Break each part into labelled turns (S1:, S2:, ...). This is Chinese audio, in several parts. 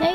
S1: 哎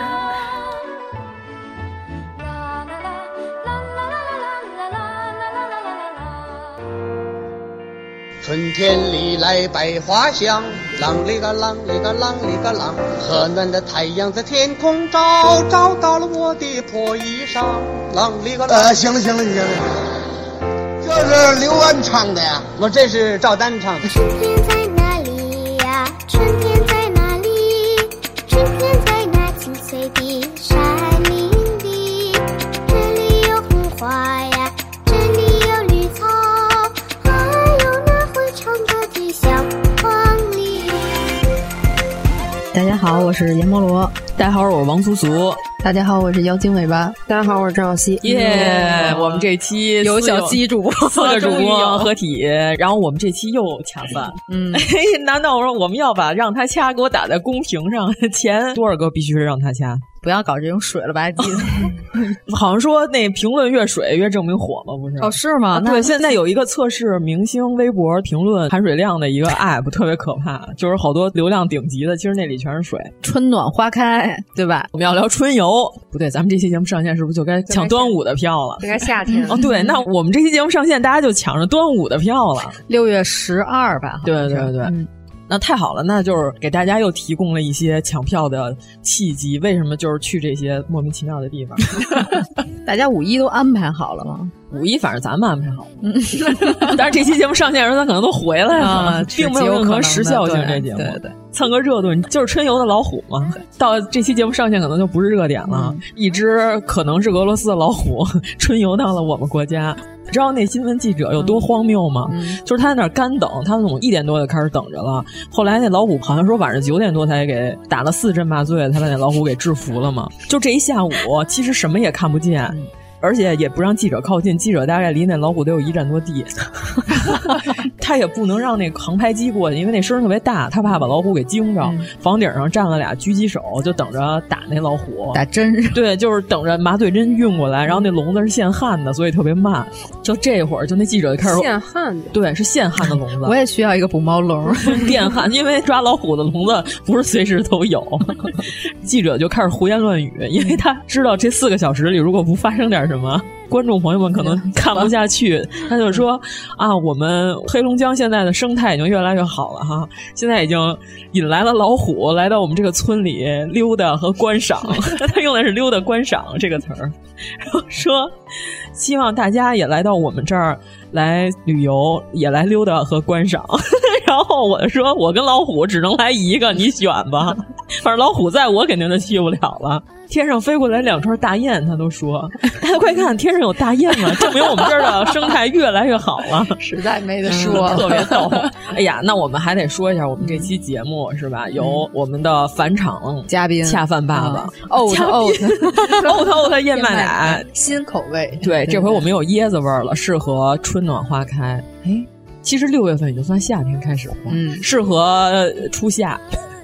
S2: 春天里来百花香，啷里个啷里个啷里个啷，和暖的太阳在天空照，照到了我的破衣裳，啷里个啷。
S3: 呃，行了行了行了，这是刘安唱的呀，
S2: 我这是赵丹唱 的。
S4: 春天在哪里呀？春天在哪里？春天在那青翠的山林里，这里有红花呀，这里有绿草，还有那会唱歌的小黄鹂。
S5: 大家好，我是阎摩罗。
S6: 大家好，我是王苏苏。
S7: 大家好，我是妖精尾巴。
S8: 大家好，我是张小希。
S6: 耶！我们这期
S7: 有小七主播，
S6: 四个主播合体，然后我们这期又恰饭。 哎
S7: 嗯，
S6: 难道我说我们要把让他掐给我打在公屏上？前多少个必须是让他掐？
S7: 不要搞这种水了吧唧的。
S6: 好像说那评论越水越证明火嘛，不是？啊
S7: 哦，是吗？那
S6: 对，现在有一个测试明星微博评论含水量的一个 app，特别可怕，就是好多流量顶级的，其实那里全是水。
S7: 春暖花开，对吧？
S6: 我们要聊春游，不对，咱们这期节目上线是不是就该抢端午的票了？
S8: 应该夏天
S6: 哦，对，那我们这期节目上线，大家就抢着端午的票了，
S7: 六月十二吧？
S6: 对对对。
S7: 嗯
S6: 那太好了，那就是给大家又提供了一些抢票的契机。为什么就是去这些莫名其妙的地方？
S7: 大家五一都安排好了吗？
S6: 五一反正咱们安排好了，但是这期节目上线的时候，咱可能都回来了，
S7: 嗯啊、
S6: 并没有任何时效性。这
S7: 节目对对，
S6: 蹭个热度，就是春游的老虎嘛。到这期节目上线，可能就不是热点了。嗯、一只可能是俄罗斯的老虎春游到了我们国家，知道那新闻记者有多荒谬吗？
S7: 嗯、
S6: 就是他在那儿干等，他从一点多就开始等着了。后来那老虎好像说晚上九点多才给打了四针麻醉，才把那老虎给制服了嘛。就这一下 午，其实什么也看不见。
S7: 嗯
S6: 而且也不让记者靠近，记者大概离那老虎得有一站多 地。他也不能让那航拍机过去，因为那声特别大，他怕把老虎给惊着。
S7: 嗯、
S6: 房顶上站了俩狙击手，就等着打那老 虎。
S7: 打针？
S6: 对，就是等着麻醉针运过来。然后那笼子是限焊的，所以特别慢。就这会儿，就那记者就开始
S8: 限焊的，
S6: 对，是限焊的笼子。
S7: 我也需要一个捕猫笼，
S6: 电焊，因为抓老虎的笼子不是随时都有。 记者就开始胡言乱语，因为他知道这四个小时里如果不发生点。什么？观众朋友们可能看不下去，他就说啊，我们黑龙江现在的生态已经越来越好了哈，现在已经引来了老虎来到我们这个村里溜达和观 赏，他用的是“溜达观赏”这个词儿， 然后说希望大家也来到我们这儿来旅游，也来溜达和观赏。 然后我说我跟老虎只能来一个，你选吧，反正老虎在我肯定就去不了了。天上飞过来两串大雁，他都 说，大家快看天上。有大雁了，证明我们这儿的生态越来越好了，嗯
S7: 实在没得说，
S6: 特别逗。 哎呀，那我们还得说一下，我们这期节目是吧？由我们的返场
S7: 嗯嘉宾啊哦
S6: 恰饭爸哦爸
S7: ，out out
S6: out out 燕麦奶
S7: 新口味，
S6: 对，这回我们有椰子味儿了，适合春暖花开。哎，其实六月份已经算夏天开始了，
S7: 嗯，
S6: 适合呃初夏。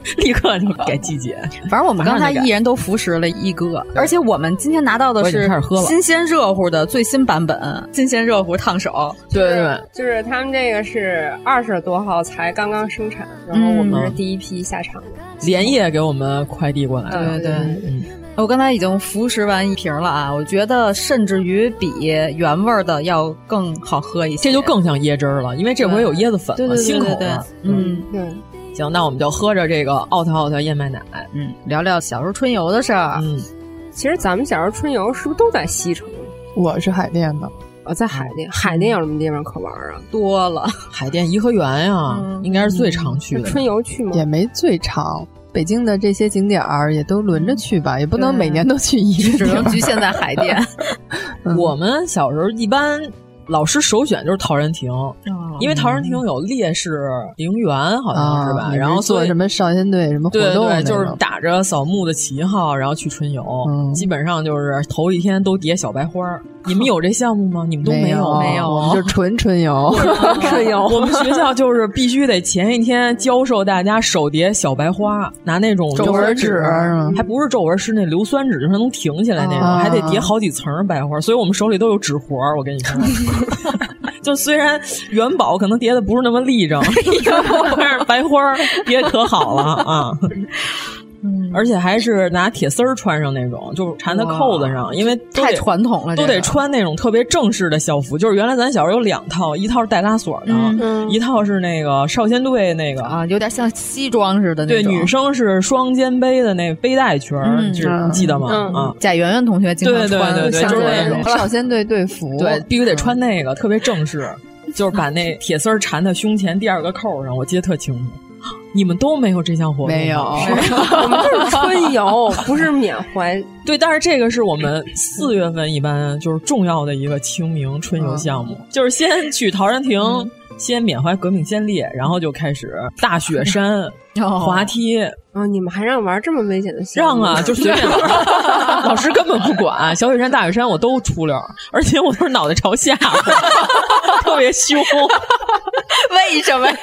S6: 立刻就改季节，
S7: 反正我们刚才一人都服食了一哥，而且我们今天拿到的是新鲜热乎的最新版本，新鲜热乎烫手。
S6: 对对对，
S8: 就是他们这个是二十多号才刚刚生产，然后我们是第一批下场的，
S6: 连夜给我们快递过来。嗯
S7: 对对，我刚才已经服食完一瓶了啊，我觉得甚至于比原味的要更好喝一些，
S6: 这就更像椰汁了，因为这回有椰子粉了，新口
S7: 的。嗯，
S8: 对。
S6: 行，那我们就喝着这个奥特奥特燕麦奶，
S7: 嗯，聊聊小时候春游的事儿。
S6: 嗯，
S8: 其实咱们小时候春游是不是都在西城？
S9: 我是海淀的，
S8: 我、哦、在海淀。海淀有什么地方可玩啊？
S7: 多了，嗯
S6: 海淀颐和园呀、啊，嗯、应该是最常去的。
S8: 春游去吗？
S9: 也没最常。北京的这些景点儿也都轮着去吧，也不能每年都去一个，
S7: 只能局限在海淀。
S6: 我们小时候一般老师首选就是陶然亭，
S7: 哦
S6: 因为陶然亭有烈士陵园，好像是吧？
S10: 啊
S7: 嗯
S6: 然后所
S10: 做
S6: 以
S10: 什么少先队什么活
S6: 对
S10: 动那
S6: 对，
S10: 种，
S6: 就是打着扫墓的旗号，然后去春游，基本上就是头一天都叠小白花儿。你们有这项目吗？你们都
S10: 没
S6: 有，啊没
S10: 我们就纯春游，
S6: 春游， 我们学校就是必须得前一天教授大家手叠小白花，拿那种
S10: 皱纹纸啊是吗
S6: 还不是皱纹，是那硫酸纸，就是能挺起来那种，
S10: 啊
S6: 还得叠好几层白花，所以我们手里都有纸活儿。我跟你说， 就虽然元宝可能叠的不是那么立
S10: 哎
S6: 正， 但是白花儿叠可好了啊。
S10: 嗯
S6: 而且还是拿铁丝儿穿上那种，就是缠在扣子上，因为都得
S8: 太传统啊了这
S6: 都
S8: 个
S6: 得穿那种特别正式的校服。就是原来咱小时候有两套，一套是带拉锁的，
S8: 嗯
S6: 一套是那个少先队那个
S8: 啊，有点像西装似的那
S6: 对，
S8: 种。嗯
S6: 女生是双肩背的那背带裙儿，是你记得吗？啊，
S8: 贾圆圆同学经常
S6: 对对
S8: 穿，
S6: 对对，
S8: 像
S6: 就是那
S8: 这
S6: 种
S8: 种
S10: 少先队队服，
S6: 对，必须得穿那个，特别正式，就是 把那铁丝儿缠在胸前第二个扣上，我记得特清楚。你们都没有这项活动吗，
S10: 没有
S6: 是吗
S4: 我们就是春游，不是缅怀。
S6: 对，但是这个是我们四月份一般就是重要的一个清明春
S10: 嗯
S6: 游项目，就是先去陶然亭，先缅怀革命先烈，然后就开始大 雪山、
S10: 哦
S6: 滑梯，
S4: 啊，哦你们还让玩这么危险的项
S6: 让
S4: 目？
S6: 啊， 就随 便玩儿，老师根本不管，小雪山、大雪山我都出溜儿，而且我都是脑袋朝下， 特别凶。
S8: 为什么 呀？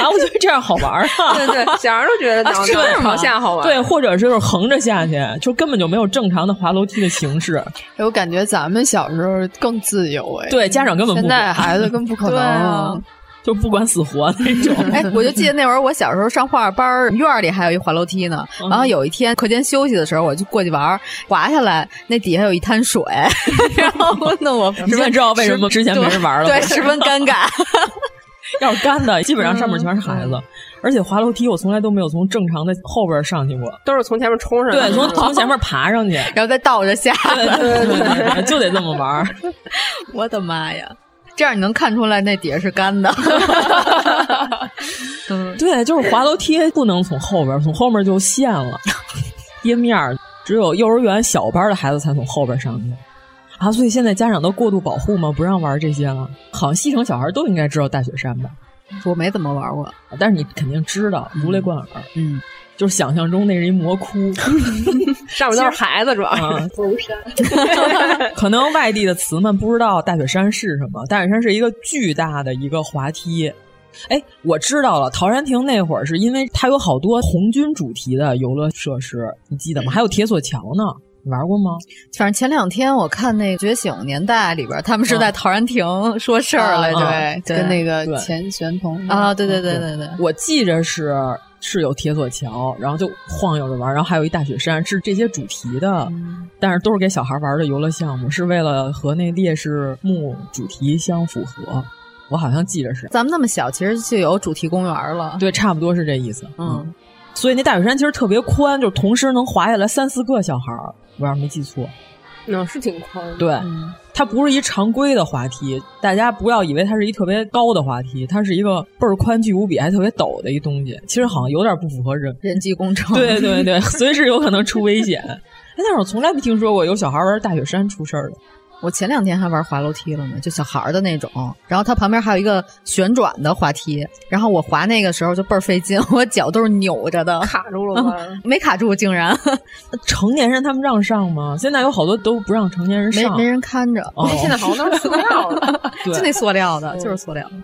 S6: 啊，我觉得这样好 玩儿啊！
S4: 对对，小孩儿都觉得脑
S6: 对
S4: 袋朝下好玩。
S6: 啊对，，或者是就是横着下去，就根本就没有正常的滑楼梯的形式。
S10: 哎我感觉咱们小时候更自由哎，
S6: 对，家长根本不
S10: 现在
S6: 管
S10: 孩子更不可能
S8: 对啊
S10: 了，
S6: 就不管死活那种。
S8: 哎，我就记得那会儿我小时候上画班儿，院儿里还有一滑楼梯呢。
S6: 嗯
S8: 然后有一天课间休息的时候，我就过去玩儿，滑下来，那底下有一滩水， 然后弄我
S6: 你现在知道为什么之前没人玩了吧
S8: 对，十分尴尬。
S6: 要是干的，基本上上面全是孩子，而且滑楼梯我从来都没有从正常的后边上去过，
S4: 都是从前面冲上。
S6: 对，从
S8: 啊
S6: 从前面爬上去，
S8: 然后再倒着下。
S6: 对对对对 对，就得这么玩儿。
S8: 我的妈呀！这样你能看出来那底下是干的。
S6: 对，就是滑楼梯不能从后边，从后面就陷了，跌面儿。只有幼儿园小班的孩子才从后边上去啊，所以现在家长都过度保护吗？不让玩这些了。好像西城小孩都应该知道大雪山吧？
S8: 我没怎么玩过，
S6: 但是你肯定知道，如雷贯耳。
S8: 嗯，
S6: 就是想象中那是一魔窟。
S4: 上面都是孩子，主要
S6: 啊
S4: 是走山。
S6: 可能外地的词们不知道大雪山是什么。大雪山是一个巨大的一个滑梯。哎，我知道了，陶然亭那会儿是因为它有好多红军主题的游乐设施，你记得吗？还有铁索桥呢，你玩过吗？
S8: 反正前两天我看那《觉醒年代》里边，他们是在陶然亭说事儿来着，
S10: 对，
S8: 对
S10: 跟那个
S6: 对
S10: 钱玄同
S8: 啊，对对对对对，
S6: 我记着是是有铁索桥，然后就晃悠着玩，然后还有一大雪山，是这些主题的，但是都是给小孩玩的游乐项目，是为了和那烈士墓主题相符合。我好像记着是，
S8: 咱们那么小，其实就有主题公园了。
S6: 对，差不多是这意思。
S8: 嗯，
S6: 所以那大雪山其实特别宽，就是同时能滑下来三四个小孩儿，我要是没记错。
S4: 嗯，是挺宽的。嗯
S6: 对，它不是一常规的滑梯，大家不要以为它是一特别高的滑梯，它是一个倍儿宽巨无比还特别陡的一东西，其实好像有点不符合 人。
S8: 人机工程，
S6: 对对对，随时有可能出危险。 哎，但是我从来没听说过有小孩玩大雪山出事儿的。
S8: 我前两天还玩滑楼梯了呢，就小孩儿的那种。然后它旁边还有一个旋转的滑梯，然后我滑那个时候就倍儿费劲，我脚都是扭着的，嗯
S4: 卡住了吧？
S8: 没卡住，竟然
S6: 呃成年人他们让上吗？现在有好多都不让成年人
S8: 没
S6: 上。
S8: 没人看着。
S6: 哦，
S4: 现在好像都是塑料 了。
S6: 对嗯
S8: 就那塑料的，就是塑料的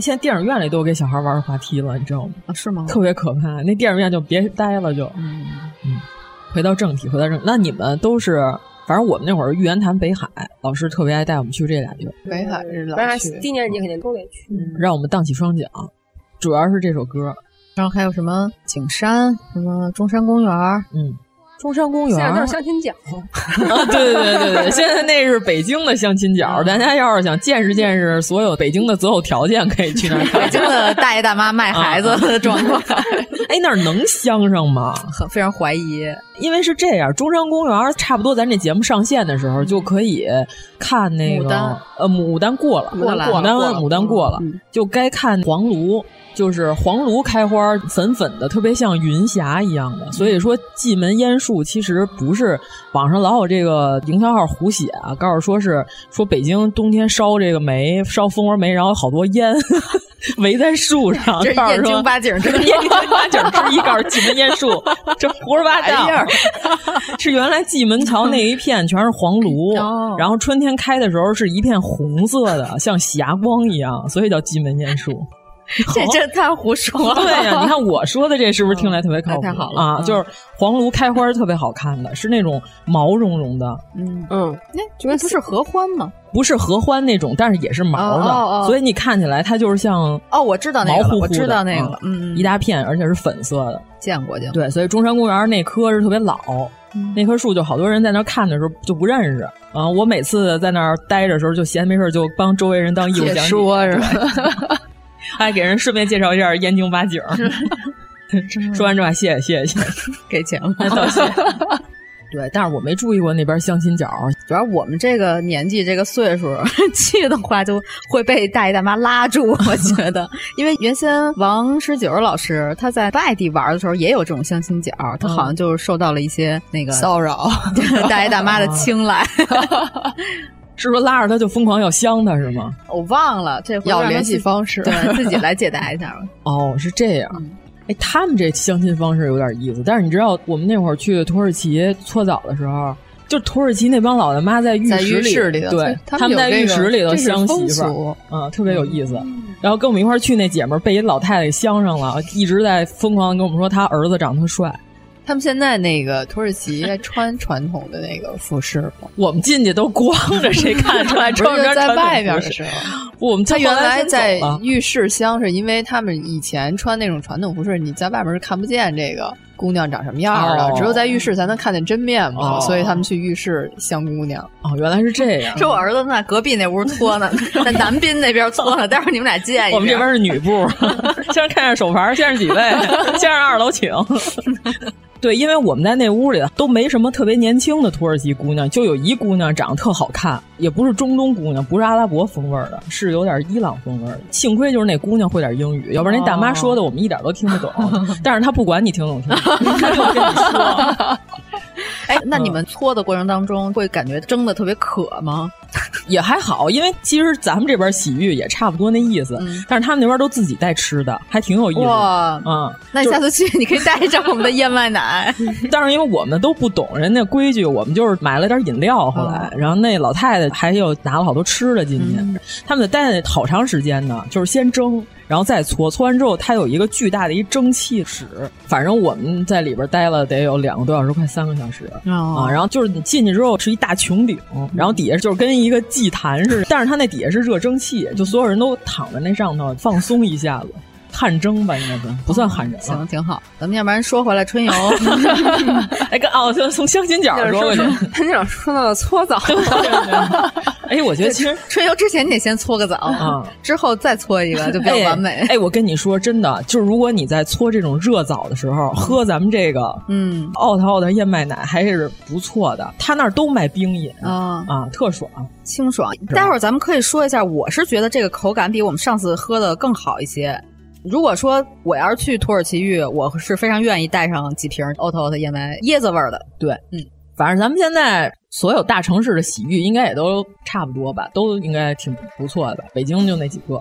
S6: 现在电影院里都给小孩玩滑梯了，你知道吗？
S8: 啊，是吗？
S6: 特别可怕。那电影院就别待了就，
S8: 嗯
S6: 回到正题，回到正。那你们都是，反正我们那会儿玉渊潭北海，老师特别爱带我们去这俩地儿，
S10: 北海是老
S4: 反正
S10: 去
S4: 纪念日肯定都得去。
S6: 让我们荡起双桨，主要是这首歌。
S8: 然后还有什么景山，什么中山公园儿，
S6: 嗯，中山公园
S4: 现在都是相亲角，嗯
S6: 啊， 对对对对，现在那是北京的相亲角，大家要是想见识见识所有北京的择偶条件，可以去那儿 看。
S8: 北京的大爷大妈卖孩
S6: 啊
S8: 子的状况，
S6: 哎，那儿能相上吗？
S8: 很非常怀疑。
S6: 因为是这样，中山公园差不多咱这节目上线的时候就可以看那
S8: 嗯牡
S6: 个
S8: 丹
S6: 呃牡丹过了，
S8: 过了嗯
S6: 牡丹
S8: 过了
S6: 牡丹过了，就该看黄芦。就是黄芦开花粉粉的，特别像云霞一样的。所
S8: 嗯
S6: 以说，蓟门烟树其实不是网上老有这个营销号胡写啊，告诉说是说北京冬天烧这个煤，烧蜂窝煤，然后有好多烟 围在树上，
S8: 这是
S6: 告诉
S8: 燕
S6: 说
S8: 京八 景之一
S6: 燕京八景之一，告诉蓟门烟树，这胡说八道
S8: 哎呀。
S6: 是原来蓟门桥那一片全是黄芦，
S8: 哦
S6: 然后春天开的时候是一片红色的，像霞光一样，所以叫蓟门烟树。
S8: 这这太胡说 了。
S6: 对呀、你看我说的这是不是听起来特别靠谱？
S8: 那太好了
S6: 啊，
S8: 嗯
S6: 就是黄芦开花是特别好看的，是那种毛茸茸的，
S8: 嗯
S11: 嗯，
S8: 那这不是合欢吗？
S6: 不是合欢那种，但是也是毛
S8: 哦
S6: 的，
S8: 哦哦
S6: 所以你看起来它就是像
S8: 哦，我知道那
S6: 毛
S8: 个了，
S6: 乎乎的，
S8: 我知道那个了，
S6: 嗯，一大片，而且是粉色的。
S8: 见过见过。
S6: 对，所以中山公园那棵是特别老，那棵树就好多人在那儿看的时候就不认识啊。我每次在那儿待着的时候，就闲没事儿就帮周围人当义务
S12: 解
S6: 讲解，
S12: 说是吧
S6: 对？还给人顺便介绍一下燕京八景儿。说完之后还谢谢谢谢谢 谢，
S8: 给钱
S6: 道谢。对，但是我没注意过那边相亲角儿，
S8: 主要我们这个年纪、这个岁数 去的话，就会被大爷大妈拉住。我觉 得，因为原先王十九老师他在外地玩的时候也有这种相亲角，他好像就是受到了一些那个
S12: 骚扰
S8: 大爷大妈的 青睐。
S6: 是说拉着他就疯狂要香他是吗？
S8: 我忘了这回
S12: 要
S8: 让他
S12: 联系
S8: 自己
S12: 方式
S8: 对自己来解答一下吧。
S6: 哦，是这样。
S12: 嗯
S6: 哎，他们这相亲方式有点意思，但是你知道，我们那会儿去土耳其搓澡的时候，就土耳其那帮老大妈在 浴
S12: 在
S6: 室
S12: 浴
S6: 里，
S12: 室里头
S6: 对，
S12: 他
S6: 他
S12: 们有
S6: 们在
S12: 这
S6: 浴
S12: 个
S6: 室里头
S12: 这是
S6: 相媳
S12: 风
S6: 妇儿
S12: 俗，
S6: 嗯，特别有意思。然后跟我们一块儿去那姐们儿被一老太太相上了，一直在疯狂地跟我们说她儿子长得特帅。
S12: 他们现在那个土耳其穿传统的那个服饰吗？
S6: 我们进去都光着，谁看出来穿
S12: 不是就
S6: 着
S12: 在外边的时候，
S6: 我们
S12: 他
S6: 后
S12: 原来
S6: 先走
S12: 在
S6: 了
S12: 浴室香，是因为他们以前穿那种传统服饰，你在外面是看不见这个姑娘长什么样儿的，
S6: 哦
S12: 只有在浴室才能看见真面目，
S6: 哦
S12: 所以他们去浴室香姑娘。
S6: 哦，原来是这样。
S8: 说我儿子在隔壁那屋搓 呢，在南滨那边搓呢，待会儿你们俩见一下。
S6: 我们这边是女部， 先看看手牌，先是几位，先是二 楼请。对，因为我们在那屋里啊都没什么特别年轻的土耳其姑娘，就有一姑娘长得特好看，也不是中东姑娘，不是阿拉伯风味儿的，是有点伊朗风味儿的。幸亏就是那姑娘会点英语，要不然那大妈说的我们一点都听不懂。
S8: 哦
S6: 但是她不管你听懂听不懂，她就跟你 说。
S8: 哎，那
S6: 嗯
S8: 你们搓的过程当中会感觉蒸的特别渴吗？
S6: 也还好，因为其实咱们这边洗浴也差不多那意思，但是他们那边都自己带吃的，还挺有意思的。
S8: 嗯哇
S6: 嗯，
S8: 那你下次去你可以带上我们的燕麦 奶。
S6: 但是因为我们都不懂人家规矩，我们就是买了点饮料，后
S8: 哦
S6: 来，然后那老太太还有拿了好多吃的进去，
S8: 嗯
S6: 他们得待那好长时间呢，就是先蒸，然后再搓，搓完之后它有一个巨大的一蒸汽室，反正我们在里边待了得有两个多小时，快三个小时、
S8: 哦
S6: 啊。然后就是你进去之后是一大穹顶，然后底下就是跟一个祭坛似的，但是它那底下是热蒸汽，就所有人都躺在那上头放松一下子，汗蒸吧应该算不算汗蒸？
S8: 哦
S6: 啊
S8: 行，挺好。咱们要不然说回来 春游，
S6: 哎，跟哦，从从相亲角
S8: 就是说
S6: 说过去。
S11: 他那种说到了搓澡，
S6: 哎，我觉得其实
S8: 春游之前你得先搓个澡
S6: 嗯，
S8: 之后再搓一 个就比较完美
S6: 哎。。哎，我跟你说，真的，就是如果你在搓这种热澡的时候，喝咱们这个
S8: 嗯，
S6: 奥特奥的燕麦奶还是不错的，他那儿都卖冰饮
S8: 啊
S6: 啊，特爽。
S8: 清爽。待会儿咱们可以说一下，我是觉得这个口感比我们上次喝的更好一些。如果说我要是去土耳其浴，我是非常愿意带上几瓶 o t o 的燕麦椰子味儿的。
S6: 对，嗯，反正咱们现在所有大城市的洗浴应该也都差不多吧，都应该挺不错的。北京就那几个。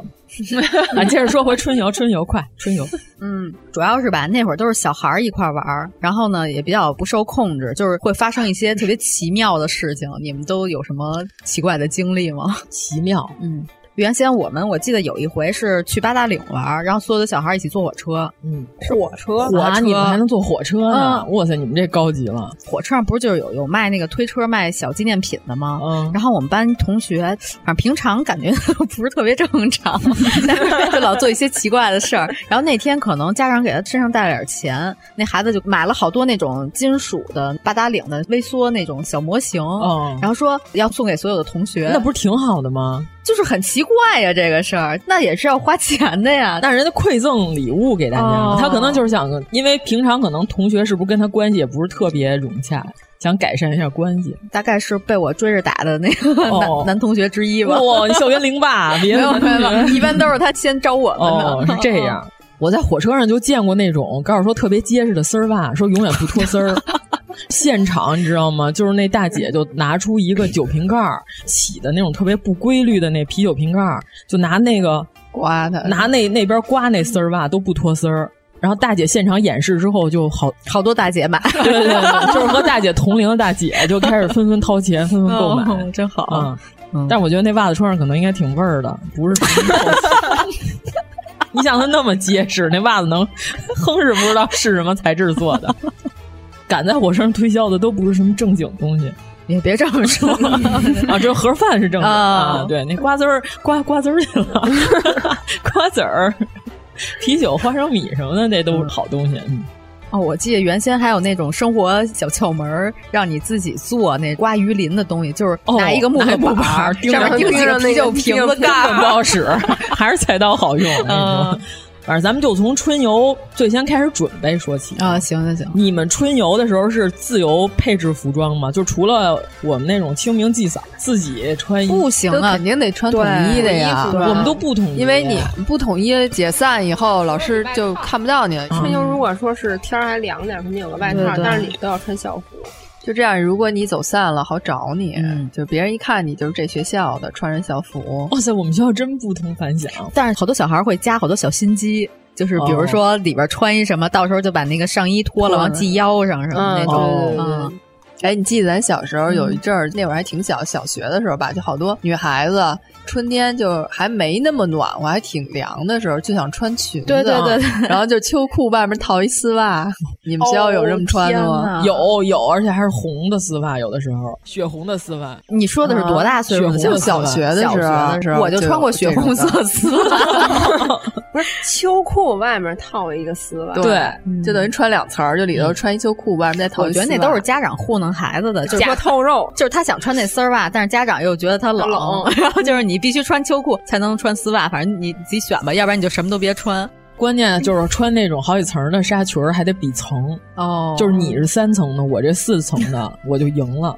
S6: 啊，接着说回春游，春游快，春游。
S8: 嗯，主要是吧，那会儿都是小孩儿一块儿玩儿，然后呢也比较不受控制，就是会发生一些特别奇妙的事情。你们都有什么奇怪的经历吗？
S6: 奇妙，
S8: 嗯。原先我们我记得有一回是去八达岭玩儿，然后所有的小孩儿一起坐火车，
S6: 嗯，
S8: 是火车火
S6: 哇，
S8: 车嗯
S6: 你们还能坐火车呢？哇塞，你们这高级了。
S8: 火车上不是就是有有卖那个推车卖小纪念品的吗？
S6: 嗯，
S8: 然后我们班同学，反正平常感觉不是特别正 常，但是就老做一些奇怪的事儿。然后那天可能家长给他身上带了点钱，那孩子就买了好多那种金属的八达岭的微缩那种小模型，
S6: 哦
S8: 然后说要送给所有的同学，
S6: 那不是挺好的吗？
S8: 就是很奇怪呀、这个事儿，那也是要花钱的呀。
S6: 但是人家馈赠礼物给大家，
S8: 哦
S6: 他可能就是想，因为平常可能同学是不是跟他关系也不是特别融洽，想改善一下关系。
S8: 大概是被我追着打的那个男、
S6: 哦
S8: 男同学之一吧。
S6: 哇、你校园零霸，别
S8: 没
S6: 的
S8: 有
S6: 同
S8: 没
S6: 学
S8: 有，一般都是他先招我们的。
S6: 哦，是这样。我在火车上就见过那种告诉说特别结实的丝儿袜，说永远不脱丝儿。现场你知道吗？就是那大姐就拿出一个酒瓶盖儿洗的那种特别不规律的那啤酒瓶盖儿，就拿那个
S7: 刮它，
S6: 拿那那边刮那丝儿袜都不脱丝儿。然后大姐现场演示之后，就好
S8: 好多大姐买，
S6: 对对对， 就是和大姐同龄的大姐就开始纷纷掏钱，纷纷购买，
S8: 哦真好。
S6: 嗯，但是我觉得那袜子穿上可能应该挺味儿的，不是纯透气。 你想它那么结实，那袜子能哼是不知道是什么材质做的。 敢在火车上推销的都不是什么正经东西，
S8: 也别这么说
S6: 啊！只有盒饭是正经、
S8: 哦、
S6: 啊，对，那瓜子儿瓜瓜子儿去了， 瓜子儿、啤酒、花生米什么的，那都是好东西。嗯
S8: 哦，我记得原先还有那种生活小窍门儿，让你自己做那刮鱼鳞的东西，就是拿一个木头
S6: 板
S8: 儿，
S6: 钉、
S8: 哦、上钉几个啤酒瓶子盖
S6: 儿，不好使， 还是菜刀好用。嗯，反正咱们就从春游最先开始准备说起
S8: 啊。行行行，
S6: 你们春游的时候是自由配置服装吗？就除了我们那种清明祭扫自己穿衣，
S8: 不行啊，
S7: 肯定得穿统一的呀。
S6: 我们都不统一，
S7: 因为你不统一解散以后，老师就看不到你。
S4: 春游如果说是天儿还凉点，肯定有个外
S7: 嗯
S4: 套，
S7: 对对
S4: 但是你都要穿校服。
S7: 就这样，如果你走散了，好找你，
S6: 嗯、
S7: 就别人一看你就是这学校的，穿着校服。
S6: 哇、哦、塞，我们学校真不同凡响。
S8: 但是好多小孩会加好多小心机，就是
S7: 哦
S8: 比如说里边穿一什么，哦、到时候就把那个上衣脱了，往系腰上什么那种。嗯
S7: 嗯、对对对。嗯哎，你记得咱小时候有一阵儿，那会儿还挺小，小学的时候吧，就好多女孩子春天就还没那么暖和，还挺凉的时候，就想穿裙子，
S8: 对对对对，
S7: 然后就秋裤外面套一丝袜。你们学校有这么穿的吗？
S8: 嗯
S6: 哦、有有，而且还是红的丝袜，有的时候血红的丝袜。
S8: 你说的是多大岁数？
S7: 就小啊学的时候，
S8: 啊我就穿过血红色丝 袜，
S4: 不是秋裤外面套一个丝袜，
S7: 对，嗯、就等于穿两层，就里头穿一秋裤，外面再套一
S8: 嗯丝袜。我觉得那都是家长糊弄。孩子的就是说
S4: 透肉，
S8: 就是他想穿那丝袜，但是家长又觉得他冷，
S4: 冷
S8: 然后就是你必须穿秋裤才能穿丝袜，反正你自己选吧，要不然你就什么都别穿。
S6: 关键就是穿那种好几层的纱裙，还得比层
S8: 哦，
S6: 就是你是三层的，我这四层的， 我就赢了。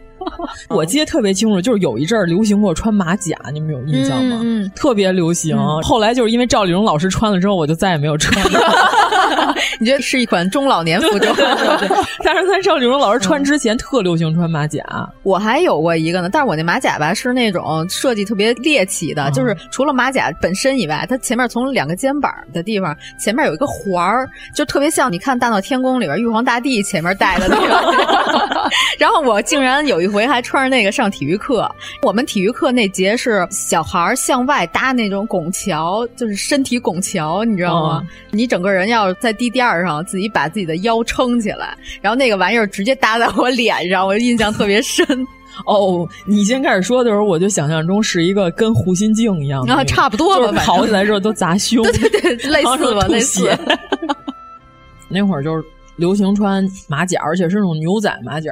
S6: 我记得特别清楚，就是有一阵儿流行过穿马甲，你们有印象吗？
S8: 嗯，嗯
S6: 特别流行。
S8: 嗯、
S6: 后来就是因为赵丽蓉老师穿了之后，我就再也没有穿 过。
S7: 嗯
S8: 你觉得是一款中老年服 装？
S6: 但是在赵丽蓉老师穿之前，特流行穿马甲、嗯。
S8: 我还有过一个呢，但是我那马甲吧是那种设计特别猎奇的，就是除了马甲本身以外，它前面从两个肩膀的地方前面有一个环儿，就特别像你看《大闹天宫》里边玉皇大帝前面戴的那个。 然后我竟然有一。回还穿着那个上体育课，我们体育课那节是小孩向外搭那种拱桥，就是身体拱桥，你知道吗？
S6: 嗯、
S8: 你整个人要在地垫上自己把自己的腰撑起来，然后那个玩意儿直接搭在我脸上，我印象特别深。
S6: 哦，你先开始说的时候，我就想象中是一个跟护心镜一样的，
S8: 啊，差 不多
S6: 吧，跑起来之后都砸胸，
S8: 对 对对，类似吧，类似。
S6: 那会儿就是流行穿马甲，而且是那种牛仔马甲。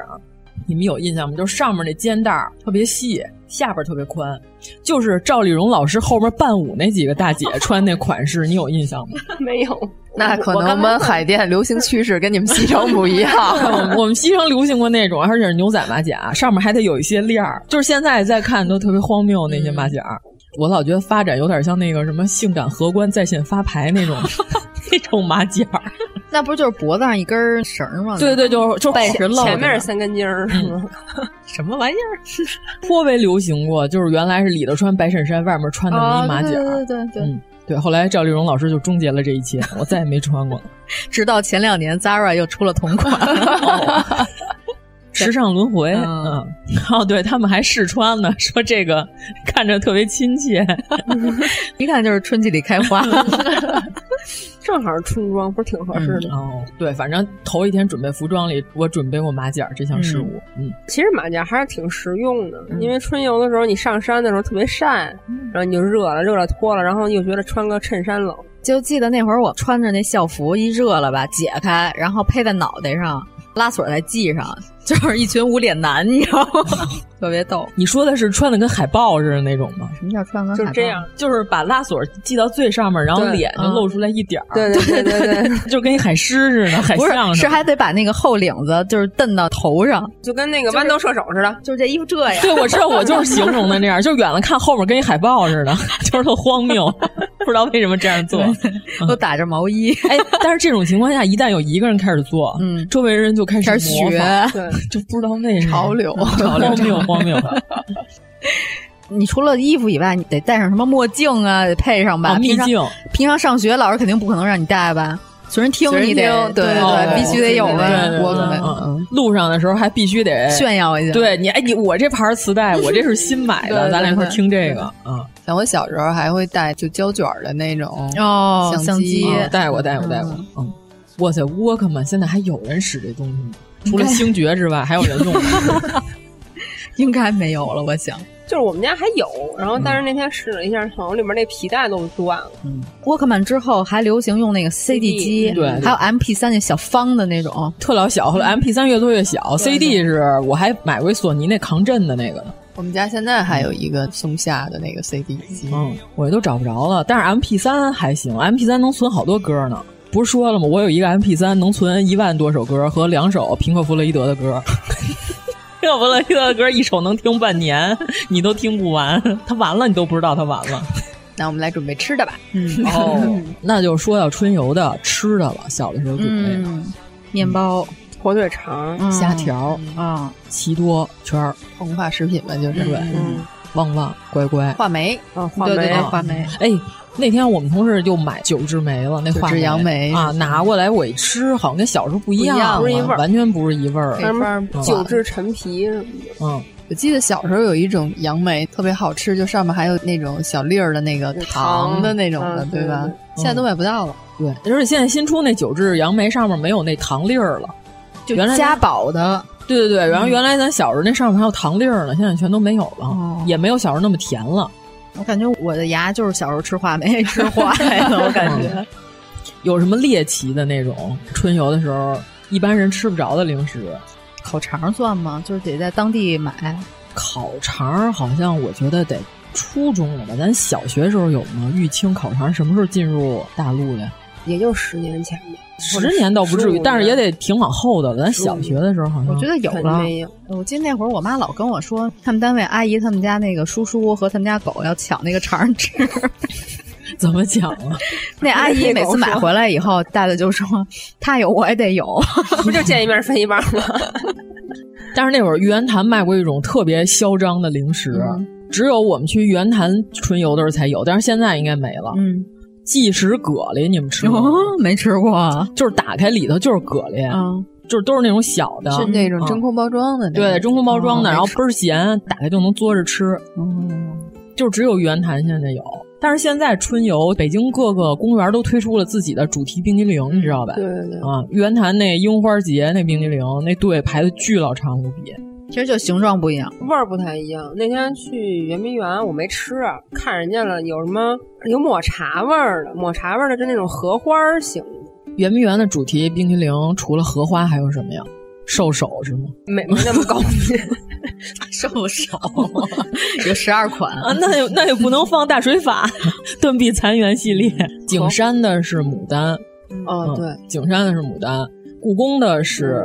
S6: 你们有印象吗？就上面那肩带特别细，下边特别宽，就是赵丽蓉老师后面伴舞那几个大姐穿那款式，你有印象 吗？
S4: 没有，
S7: 那可能我们海淀流行趋势跟你们西城不一样。
S6: 我们西城流行过那种，而且是牛仔马甲，上面还得有一些链儿，就是现在再看都特别荒谬那些马甲。
S8: 嗯
S6: 我老觉得发展有点像那个什么性感荷官在线发牌那种 那种马甲，
S8: 那不就是脖子上一根绳吗？
S6: 对对，就就
S8: 背着露，
S4: 前面是三根 筋儿，是吗？
S8: 什么玩意儿？
S6: 颇为流行过，就是原来是里头穿白衬衫，外面穿的
S8: 嗯
S6: 呢
S4: 哦
S6: 马甲，
S8: 哦对对对对。
S6: 嗯对，后来赵丽蓉老师就终结了这一切，我再也没穿过了。
S8: 直到前两年，Zara 又出了同款。
S6: 哦时尚轮回，嗯，哦，对他们还试穿呢，说这个 看着特别亲切，
S8: 一看就是春季里开花，
S4: 正好春装，不是挺合适的、
S6: 嗯？哦，对，反正头一天准备服装里，我准备过马甲这项事物，嗯，嗯
S4: 其实马甲还是挺实用的，因为春游的时候你上山的时候特别晒，然后你就热了，热了脱了，然后又觉得穿个衬衫冷。
S8: 就记得那会儿我穿着那校服，一热了吧，解开，然后披在脑袋上。拉锁再系上，就是一群无脸男，你知道吗？ 特别逗。
S6: 你说的是穿的跟海报似的那种吗？
S8: 什么叫穿跟海
S4: 报？就是这样，嗯
S6: 就是把拉锁系到最上面，然后脸就露出来一点儿。
S4: 对对对对 对，
S6: 就跟一海狮似的，海象
S8: 是 还得把那个后领子就是蹬到头上，
S4: 就跟那个豌豆射手似的，
S8: 就是这衣服这 样。
S6: 对，我知道，我就是形容的那样，就远了看后面跟一海报似的，就是特荒谬。 不知道为什么这样做，
S7: 都打着毛衣。
S6: 哎，但是这种情况下，一旦有一个人开始做，嗯，周围人就开始
S7: 开始学
S6: 模仿
S7: 嗯
S6: 对，就不知道为什么
S9: 潮流，
S6: 荒 谬荒谬。
S7: 你除了衣服以外，你得戴上什么墨镜啊，得配上吧。
S6: 哦
S7: 平常
S6: 秘境
S7: 平常上学，老师肯定不可能让你戴吧。随人听
S9: 随人
S7: 你得
S9: 听
S7: 对
S9: 对
S6: 哦
S7: 对，
S9: 对
S7: 必须得有吧。
S6: 我
S7: 可
S8: 嗯
S7: 能
S6: 能路上的时候还必须得
S7: 炫耀一下
S6: 嗯对你，哎，你我这盘磁带，我这是新买
S9: 对
S6: 的，
S9: 对
S6: 咱俩一块儿
S9: 对
S6: 听这个啊。
S9: 像我小时候还会带就胶卷儿的那种
S7: 哦相
S9: 相
S7: 机
S6: 哦带过，带过，带过。嗯，哇塞，Walkman 现在还有人使这东西吗？除了星爵之外，还有人用吗？
S7: 应该没有了，我想。嗯
S8: 就是我们家还有，然后但是那天试了一下，好像里面那皮带都断了。
S7: 沃克曼之后还流行用那个 CD 机，
S6: 对对
S7: 还有 MP 三那小方的那种，
S6: 特老小，后来 MP 三越做越小，CD 是我还买过索尼那抗震的那个呢。
S9: 我们家现在还有一个松下的那个 CD 机，
S6: 嗯，我都找不着了。但是 MP 三还行，MP 三能存好多歌呢。不是说了吗？我有一个 MP 三，能存一万多首歌和两首平克·弗洛伊德的歌。 平克·弗洛伊德的歌一首能听半年，你都听不完，他完了你都不知道他完了。
S9: 那我们来准备吃的吧。
S7: 嗯，
S6: 哦，那就说到春游的吃的了。小的时候准备、
S7: 嗯，面包、
S8: 嗯
S7: 嗯
S8: 火腿肠、
S6: 虾条、
S7: 啊，
S6: 奇多圈儿、
S9: 膨化食品嘛，就是
S6: 对，旺旺、乖乖、
S9: 话梅
S8: 啊，话
S7: 对
S8: 梅
S7: 对对，
S8: 啊
S7: 话梅，
S6: 哎，那天我们同事就买九制梅了，那
S9: 九
S6: 话
S9: 制杨梅
S6: 啊，拿过来我一吃，好像跟小时候不一
S9: 不一
S6: 样
S9: 样
S6: 了，
S8: 不是一味儿嗯
S6: 完全不是一味儿
S9: 配。方儿不
S8: 九
S9: 错
S8: 制陈皮什么的，
S6: 嗯，
S9: 我记得小时候有一种杨梅特别好吃，就上面还有那种小粒儿的那个
S8: 有
S9: 糖
S8: 糖
S9: 的那种的，
S8: 嗯
S9: 对吧
S8: 对对对？
S9: 现在都买不到了。
S6: 对，而且现在新出那九制杨梅上面没有那糖粒儿了，
S7: 就
S6: 原来
S7: 嘉宝的，
S6: 对对对，然后原来咱小时候那上面还有糖粒儿呢，现在全都没有了，
S7: 哦
S6: 也没有小时候那么甜了。
S7: 我感觉我的牙就是小时候吃话梅吃坏 了， 我感觉。
S6: 嗯有什么猎奇的那种春游的时候一般人吃不着的零食？
S7: 烤肠算吗？就是得在当地买，
S6: 烤肠儿好像我觉得得初中了吧，咱小学时候有吗？玉清烤肠什么时候进入大陆的？
S8: 也就十年前吧，或者
S6: 十年倒不至
S8: 15
S6: 于，
S8: 年
S6: 但是也得挺往后的了。咱小学的时候好像
S7: 我觉得有
S8: 肯定
S7: 了。
S8: 没有。
S7: 我记得那会儿我妈老跟我说，他们单位阿姨他们家那个叔叔和他们家狗要抢那个肠儿吃。
S6: 怎么讲啊？
S7: 那阿姨每次买回来以后，带的就说她有我也得有。
S8: 不就见一面分一半吗？
S6: 但是那会儿玉渊潭卖过一种特别嚣张的零食，
S7: 嗯
S6: 只有我们去玉渊潭春游的时候才有，但是现在应该没了。
S7: 嗯，
S6: 即食蛤蜊你们吃过吗？
S7: 哦，没吃过啊。
S6: 就是打开里头就是蛤蜊，
S7: 嗯
S6: 就是都是那种小的，
S9: 是那种
S6: 嗯
S9: 真空包装的那种，
S6: 对，真空包装的，
S9: 哦
S6: 然后倍儿咸，打开就能嘬着吃。
S8: 哎
S7: 嗯
S6: 就只有圆潭现在有，但是现在春游，北京各个公园都推出了自己的主题冰激
S9: 嗯
S6: 凌，你知道吧？
S8: 对对对，
S6: 啊，圆潭那樱花节那冰激凌那队排的巨老长无比，
S7: 其实就形状不一样。
S8: 味儿不太一样。那天去圆明园，我没吃，啊看人家了，有什么有抹茶味儿的，抹茶味儿的就那种荷花儿型的，
S6: 圆明园的主题冰激凌除了荷花还有什么呀？兽首是 吗？
S8: 没没那么高 级。
S7: 瘦手有十 二款，
S6: 啊，那也那也不能放大水法， 断臂残垣系列，景山的是牡丹，
S8: 哦，
S6: 嗯
S8: 对，，
S6: 景山的是牡丹，故宫的是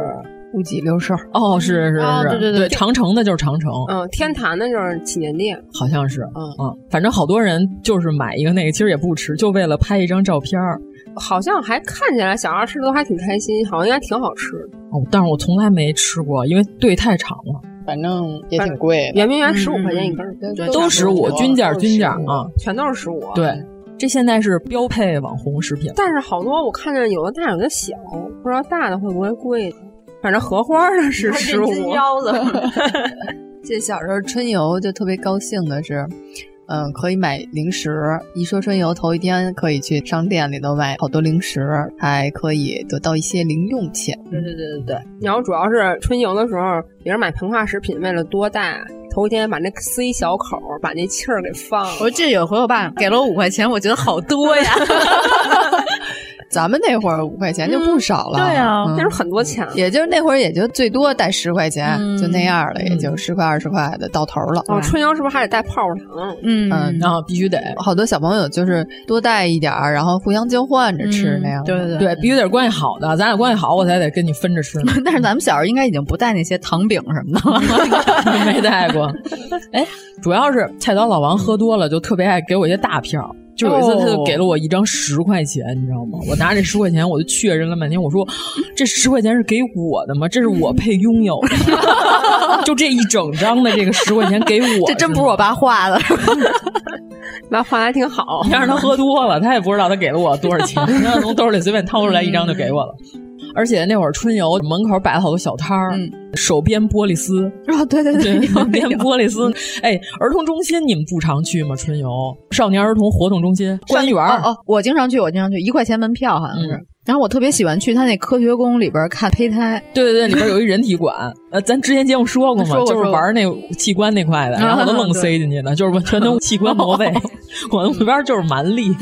S9: 物极六兽，
S6: 哦，是是是，
S8: 啊
S7: 哦对对对
S6: 对，长城的就是长城，
S8: 嗯，天坛那就是祈年殿，
S6: 好像是，
S8: 嗯，
S6: 嗯，反正好多人就是买一个那个，其实也不吃，就为了拍一张照片儿。
S8: 好像还看起来小孩吃的都还挺开心，好像应该挺好吃的。
S6: 哦，但是我从来没吃过，因为队太长了，
S9: 反正也挺贵的。
S8: 圆明园十五块钱一根儿，
S9: 嗯
S6: 都
S9: 是
S6: 15，
S9: 15
S6: 均价
S8: 都是
S6: 均价
S8: 15
S6: 啊。
S8: 全都是十五。，
S6: 对，这现在是标配网红食品。
S8: 但是好多我看见有的大有的小，不知道大的会不会贵呢反正荷花的是十五，
S7: 腰 子。
S9: 记得小时候春游就特别高兴的是，嗯，可以买零食。一说春游，头一天可以去商店里头买好多零食，还可以得到一些零用钱。
S6: 对对对对对，
S8: 然后主要是春游的时候，也是买膨化食品，为了多带，头一天把那撕一小口，把那气儿给放了。
S7: 我记得有回我爸给了我五块钱，我觉得好多呀。
S9: 咱们那会儿五块钱就不少了，
S7: 对啊
S9: 嗯
S8: 那时候很多钱，
S9: 也就是那会儿也就最多带十块钱，
S7: 嗯
S9: 就那样了，也就十块二十块的到头了。
S8: 哦，春游是不是还得带泡泡糖？
S7: 嗯
S9: 嗯
S6: 然后必须得
S8: 哦
S9: 好多小朋友就是多带一点儿，然后互相交换着吃那样。
S7: 嗯对对
S6: 对，必须得是关系好的，咱俩关系好，我才得跟你分着吃呢。
S7: 但是咱们小时候应该已经不带那些糖饼什么的了。
S6: 没带过，哎，主要是菜刀老王喝多了，就特别爱给我一些大票。就有一次，
S8: 哦
S6: 他就给了我一张十块钱，你知道吗？我拿着这十块钱，我就确认了半天，我说这十块钱是给我的吗？这是我配拥有的吗， 就这一整张的这个十块钱给我，
S8: 这真不是我爸画 的，
S4: 爸画的还挺 好。
S6: 你让他喝多了，他也不知道他给了我多少钱，他从兜里随便掏出来一张就给我了。而且那会儿春游门口摆了好多小摊儿，
S8: 嗯
S6: 手编玻璃丝
S8: 哦，对 对对，有嗯
S6: 编玻璃丝。哎，儿童中心你们不常去吗？春游少年儿童活动中心官园儿
S8: 哦哦，我经常去，我经常去，一块钱门票好像是。然后我特别喜欢去他那科学宫里边看胚胎，
S6: 对对对，里边有一人 体馆，呃，咱之前节目说过嘛，
S8: 说过
S6: 就是
S8: 说过
S6: 玩那器官那 块的，
S8: 啊
S6: 然后我都愣
S8: 对
S6: 塞进去的，就是全都器 官挪位，我那边就是蛮力，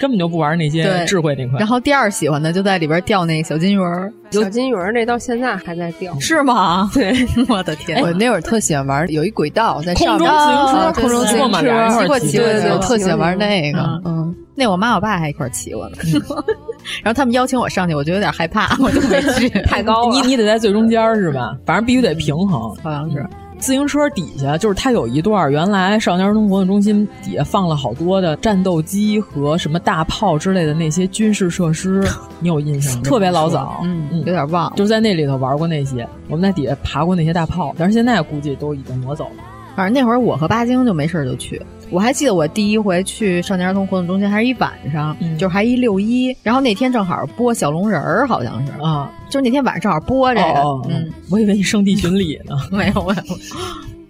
S6: 根本就不玩那些
S8: 对
S6: 智慧那块。
S8: 然后第二喜欢的就在里边钓那个小金鱼儿，
S4: 小金鱼儿这到现在还在掉，
S8: 是吗？
S6: 对，
S8: 我的天，
S13: 我那会儿特喜欢玩，有一轨道在上
S6: 空
S13: 面，
S6: 中自行
S13: 啊
S6: 车，
S13: 对
S6: 空中自
S13: 骑
S6: 行
S13: 过
S6: 车，
S13: 马
S6: 骑
S13: 扎骑
S6: 过
S13: 过
S6: 骑
S13: 骑
S6: 过
S13: 过
S6: 对
S13: 骑
S6: 对
S13: 过，我
S6: 对
S13: 特喜欢玩那个，
S8: 嗯
S13: 嗯，
S8: 那我妈我爸还一块儿骑过呢。然后他们邀请我上去，我就有点害怕，我就没去，
S4: 太高
S6: 你
S4: 了。
S6: 你得在最中间儿是吧？反正必须得平衡。嗯
S8: 好像是。
S6: 自行车底下就是它有一段儿，原来少年儿童活动中心底下放了好多的战斗机和什么大炮之类的那些军事设施，你有印象吗？特别老早，
S8: 嗯，有点忘了。
S6: 就在那里头玩过那些，我们在底下爬过那些大炮，但是现在估计都已经挪走了。
S8: 反正那会儿我和巴金就没事儿就去。我还记得我第一回去少年儿童活动中心还是一晚上，
S6: 嗯
S8: 就是还一六一，然后那天正好播小龙人儿，好像是，
S6: 啊，
S8: 就是那天晚上正好播这个，
S6: 哦哦哦哦
S8: 嗯，
S6: 我以为你圣地巡礼呢。
S8: 没有没有，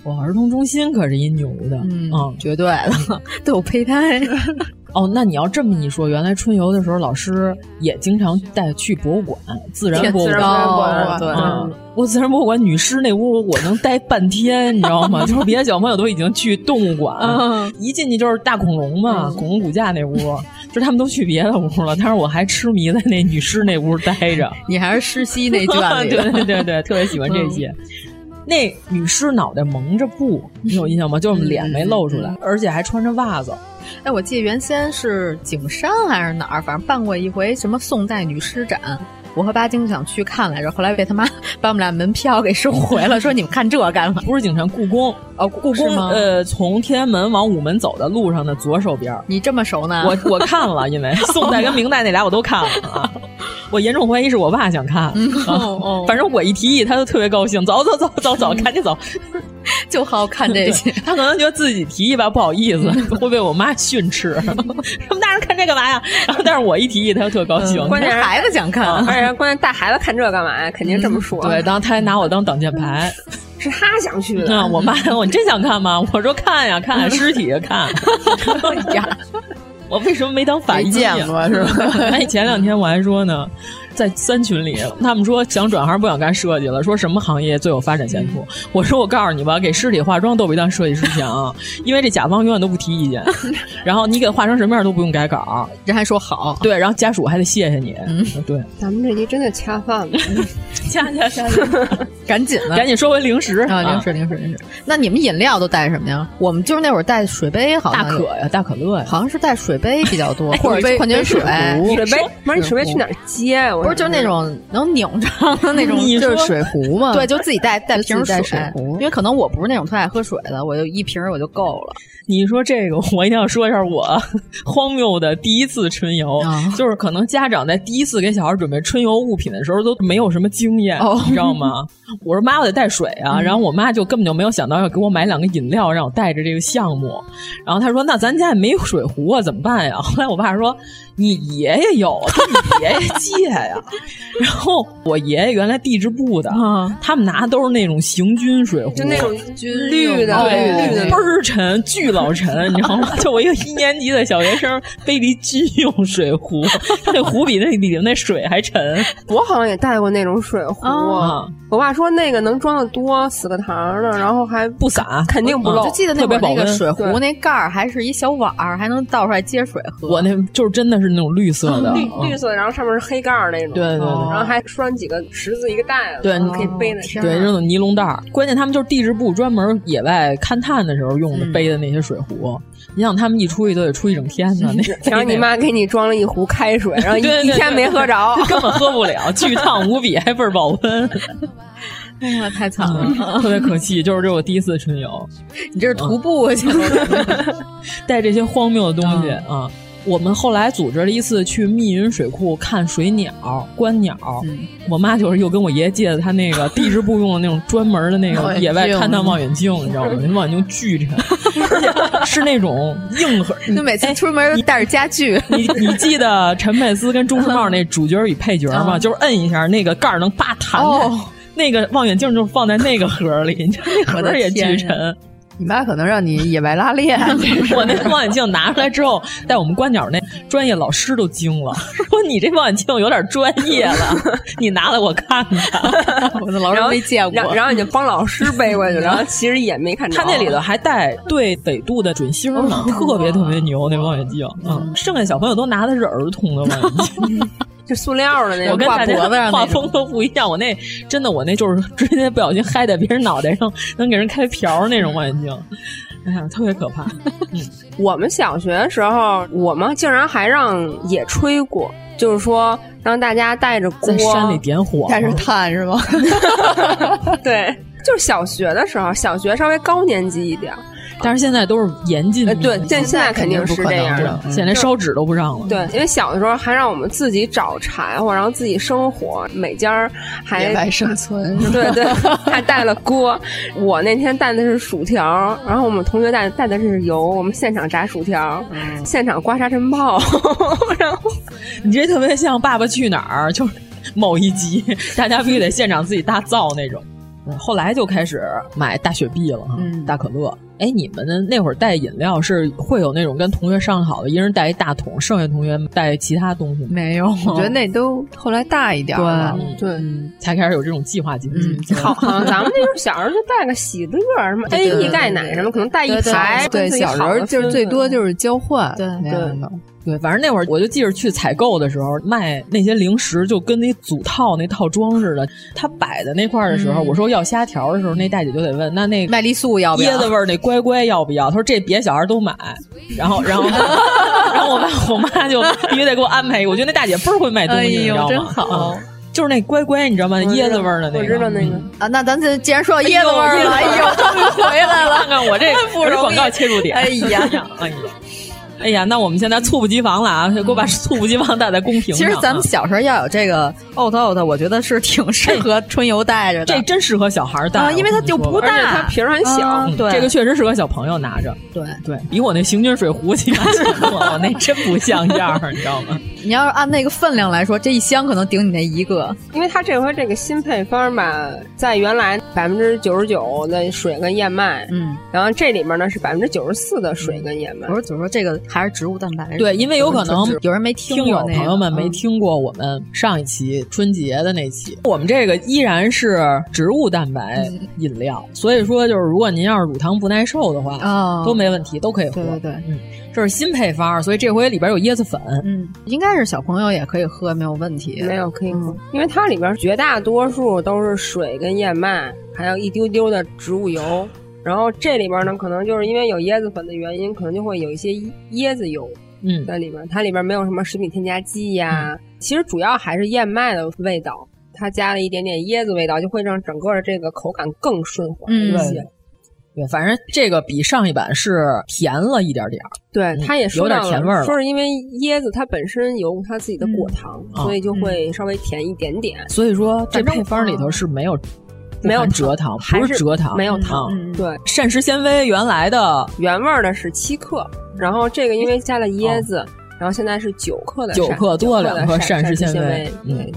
S6: 我儿童中心可是一牛的，
S8: 嗯
S6: 啊
S8: 绝对的，都有胚 胎，
S6: 哦，那你要这么一说，原来春游的时候，老师也经常带去博物馆，自然博物
S4: 自然博物
S6: 馆。
S4: 馆对
S6: 嗯我自然博物馆女师那屋，我能待半天，你知道吗？就是别的小朋友都已经去动物馆，
S4: 嗯
S6: 一进去就是大恐龙嘛，恐龙骨架那屋，就是他们都去别的屋了，但是我还痴迷在那女师那屋待着。
S8: 你还是湿吸那卷里
S6: 对
S8: 的，
S6: 对对对，特别喜欢这些。那女尸脑袋蒙着布，你有印象吗？就是脸没露出来，而且还穿着袜子。
S8: 哎，我记得原先是景山还是哪儿，反正办过一回什么宋代女尸展。我和巴金想去看来着，后来被他妈 把我们俩门票给收回了，说你们看这干嘛？
S6: 不是景山，故宫
S8: 哦，
S6: 故
S8: 是
S6: 宫
S8: 吗
S6: 呃，从天安门往午门走的路上的 左手边儿，
S8: 你这么熟呢？
S6: 我我看了，因为宋代跟明代那俩我都看了啊。我严重怀疑是我爸想看，
S8: 哦哦
S6: 啊反正我一提议，他就特别高兴，走 走走走走，赶紧走。
S8: 就好看这些。
S6: 他可能觉得自己提议吧不好意思，会被我妈训斥，什么大人看这干嘛呀？然后但是我一提议，他就特高兴。
S8: 嗯关键啊嗯孩子想看，
S4: 而且关键带孩子看这干嘛呀？肯定这么说。
S6: 对，，当他还拿我当挡箭牌。
S4: 是他想去的。
S6: 那我妈说：“你真想看吗？” 我说：“看呀，看尸体呀，看。”哎呀，我为什么没当法医呀
S13: 没见过是吧？
S6: 哎，前两天我还说呢，在三群里，他们说想转行不想干设计了，说什么行业最有发展前途？我说我告诉你吧，给尸体化妆都比当设计师强，因为这甲方永远都不提意见，然后你给化成什么样都不用改稿，
S8: 人还说好，
S6: 对，然后家属还得谢谢你，对，
S4: 咱们这集真的恰饭了，
S6: 恰恰恰，
S8: 赶紧了。
S6: 赶紧说回零食
S8: 啊，零食，零食，零食。那你们饮料都带什么呀？我们就是那会儿带水杯，好
S6: 大
S8: 像
S6: 可
S8: 有
S6: 呀，大可乐呀。
S8: 好像是带水杯比较多，
S6: 哎
S8: 或者
S6: 水杯
S8: 矿泉水。
S6: 水
S4: 水杯
S6: 说，
S4: 不是你水杯去哪儿接呀？我
S8: 不是，就是那种能拧着的那种，
S6: 你
S8: 就是
S6: 说
S8: 水
S13: 壶嘛，
S8: 对，就自己带带瓶
S13: 就自己带
S8: 水
S13: 水壶
S8: 因为可能我不是那种特爱喝水的，我就一瓶儿我就够了。
S6: 你说这个，我一定要说一下我荒谬的第一次春游，
S8: 啊
S6: 就是可能家长在第一次给小孩准备春游物品的时候都没有什么经验，
S8: 哦嗯
S6: 你知道吗？ 我说妈，我得带水啊，然后我妈就根本就没有想到要给我买两个饮料，让我带着这个项目。然后她说：“那咱家也没有水壶啊，怎么办呀？”后 来我爸说：“你爷爷有，跟你爷爷借呀。” 然后我爷爷原来地质部的，
S8: 啊
S6: 他们拿的都是那种行军水壶，
S4: 就那种
S6: 绿
S4: 绿
S6: 的，
S4: 的，
S8: 哦
S6: 对
S4: 绿的
S6: 倍儿沉，巨老沉，你知道吗？ 就我一个一年级的小学生背了一军用水壶，那壶比那里头那水还沉。
S4: 我好像也带过那种水壶，
S8: 哦
S6: 啊
S4: 我爸说那个能装的多，死个糖的，然后还
S6: 不洒
S4: 肯定不
S6: 嗯
S4: 漏。
S6: 就
S8: 我记得那
S6: 特
S8: 会
S6: 别
S8: 儿那
S6: 保
S8: 个
S6: 温
S8: 水壶
S4: 对
S8: 那盖儿还是一小碗儿，还能倒出来接水喝。
S6: 我那就是真的是那种绿色的，
S4: 哦绿
S14: 啊
S6: 嗯
S4: 绿色的，然后上面是黑盖儿那种，
S6: 对对对
S4: 然后还拴几个十字一个带子，
S6: 对
S4: 你可以背在身
S6: 对，
S8: 啊
S6: 那种尼龙袋儿。关键他们就是地质部专门野外勘探的时候用的
S8: 嗯
S6: 背的那些水壶。你想他们一出去都得出一整天 呢，那
S4: 然后你妈给你装了一壶开水，然后 一
S6: 对对 对
S8: 哦
S4: 一天没喝着，
S6: 根本喝不了，巨烫无比，还倍儿保温。
S7: 哎呀，太
S8: 啊
S7: 惨了，
S6: 嗯特别可惜，就是这是我第一次春游。
S7: 你这是徒步
S8: 啊
S7: 去 了，
S6: 带这些荒谬的东西啊！我们后来组织了一次去密云水库看水鸟、观鸟。我妈就是又跟我爷借的她那个地质部用的那种专门的那个野外勘探望远镜，你知道吗？那望远镜巨沉，而且是那种硬核。哎
S7: 就每次出门带着 家具。
S6: 你你记得陈佩斯跟钟书茂那主角与配角吗？就是摁一下那个盖儿能叭弹
S8: 哦
S6: 开。那个望远镜就放在那个盒里， 你知道那盒也巨沉。
S9: 你妈可能让你野外拉 练。
S6: 我
S8: 啊
S6: 那望远镜拿出来之后，带我们观鸟那专业老师都惊了， 说你这望远镜有点专业了， 你拿来我看 看。
S7: 我的老师没见过，
S8: 然后你就帮老师背 过去，然后其实也没看着。
S6: 他那里头还带对北度的准星
S8: 哦
S6: 呢，特别特别牛那望远镜。嗯，剩下小朋友都拿的是儿童的望远镜。
S8: 就塑料 的那
S6: 个
S8: 挂脖子上，
S6: 画风都不一样。我那真的，我那就是直接不小心嗨在别人脑袋上，能给人开瓢那种望远镜。哎呀，特别可怕。嗯，
S8: 我们小学的时候，我们竟然还让野炊过，就是说让大家带着锅
S6: 在山里点火，
S9: 带着炭是 吗？
S8: 对，就是小学的时候，小学稍微高年级一点。
S6: 但是现在都是严禁、呃，
S8: 对，现现在肯定是这样的，
S6: 现在连烧纸都不让了。
S8: 对，因为小的时候还让我们自己找柴火，然后自己生火，每家还
S9: 野外生存，
S8: 对对，还带了锅。我那天带的是薯条，然后我们同学带带的是油，我们现场炸薯条，嗯、现场刮沙尘暴。然后
S6: 你这特别像《爸爸去哪儿》，就是某一集，大家必须得现场自己搭灶那种。嗯后来就开始买大雪碧了，嗯、大可乐。哎，你们那会儿带饮料是会有那种跟同学商量好的，一人带一大桶，剩下同学带其他东西吗？
S9: 没有，我觉得那都后来大一点了，
S6: 对，嗯、才开始有这种计划经
S9: 嗯
S6: 济。
S8: 好，好，咱们那时候小时候就带个喜乐什 么 A E 钙奶什么，可能带一排。
S9: 对，小时候
S8: 嗯
S9: 就是最多就是交换，
S7: 对
S9: 对。
S6: 对，反正那会儿我就记着去采购的时候卖那些零食，就跟那组套那套装似的。他摆在那块儿的时候，嗯、我说要虾条的时候，那大姐就得问：“那那
S7: 麦丽素要不要？
S6: 椰子味儿那乖乖要不要？”她说：“这别小孩都买。”然后，然后，然后我爸我妈就必须得给我安排一个。我觉得那大姐倍儿会卖东西，哎、你知道吗？
S7: 真好。
S6: 嗯就是那乖乖，你知道吗？椰子味儿的那个，嗯
S8: 我知道那个
S7: 啊。那咱这既然说到椰子味儿了，哎 呦，终于回来了！
S6: 看看我这我这广告切入点，
S7: 哎呀，
S6: 哎呀。哎呀，那我们现在猝不及防了啊！给我把猝不及防带在公屏
S7: 嗯上。其实咱们
S6: 啊
S7: 小时候要有这个 out out，我觉得是挺适合春游带着的。
S6: 哎
S7: 啊
S6: 这真适合小孩带，
S7: 因为它就不大，啊
S8: 它瓶很小。
S7: 对，
S6: 嗯这个确实适合小朋友拿着。
S7: 对
S6: 对，比我那行军水壶起码 强，我那真不像样，你知道 吗？
S7: 你要是按那个分量来说，这一箱可能顶你那一个。
S8: 因为它这回这个新配方吧，在原来百分之九十九的水跟燕麦，嗯，然后这里面呢是百分之九十四的水跟燕麦。
S7: 我是总说这个。还是植物蛋白
S6: 对，因为有可能
S7: 有人没听嗯过、那个，
S6: 听友朋友们没听过我们上一期春节的那期，嗯、我们这个依然是植物蛋白饮料，嗯、所以说就是如果您要是乳糖不耐受的话，哦、都没问题，都可以喝。
S7: 啊对对对，
S6: 嗯，这是新配方，所以这回里边有椰子粉，
S7: 嗯，应该是小朋友也可以喝，没有问题，
S8: 没有可以喝，嗯、因为它里边绝大多数都是水跟燕麦，还有一丢丢的植物油。然后这里边呢，可能就是因为有椰子粉的原因，可能就会有一些椰子油嗯在里边。嗯、它里边没有什么食品添加剂呀、啊，嗯、其实主要还是燕麦的味道，它加了一点点椰子味道，就会让整个的这个口感更顺滑一些。
S6: 嗯、对，反正这个比上一版是甜了一点点儿。
S8: 对，
S7: 嗯
S8: 它也
S6: 有点甜味儿，
S8: 说是因为椰子它本身有它自己的果糖，所以就会稍微甜一点点。
S6: 嗯所以说这配方里头是没有。
S8: 没有
S6: 蔗糖，
S8: 还
S6: 是蔗糖，
S8: 没有糖。嗯、对，
S6: 膳食纤维原来的
S8: 原味的是七克，然后这个因为加了椰子，哦、然后现在是九克的，
S6: 九克多两
S8: 克
S6: 膳食纤
S8: 维。嗯，对。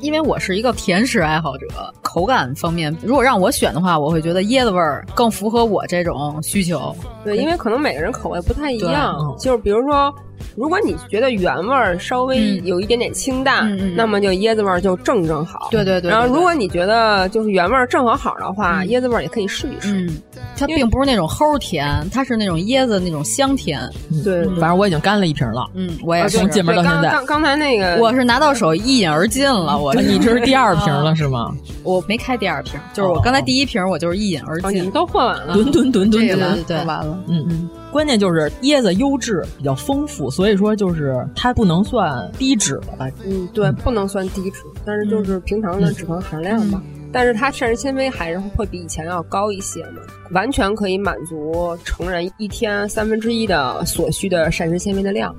S7: 因为我是一个甜食爱好者，口感方面，如果让我选的话，我会觉得椰子味儿更符合我这种需求。
S8: 对，哎因为可能每个人口味不太一样，
S14: 嗯
S8: 就是比如说，如果你觉得原味儿稍微有一点点清淡，
S7: 嗯、
S8: 那么就椰子味儿就正正好。
S7: 对对,对对对。
S8: 然后，如果你觉得就是原味儿正好好的话，嗯、椰子味儿也可以试一试。
S7: 嗯，它并不是那种齁甜，它是那种椰子那种香甜。
S8: 对、嗯，
S6: 反正我已经干了一瓶了。哎
S7: 嗯，我
S8: 啊
S7: 也是
S6: 从进门到现在。
S8: 刚刚才那个，
S7: 我是拿到手一饮而尽了。我。
S6: 你这是第二
S7: 啊
S6: 瓶了是吗？
S7: 我没开第二瓶，就是我刚才第一瓶，我就是一饮而尽。
S8: 哦你们都喝完了，
S6: 吨吨吨吨吨，
S7: 啊对对，
S9: 完了。
S6: 嗯嗯，关键就是椰子优质比较丰富，所以说就是它不能算低脂了吧？
S7: 嗯
S8: 嗯，对，不能算低脂，但是就是平常的脂肪含量吧。但是它膳食纤维还是会比以前要高一些嘛，完全可以满足成人一天三分之一的所需的膳食纤维的量。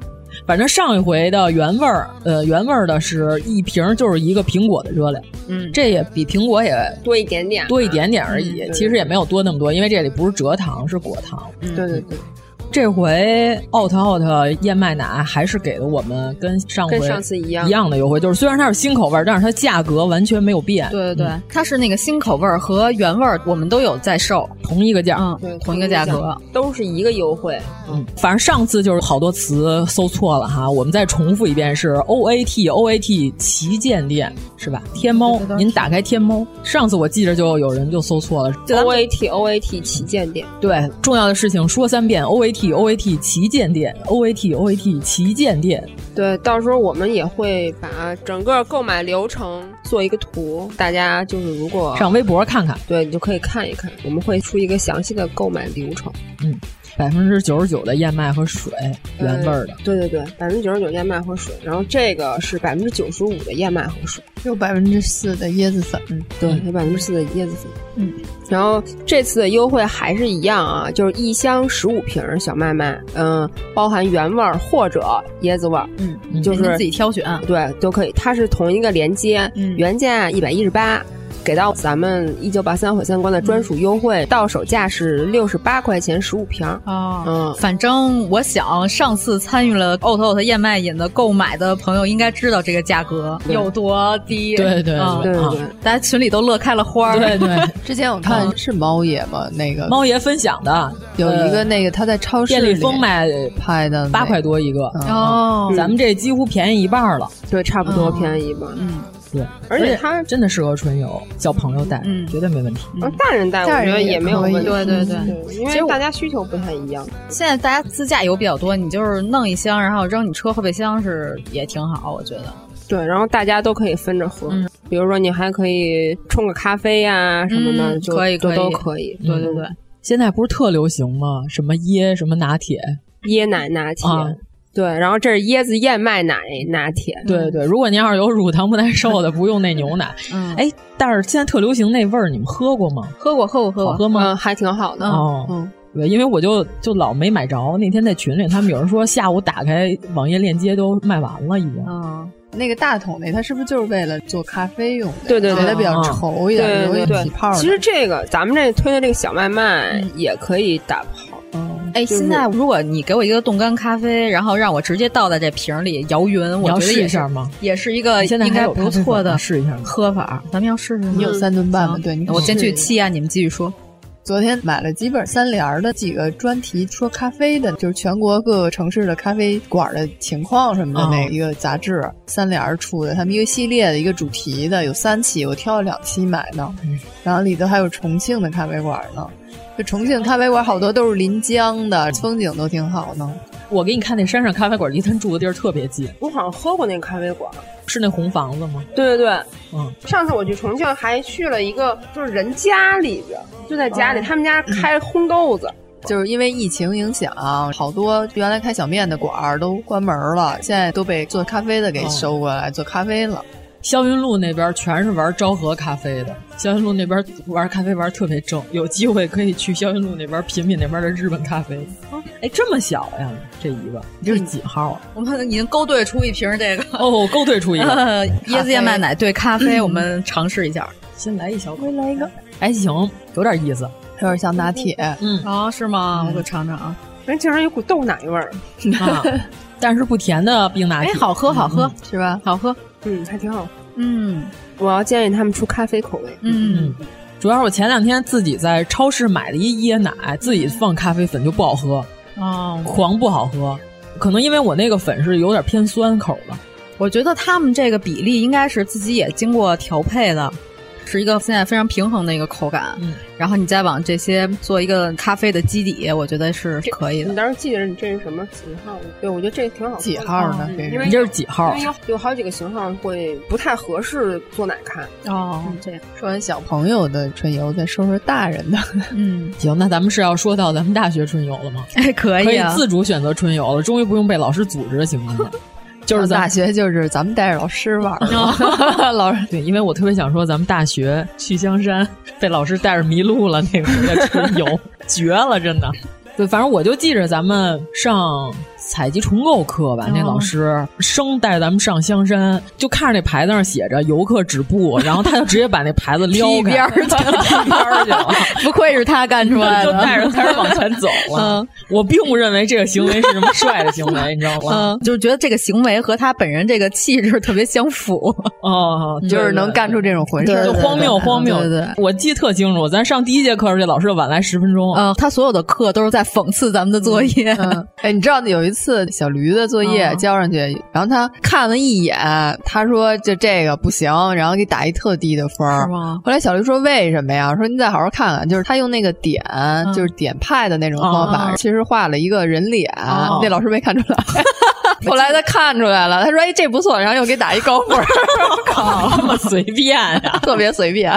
S6: 反正上一回的原味儿，呃，原味儿的是一瓶就是一个苹果的热量，
S8: 嗯，
S6: 这也比苹果也
S8: 多一点点，
S6: 多一点点而已，
S8: 嗯对
S6: 其实也没有多那么多，因为这里不是蔗糖是果糖。
S8: 对对对，
S7: 嗯
S6: 这回 out out 燕麦奶还是给了我们跟上回
S8: 跟上次一样
S6: 一样的优惠，就是虽然它是新口味儿，但是它价格完全没有变。
S7: 对对对，
S6: 嗯
S7: 它是那个新口味儿和原味儿，我们都有在售，
S6: 同一个价，
S7: 嗯，同一个价格。
S8: 都是一个优惠。
S6: 嗯，反正上次就是好多词搜错了哈，我们再重复一遍是 O A T O A T 旗舰店是吧？天猫，您打开天猫，上次我记着就有人就搜错了。
S8: O A T O A T 旗舰店，
S6: 对，重要的事情说三遍，O A T O A T 旗舰店，O A T O A T 旗舰店，
S8: 对，到时候我们也会把整个购买流程做一个图，大家就是如果
S6: 上微博看看。
S8: 对你就可以看一看，我们会出一个详细的购买流程。
S6: 嗯，百分之九十九的燕麦和水，原味儿的。
S8: 呃对对对，百分之九十九燕麦和水，然后这个是百分之九十五的燕麦和水，
S9: 有百分之四的椰子粉，
S8: 对，有百分之四的椰子粉。
S9: 嗯，
S8: 然后这次的优惠还是一样啊，就是一箱十五瓶儿小麦麦，嗯，包含原味儿或者椰子味儿，
S7: 嗯
S6: 哎
S8: 就是
S7: 您自己挑
S6: 啊
S7: 选。
S8: 对，都可以。它是同一个连接，
S7: 嗯
S8: 原价一百一十八，给到咱们一九八三毁三观的专属优惠，到手价是六十八块钱十五瓶儿。
S7: 哦，
S8: 嗯
S7: 反正我想上次参与了 o t o 燕麦饮的购买的朋友应该知道这个价格
S8: 对
S7: 有多低。
S6: 对对
S7: 嗯
S6: 对对对
S7: 大家群里都乐开了花儿。
S6: 对对，
S9: 之前我看是猫爷吧，那个
S6: 猫爷分享的呃
S9: 有一个那个他在超市
S6: 店
S9: 里
S6: 里疯卖
S9: 拍的嗯
S6: 八块多一个
S14: 嗯
S7: 哦
S6: 咱们这几乎便宜一半了。
S8: 对，差不多便宜吧。
S7: 嗯，
S6: 对，
S8: 而且它
S6: 真的适合春游，小朋友带，绝对没问题。
S8: 嗯，大人带我
S7: 大人
S8: 觉得
S7: 也
S8: 没有
S7: 可以
S8: 问题。
S7: 对对对
S8: 因
S7: 其实
S8: 为
S7: 我
S8: 大家需求不太一样。
S7: 现在大家自驾游比较多，你就是弄一箱，然后扔你车后备箱是也挺好，我觉得。
S8: 对，然后大家都可以分着喝，
S7: 嗯
S8: 比如说你还可以冲个咖啡呀、什么的，
S7: 嗯
S8: 就
S7: 可以
S8: 就
S7: 可以嗯
S8: 都可以。
S6: 对对对，现在不是特流行吗？什么椰，什么拿铁，
S8: 椰奶拿铁，
S7: 哦
S6: 啊
S8: 对，然后这是椰子燕麦奶拿铁，
S9: 嗯
S6: 对对，如果您要是有乳糖不耐受的，不用那牛奶。
S7: 嗯，
S6: 哎，但是现在特流行那味儿，你们喝过吗？
S7: 喝过喝过喝过，
S6: 好喝吗
S8: 嗯，还挺好的。
S6: 哦
S8: 嗯，
S6: 对，因为我就就老没买着。那天在群里，他们有人说下午打开网页链接都卖完了，已经。
S9: 嗯，那个大桶那它是不是就是为了做咖啡用的？
S8: 对对
S9: 觉
S8: 对
S9: 得比较
S6: 嗯
S9: 稠一点，
S8: 对
S9: 容
S8: 对
S9: 易
S8: 对
S9: 起泡儿的。
S8: 其实这个咱们这推的这个小麦麦也可以打泡，
S7: 哎，
S8: 就是
S7: 现在如果你给我一个冻干咖啡，然后让我直接倒在这瓶里摇匀，我
S6: 要
S7: 觉
S6: 试
S7: 得
S6: 一
S7: 也是
S6: 下吗
S7: 也是一个
S6: 现在
S7: 应
S6: 还
S7: 该
S6: 有咖
S7: 不
S6: 啡粉
S7: 错的
S6: 吗试一下吗
S7: 喝法。咱们要试试吗？
S9: 你
S6: 嗯
S9: 有三顿半吗
S7: 行
S9: 对你可以
S7: 我先
S9: 试一
S7: 去
S9: 下
S7: 沏啊，你们继续说。
S9: 昨天买了几本三联儿的几个专题说咖啡的，就是全国各个城市的咖啡馆的情况什么的
S6: 哦
S9: 那一个杂志，三联儿出的，他们一个系列的一个主题的，有三期，我挑了两期买的，然后里头还有重庆的咖啡馆呢。就重庆咖啡馆好多都是临江的，风景都挺好呢。
S6: 我给你看那山上咖啡馆，离咱住的地儿特别近，
S8: 我好像喝过那个咖啡馆，
S6: 是那红房子吗？
S8: 对对对，
S6: 嗯，
S8: 上次我去重庆还去了一个，就是人家里边，就在家里，他们家开烘豆子，
S9: 哦嗯就是因为疫情影响，好多原来开小面的馆儿都关门了，现在都被做咖啡的给收过
S8: 哦
S9: 来、做咖啡了。
S6: 霄云路那边全是玩昭和咖啡的，霄云路那边玩咖啡玩特别正，有机会可以去霄云路那边品品那边的日本咖啡。
S9: 哦
S6: 哎，这么小呀，这一个，
S9: 嗯
S6: 你这是几号啊？
S7: 我们已经勾兑出一瓶这个
S6: 哦，勾兑出一 个，
S7: 呃椰子燕麦奶兑咖啡，我们尝试一下。
S6: 先来一小口，
S9: 来一个，
S6: 还行，有点意思。
S9: 有点像拿铁。
S6: 嗯
S7: 啊，是吗？我尝尝啊。
S8: 人竟然有股豆奶味儿，
S6: 啊，但是不甜的冰拿
S7: 哎
S6: 铁，，
S7: 好喝，好喝，
S9: 是吧？
S7: 好喝。
S8: 嗯，还挺好。
S7: 嗯
S8: 我要建议他们出咖啡口味，
S7: 嗯，
S6: 主要是我前两天自己在超市买了一椰奶，自己放咖啡粉就不好喝，
S7: 哦，
S6: 狂不好喝。可能因为我那个粉是有点偏酸口的，
S7: 我觉得他们这个比例应该是自己也经过调配的，是一个现在非常平衡的一个口感。
S6: 嗯，
S7: 然后你再往这些做一个咖啡的基底，我觉得是可以
S8: 你
S7: 的。
S8: 当时记着你这是什么型号的？对，我觉得这挺好喝的。
S9: 几号呢
S8: 嗯
S9: 这是
S8: 因为
S6: 你这是几号
S8: 因为有有好几个型号会不太合适做奶咖。
S7: 哦，这样，
S9: 说完小朋友的春游，再说说大人的。
S7: 嗯，
S6: 行，那咱们是要说到咱们大学春游了吗？
S7: 哎，可
S6: 可
S7: 以
S6: 以
S7: 啊，
S6: 自主选择春游了，终于不用被老师组织的情况下， 就是咱
S8: 大学就是咱们带着老师玩 儿嘛，
S6: 老师对，因为我特别想说，咱们大学去香山被老师带着迷路了，那个在春游绝了，真的。对，反正我就记着咱们上采集重构课吧，那老
S14: 哦
S6: 师生带咱们上香山，就看着那牌子上写着“游客止步”，然后他就直接把那牌子撩
S14: 踢
S6: 开，
S14: 边儿去了，
S6: 踢边儿 去了。
S14: 不愧是他干出 来
S6: 就
S14: 的，嗯
S6: 带着他往前走了。我并不认为这个行为是什么帅的行为，你知道吗
S14: 嗯，？就是觉得这个行为和他本人这个气质特别相符，
S6: 哦，对
S14: 就是
S6: 对
S14: 能
S6: 对
S14: 干出这种回事儿，
S6: 就荒谬荒谬
S14: 对对。
S8: 哦
S14: 对。
S6: 我记得特清楚，咱上第一节课时候，这老师就晚来十分钟。啊
S14: 嗯，他所有的课都是在讽刺咱们的作业，
S8: 嗯，哎，你知道有一次小驴的作业
S14: 嗯
S8: 交上去，然后他看了一眼，他说就这个不行，然后给打一特低的分儿
S14: 是吗
S8: 后来小驴说为什么呀？说你再好好看看，就是他用那个点，就是点派的那种方法，
S14: 嗯哦
S8: 其实画了一个人脸，
S14: 哦
S8: 那老师没看出来。后啊来他看出来了，他说：“哎，这不错。”然后又给打一高分儿，
S6: 靠，那么随便呀、
S8: 特别随便。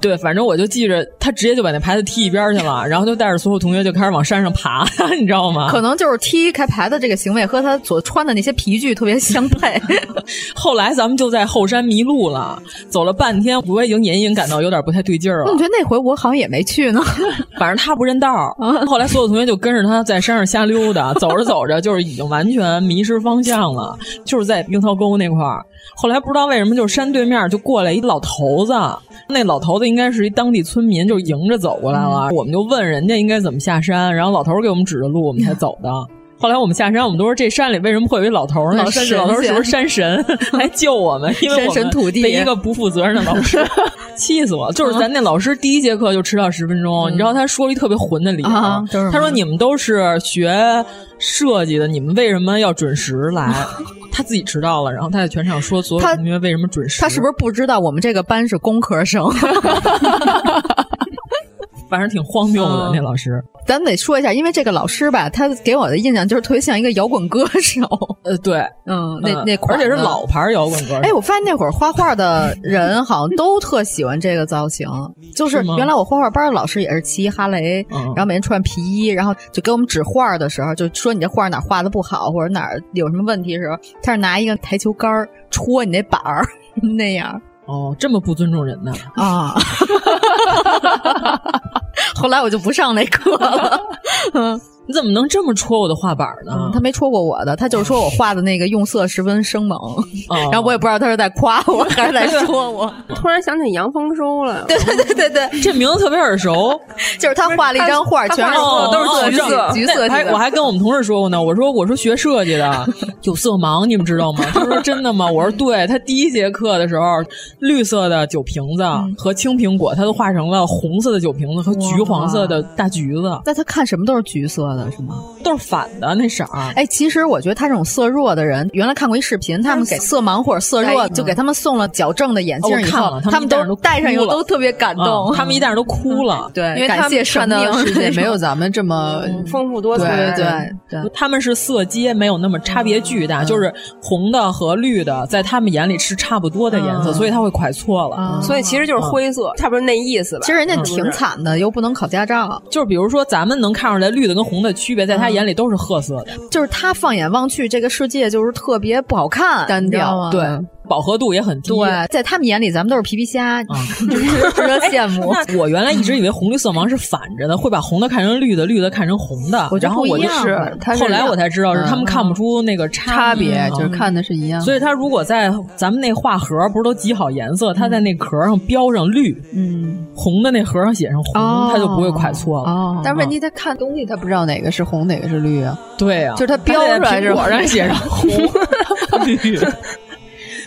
S6: 对，反正我就记着，他直接就把那牌子踢一边儿去了，然后就带着所有同学就开始往山上爬， 你知道吗？
S14: 可能就是踢开牌的这个行为和他所穿的那些皮具特别相配。
S6: 后来咱们就在后山迷路了，走了半天，我已经隐隐感到有点不太对劲儿了
S14: 我。觉得那回我好像也没去 呢，
S6: 反正他不认 道儿，
S14: 嗯
S6: 后来所有同学就跟着他在山上瞎溜达，走着走着就是已经完全迷失方向了，就是在樱桃沟那块儿。后来不知道为什么，就是山对面就过来一老头子，那老头子应该是一当地村民，就是迎着走过来
S14: 嗯
S6: 了。我们就问人家应该怎么下山，然后老头儿给我们指着路，我们才走的。后来我们下山，我们都说这山里为什么会有一老头儿呢？
S14: 老
S6: 山
S14: 神
S6: 老头儿是不是
S14: 仙
S6: 山神 来救我们？因为
S14: 山
S6: 我
S14: 神
S6: 们
S14: 土地
S6: 被一个不负责任的老 师气死我！就是咱那老师第一节课就迟到十分钟，你知道他说了一特别混的理由
S14: 嗯啊就是什么，
S6: 他说你们都是学设计的，你们为什么要准时 来？他自己迟到了，然后他在全场说所有
S14: 他
S6: 同学为什么准时，
S14: 他是不
S6: 是
S14: 是不知道我们这个班是工科生？
S6: 反正挺荒谬的
S14: 嗯
S6: 那老师？
S14: 咱们得说一下，因为这个老师吧，他给我的印象就是特别像一个摇滚歌手，
S6: 呃，对，
S14: 嗯，那
S6: 嗯
S14: 那款
S6: 而
S14: 的
S6: 且是老。牌摇滚歌手。
S14: 哎，我发现那会儿画画的人好像都特喜欢这个造 型，就是
S6: 是吗
S14: 原来我画画班的老师也是骑哈雷，
S6: 嗯
S14: 然后每天穿皮衣，然后就给我们指画的时候，就说你这画哪儿画的不好，或者哪儿有什么问题的时候，他是拿一个台球杆儿戳你那板儿 那样
S6: 哦，这么不尊重人呢？
S14: 啊。后来我就不上那课了。
S6: 你怎么能这么戳我的画板呢？
S14: 嗯，他没戳过我的，他就是说我画的那个用色十分生猛，
S6: 哦
S14: 然后我也不知道他是在夸我还是在说我。
S15: 突然想起杨丰收了，
S14: 对对对对对，
S6: 哦这名字特别耳熟，
S14: 就是他画了一张画，
S15: 他
S14: 全是
S15: 哦
S14: 都
S15: 哦
S14: 是橘
S15: 哦
S14: 色橘色
S6: 那还
S14: 橘色
S6: 我还跟我们同事说过呢，我说我说学设计的有色盲，你们知道吗？他说真的吗？我说对，他第一节课的时候，绿色的酒瓶子
S14: 嗯
S6: 和青苹果，他都画成了红色的酒瓶子和橘黄色的大橘子，
S14: 那他看什么都是橘色的，是吗？
S6: 都是反的那色儿。
S14: 哎，其实我觉得他这种色弱的人，原来看过一视频，他们给色盲或者色弱，就给他们送了矫正的眼
S6: 哦
S14: 镜
S6: 我
S14: 以
S6: 看
S14: 后
S6: 了，
S14: 他
S6: 他
S14: 们
S6: 们一戴上
S14: 都
S6: 都
S14: 戴上以后
S6: 哭了
S14: 都特别感动嗯
S6: 嗯，他们一戴上都哭了，
S14: 对，
S8: 因为他
S14: 感谢
S8: 们
S14: 神
S8: 看
S14: 明
S8: 到世界没有
S14: 咱
S8: 咱们这么
S15: 丰富多
S8: 嗯对
S15: 彩。
S14: 对对对。
S6: 他们是色阶没有那么差别巨
S14: 嗯
S6: 大，就是红的和绿的在他们眼里是差不多的颜
S14: 嗯
S6: 色，所以他会拐错了。
S15: 所以其实就是灰色，差不多那意思吧。
S14: 其实人
S8: 嗯
S14: 家挺惨的，又不能考驾照。
S6: 就是比如说，咱们能看出来绿的跟红的区别，在他眼里都是褐色的，
S14: 就是他放眼望去，这个世界就是特别不好看，
S8: 单
S14: 你知道
S8: 调啊
S14: 吗
S6: 对，饱和度也很低。
S14: 对，在他们眼里，咱们都是皮皮虾，
S8: 嗯
S14: 值 得
S15: 哎
S14: 羡慕。
S6: 那我原来一直以为红绿色盲是反着的，会把红的看成绿的，绿的看成红的。
S14: 我觉得
S6: 然后
S14: 不
S6: 我
S14: 一
S6: 就
S14: 样
S6: 是
S14: 的它，是
S6: 啊后来我才知道是
S8: 嗯
S6: 他们看不出那个
S8: 差
S6: 异
S8: 别
S6: 啊
S8: 就是看的是一样的。
S6: 所以他如果在咱们那画盒不是都挤好颜色，他在那壳上标上绿，
S14: 嗯，
S6: 红的那盒上写上
S14: 哦
S6: 红，他就不会快错了。
S14: 哦，
S8: 但是问题他看东西，他不知道哪个是红，哪个是绿啊。
S6: 对啊，
S8: 就是它标出来是
S6: 我
S8: 红
S6: 上写 上红绿。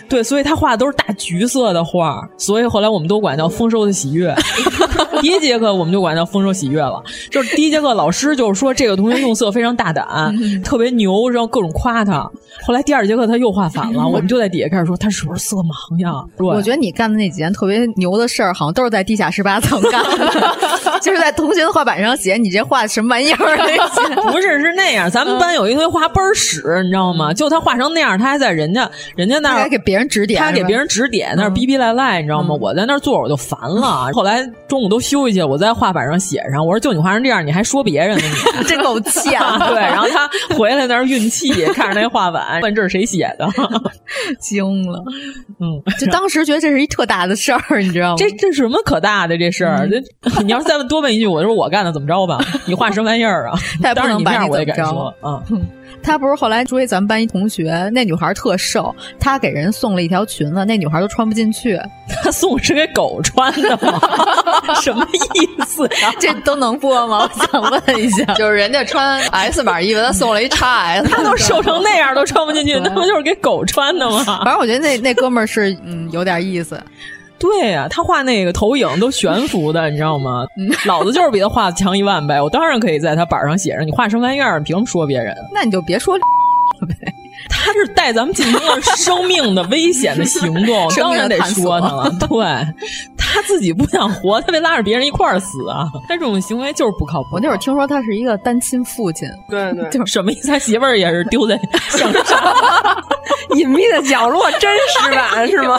S6: 对，所以他画的都是大橘色的画儿，所以后来我们都管叫丰收的喜悦。 第一节课我们就管叫丰收喜悦了，就是第一节课老师就是说这个同学用色非常大
S8: 嗯
S6: 胆，特别牛，然后各种夸他。后来第二节课他又画反 了，我们就在底下开始说他是不是色盲呀？对
S14: 我觉得你干的那几件特别牛的事儿，好像都是在地下十八层干的。
S7: 就是在同学的画板上写你这画什么玩意儿那些。
S6: 不是，是那样。咱们班有一回画倍儿屎，你知道吗？就他画成那样，他还在人家人家那
S7: 儿给别人指点，
S6: 他给别人指点，那儿逼逼赖赖，你知道吗？我在那儿坐着我就烦了。后来中午都休息去，我在画板上写上，我说就你画成这样，你还说别人呢， 你
S7: 真够欠。
S6: 对，然后他回来那儿运气，看着那画板，问这是谁写的，
S7: 惊了。
S6: 嗯，
S7: 就当时觉得这是一特大的事儿，你知道吗？
S6: 这这什么可大的这事儿？这你要是再问多问一句，我说我干的，怎么着吧？你画什么玩意儿啊？
S7: 他不能把
S6: 你
S7: 我也敢
S6: 说啊、嗯！
S7: 他不是后来追咱们班一同学，那女孩特瘦，他给人送了一条裙子，那女孩都穿不进去。
S6: 他送是给狗穿的吗？ 什么意思、啊？
S7: 这都能播吗？我想问一下，
S9: 就是人家穿 S 码衣服，他送了一 x S，
S6: 他都瘦成那样都穿不进去，那不就是给狗穿的吗？
S7: 反正我觉得那那哥们儿是嗯有点意思。
S6: 对呀、啊，他画那个投影都悬浮的，你知道吗？老子就是比他画的强一万倍，我当然可以在他板上写上你画什么玩意儿，你凭什么说别人？
S7: 那你就别说了呗。
S6: 他是带咱们进行了生命的危险的行 动，当然得说他了。对，他自己不想活，他非拉着别人一块儿死啊！他这种行为就是不靠谱。
S7: 我那会儿听说他是一个单亲父亲，
S8: 对 对，
S6: 就是什么意思？他媳妇儿也是丢在 乡下
S8: 隐秘的角落，真实版是 吗？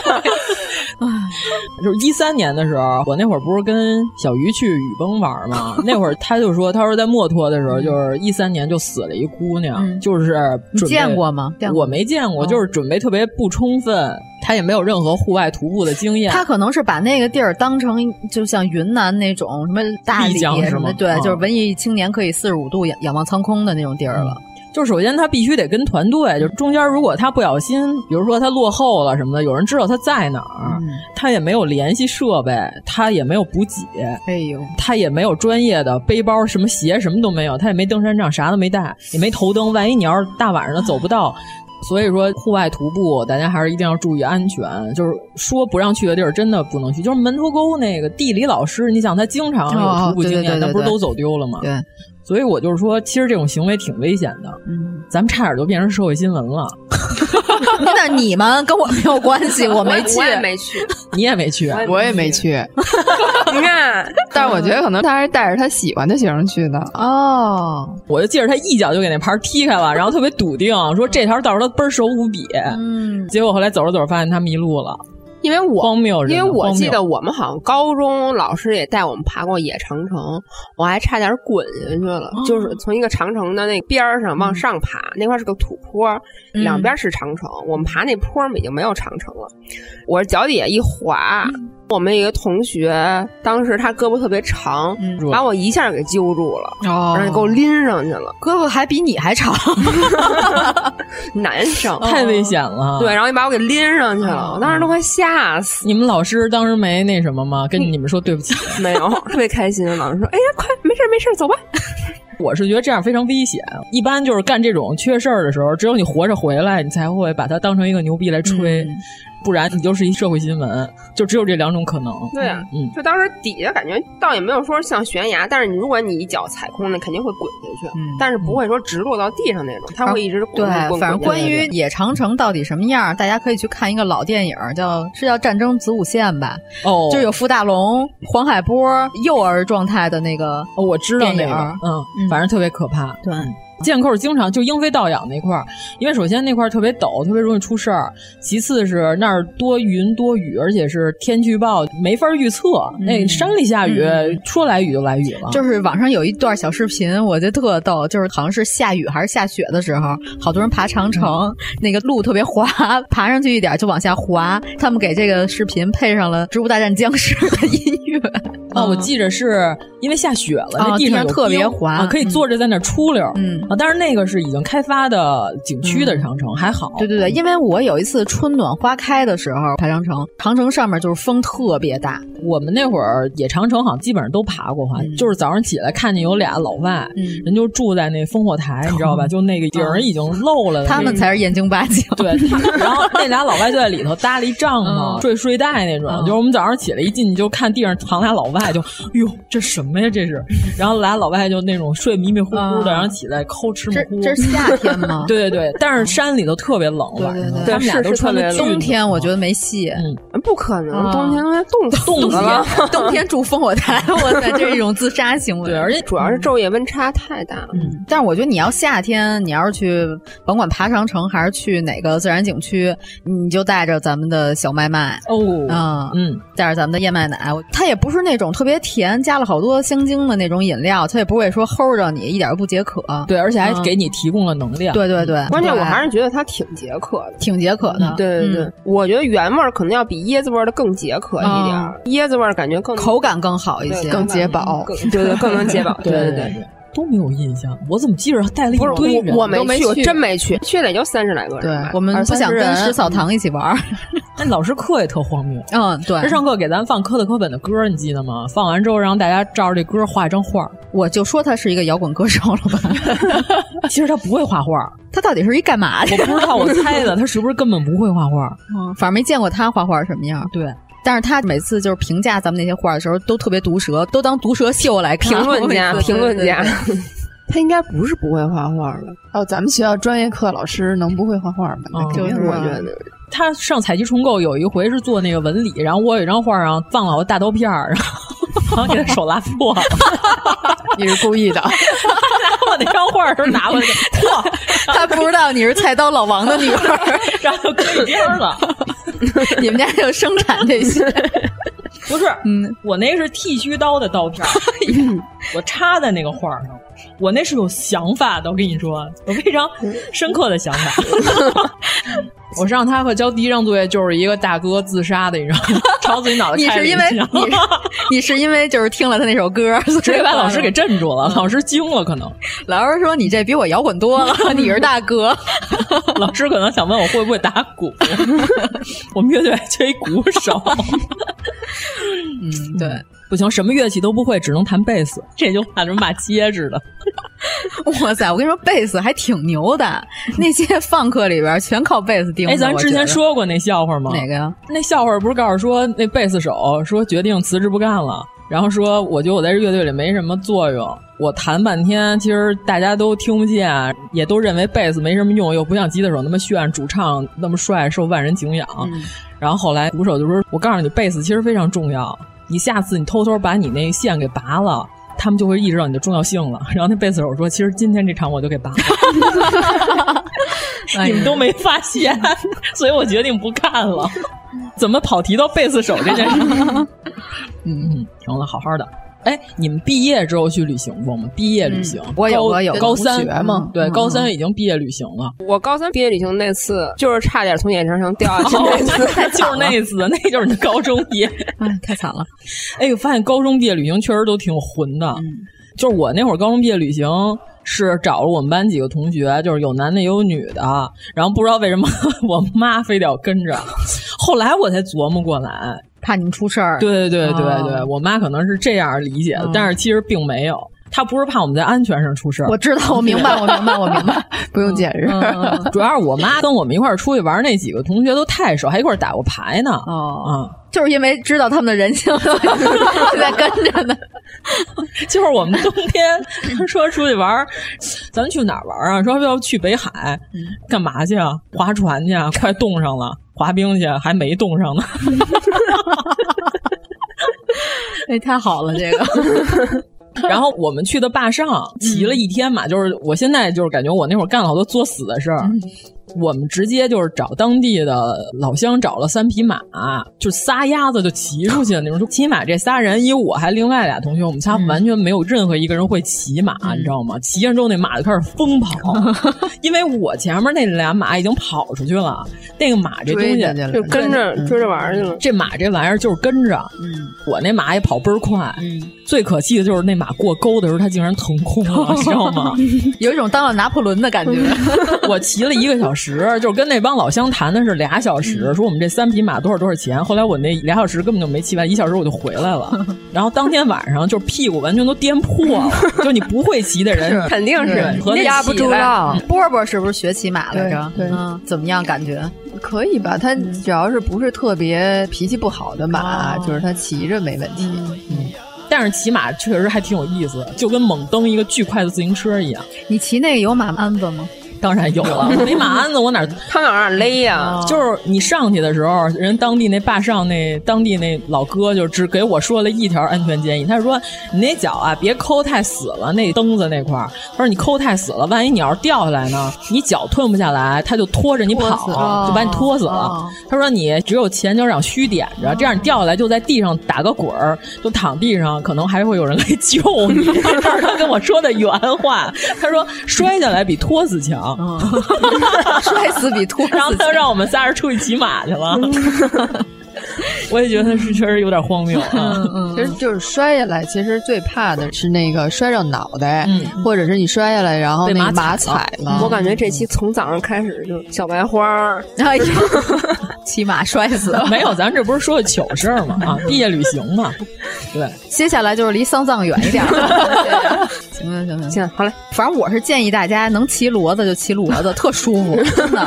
S6: 就是一三年的时候，我那会儿不是跟小鱼去雨崩玩 吗？那会儿他就说，他说在墨脱的时候，就是一三年就死了一姑娘，嗯、就是
S7: 你见过吗？
S6: 我没见
S8: 嗯
S6: 过，就是准备特别不充分，他也没有任何户外徒步的经验。
S7: 他可能是把那个地儿当成就像云南那种什么大理什么的，对，就是文艺青年可以四十五度仰仰望苍空的那种地儿了。
S6: 就是首先他必须得跟团队，就中间如果他不小心，比如说他落后了什么的，有人知道他在哪儿，嗯、他也没有联系设备，他也没有补给，
S7: 哎呦，
S6: 他也没有专业的背包，什么鞋什么都没有，他也没登山杖，啥都没带，也没头灯，万一你要是大晚上的走不到。 所以说，户外徒步大家还是一定要注意安全。就是说不让去的地儿，真的不能去。就是门头沟那个地理老师，你想他经常有徒步经验，那、
S7: 哦、
S6: 不是都走丢了吗？
S7: 对。
S6: 所以我就是说，其实这种行为挺危险的。
S7: 嗯，
S6: 咱们差点就变成社会新闻了。
S7: 那你们跟我没有关系，我没去，
S8: 我也没去，
S6: 你也没去，啊
S9: 我也没去。
S8: 你看，
S9: 但是我觉得可能他是带着他喜欢的学生去的。
S7: 哦，
S6: 我就记着他一脚就给那牌踢开了，然后特别笃定说这条道他倍儿熟无比。
S7: 嗯，
S6: 结果后来走着走着发现他迷路了。
S8: 因为我
S6: 荒谬，
S8: 因为我记得我们好像高中老师也带我们爬过野长城，我还差点滚下去了，哦、就是从一个长城的那边儿上往上爬，嗯、那块是个土坡，两边是长城，嗯、我们爬那坡已经没有长城了，我脚底下一滑。嗯我们一个同学，当时他胳膊特别长，
S6: 嗯、
S8: 把我一下给揪住了，
S7: 哦、
S8: 然后给我拎上去了，
S7: 胳膊还比你 还长，
S8: 男生
S6: 太危险了。
S8: 哦对，然后你把我给拎上去了，我当时都快吓死。
S6: 你们老师当时没那什么吗？跟你们说对不起？
S8: 没有，特别开心。老师说：“哎呀，快，没事没事，走吧。”
S6: 我是觉得这样非常危险。一般就是干这种缺事儿的时候，只有你活着回来，你才会把它当成一个牛逼来吹，
S7: 嗯、
S6: 不然你就是一社会新闻。就只有这两种可能。
S8: 对
S6: 啊，嗯，
S8: 就当时底下感觉倒也没有说像悬崖，但是你如果你一脚踩空了，肯定会滚下去，
S7: 嗯、
S8: 但是不会说直落到地上那种，它会一直滚。
S7: 啊、对，反正关于野长城到底什么样，大家可以去看一个老电影，叫是叫《战争子午线》吧？
S6: 哦，
S7: 就有傅大龙、黄海波幼儿状态的那个，
S6: 哦，我知道那个，嗯。
S7: 嗯、
S6: 反正特别可怕，
S7: 对。
S6: 箭扣经常就英飞倒仰那块儿，因为首先那块儿特别陡，特别容易出事儿。其次是那儿多云多雨，而且是天气预报没法预测。那、
S7: 嗯、
S6: 山里下雨，
S7: 嗯、
S6: 说来雨就来雨了。
S7: 就是网上有一段小视频，我觉得特逗，就是好像是下雨还是下雪的时候，好多人爬长城，嗯、那个路特别滑， 爬上去一点就往下滑。他们给这个视频配上了《植物大战僵尸》的音乐。
S6: 啊，我记着是因为下雪了，那
S7: 地
S6: 上
S7: 嗯哦特别滑、
S6: 啊，可以坐着在那出溜。
S7: 嗯。
S6: 啊，但是那个是已经开发的景区的长城，嗯、还好。
S7: 对对对，因为我有一次春暖花开的时候爬长城，长城上面就是风特别大。
S6: 我们那会儿野长城好像基本上都爬过哈，
S7: 嗯、
S6: 就是早上起来看见有俩老外，
S7: 嗯、
S6: 人就住在那烽火台，你知道吧？就那个有人已经漏了，
S7: 他们才是眼睛八经。
S6: 对，然后那俩老外就在里头搭了一帐篷，睡睡袋那种。就是我们早上起来一进去就看地上躺俩老外，就哟这什么呀这是？然后俩老外就那种睡迷迷糊糊的，然后起来。抠吃
S7: 这这是夏天吗？
S6: 对对对，但是山里头特别冷，
S7: 对对对，
S6: 他们俩都穿的
S7: 冬天，我觉得没戏，
S6: 嗯，
S8: 不可能，冬天冻
S6: 冻
S8: 么了？
S7: 冬天住烽火台，我操，这是一种自杀行为。
S8: 对，而且主要是昼夜温差太大了。
S7: 嗯，但是我觉得你要夏天，你要是去甭管爬长城还是去哪个自然景区，你就带着咱们的小麦麦
S6: 哦，
S7: 啊，
S6: 嗯，
S7: 带着咱们的燕麦奶，它也不是那种特别甜，加了好多香精的那种饮料，它也不会说齁着你，一点都不解渴。
S6: 对，而且还给你提供了能量。
S7: 对对对，嗯
S8: 关键我还是觉得它挺解渴的，
S7: 挺解渴的。
S8: 对对对，我觉得原味儿可能要比椰子味儿的更解渴一点，椰子味儿感觉更
S7: 嗯口感更好一些，
S8: 更
S9: 解饱。
S8: 对对，更能 解饱。
S6: 对
S8: 对
S6: 对。都没有印象，我怎么记着带了一堆
S8: 人？我
S6: 没
S8: 去，我真没去，去了也就三十来个人。
S7: 对，我们不想跟 石澡堂一起玩。
S6: 那老师课也特荒谬。
S7: 嗯，对，
S6: 这上课给咱放科特·科本的歌，你记得吗？放完之后让大家照着这歌画一张画。
S7: 我就说他是一个摇滚歌手了吧？
S6: 啊其实他不会画画，
S7: 他到底是一干嘛
S6: 的？我不知道，我猜的，他是不是根本不会画画？
S7: 嗯， 反正没见过他画画什么样。
S6: 对。
S7: 但是他每次就是评价咱们那些画的时候，都特别毒舌，都当毒舌秀来看。
S8: 评论家，评论家，
S9: 他应该不是不会画画的。哦，咱们学校专业课老师能不会画画吗？那
S8: 肯定我觉得。
S6: 他上采集重构有一回是做那个纹理，然后我有一张画上放了我大刀片儿，然后然后给他手拉破了。
S9: 你是故意的？
S6: 我那张画都拿过去，哇！
S7: 他不知道你是菜刀老王的 女儿，
S6: 然后搁一边了。
S7: 你们家就生产 这些？
S6: 不是，嗯，我那是剃须刀的刀 片，
S7: 哎
S6: 我插在那个画上。我那是有想法的，我跟你说，有非常深刻的想法。 我上他课交第一张作业就是一个大哥自杀的一张，朝自己脑袋
S7: 开
S6: 了
S7: 一枪。你是因为 你是因为就是听了他那首歌，
S6: 直接把老师给震住
S7: 嗯
S6: 了，老师惊了，可能
S7: 老师说你这比我摇滚多了， 你是大哥。
S6: 老师可能想问我会不会打鼓， 我们乐队缺一鼓手。
S7: 嗯， 对。
S6: 不行，什么乐器都不会，只能弹贝斯。这句话怎么骂街似的？
S7: 哇塞，我跟你说，贝斯还挺牛的。那些放课里边全靠贝斯盯。
S6: 哎，咱之前说过那笑话吗？
S7: 哪个呀？
S6: 那笑话不是告诉说那贝斯手说决定辞职不干了，然后说我觉得我在这乐队里没什么作用，我弹半天，其实大家都听不见，也都认为贝斯没什么用，又不像吉他手那么炫，主唱那么帅，受万人敬仰。
S7: 嗯、
S6: 然后后来鼓手就说：“我告诉你，贝斯其实非常重要。”你下次你偷偷把你那线给拔了，他们就会意识到你的重要性了。 然后那贝斯手说：“其实今天这场我就给拔 了，你们都没发现，所以我决定不干了。”怎么跑题到贝斯手这件 事？嗯嗯，行了，好好的。哎，你们毕业之后去旅行过吗？毕业旅行，
S7: 嗯、我有，我有。
S6: 高三
S9: 嘛，
S6: 对，高
S7: 嗯
S6: 三已经毕业旅行了。
S8: 我高三毕业旅行那次，就是差点从眼镜上掉下去 那次，
S6: 哦
S9: 哦
S6: 就是那次，那就是你的高中毕业，
S7: 哎，太惨了。
S6: 哎，我发现高中毕业旅行确实都挺混的。
S7: 嗯、
S6: 就是我那会儿高中毕业旅行。是找了我们班几个同学，就是有男的也有女的，然后不知道为什么 我妈非得要跟着，后来我才琢磨过来，
S7: 怕你们出事儿。
S6: 对对对对对，哦、我妈可能是这样理解的，
S7: 嗯、
S6: 但是其实并没有，她不是怕我们在安全上出事儿。
S7: 我知道，我明白，我明白，我明白，
S9: 不用解释。
S6: 嗯嗯、主要是我妈跟我们一块儿出去玩那几个同学都太熟，还一块儿打过牌呢。啊
S7: 哦。就是因为知道他们的人性，在跟着呢。
S6: 就是我们冬天 说出去玩，咱们去哪儿玩啊？说要去北海，干嘛去啊？划船去啊？快冻上了，滑冰去，还没冻上呢。
S7: 哎，太好了，这个。
S6: 然后我们去的坝上骑了一天嘛，嗯、就是我现在就是感觉我那会儿干了好多作死的事儿。
S7: 嗯、
S6: 我们直接就是找当地的老乡找了三匹马，就仨鸭子就骑出去。你们说骑马这仨人，因为我还另外俩同学，我们仨完全没有任何一个人会骑马，
S7: 嗯、
S6: 你知道吗？骑上之后那马就开始疯跑，因为我前面那俩马已经跑出去了，那个马这东西
S9: 哦
S8: 就跟着
S9: 嗯
S8: 追着玩去了。
S6: 这马这玩意儿就是跟着，
S7: 嗯
S6: 我那马也跑倍儿快。最可气的就是那马。马过沟的时候，它竟然腾空了，你知道吗？
S7: 有一种当了拿破仑的感觉。
S9: 嗯
S6: 我骑了一个小时，就是跟那帮老乡谈的是俩小时，嗯、说我们这三匹马多少多少钱。后来我那俩小时根本就没骑完，一小时我就回来了。然后当天晚上就是屁股完全都颠破了，就你不会骑的人
S8: 肯定是
S6: 和
S8: 压不住了。
S7: 波波是不是学骑马来着？
S9: 嗯对，嗯
S7: 嗯，怎么样感觉？嗯
S9: 可以吧？他只要是不是特别脾气不好的马，
S7: 哦
S9: 就是他骑着没问题。
S6: 嗯。但是骑马确实还挺有意思，就跟猛蹬一个巨快的自行车一样。
S7: 你骑那个有马鞍子吗？
S6: 当然有了，没马鞍子我哪
S8: 他往哪勒
S9: 哦
S8: 呀？
S6: 就是你上去的时候，人当地那坝上那当地那老哥就只给我说了一条安全建议，他说你那脚啊别抠太死了，那蹬子那块儿，他说你抠太死了，万一你要是掉下来呢，你脚吞不下来，他就拖着你跑，就把你拖死了。他说你只有前脚掌虚点着，这样你掉下来就在地上打个滚儿，就躺地上，可能还会有人来救你。 这是他跟我说的原话，他说摔下来比拖死强。
S7: 摔死比拖死。
S6: 然后他 让我们仨人出去骑马去了。 我也觉得是确实有点荒谬啊。
S9: 其实
S7: 嗯
S9: 就是摔下来，其实最怕的是那个摔着脑袋，
S6: 嗯
S9: 或者是你摔下来，然后
S6: 被
S9: 那
S6: 马
S9: 个马
S6: 踩了
S9: 踩了。
S8: 我感觉这期从早上开始就小白花儿，
S7: 哎呦，骑马摔死。
S6: 没有，咱这不是说的糗事儿吗？啊，毕业旅行 嘛，对，
S7: 接下来就是离丧葬远一点 儿。行行行行
S8: 行，好嘞。
S7: 反正我是建议大家能骑骡子就骑骡 子，特舒服，真的。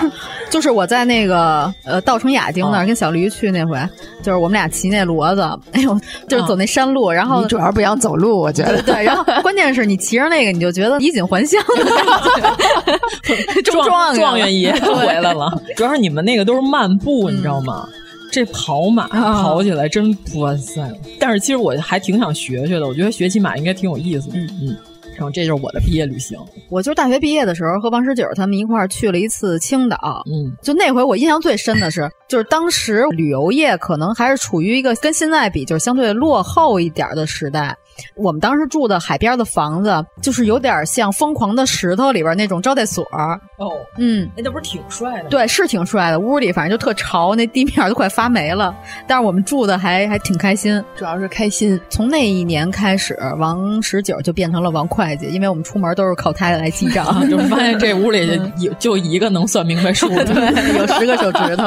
S7: 就是我在那个呃稻城亚丁那
S9: 啊
S7: 儿跟小驴去那回，就是我们俩骑那骡子，哎呦，就是走那山路，然后
S9: 啊你主要是不想走路，我觉得
S7: 对。对，然后关键是你骑着那个，你就觉得衣锦 还乡 的感觉，中
S6: 状
S7: 状
S6: 元 爷回来了。主要是你们那个都是漫步，你知道吗？这跑马
S7: 啊
S6: 跑起来真哇塞！但是其实我还挺想学学的，我觉得学骑马应该挺有意思的。嗯嗯，然后这就是我的毕业旅行。
S7: 我就是大学毕业的时候和王十九他们一块儿去了一次青岛，
S6: 嗯，
S7: 就那回我印象最深的是，就是当时旅游业可能还是处于一个跟现在比就是相对落后一点儿的时代。我们当时住的海边的房子，就是有点像《疯狂的石头》里边那种招待所儿，
S6: 哦，
S7: 嗯，
S6: 那不是挺帅的？
S7: 对，是挺帅的。屋里反正就特潮，那地面儿都快发霉了。但是我们住的还还挺开心，
S9: 主要是开心。
S7: 从那一年开始，王十九就变成了王会计，因为我们出门都是靠他来记账
S6: 啊，，就发现这屋里有就一个能算明白数的。
S7: 对， 有十个手指头。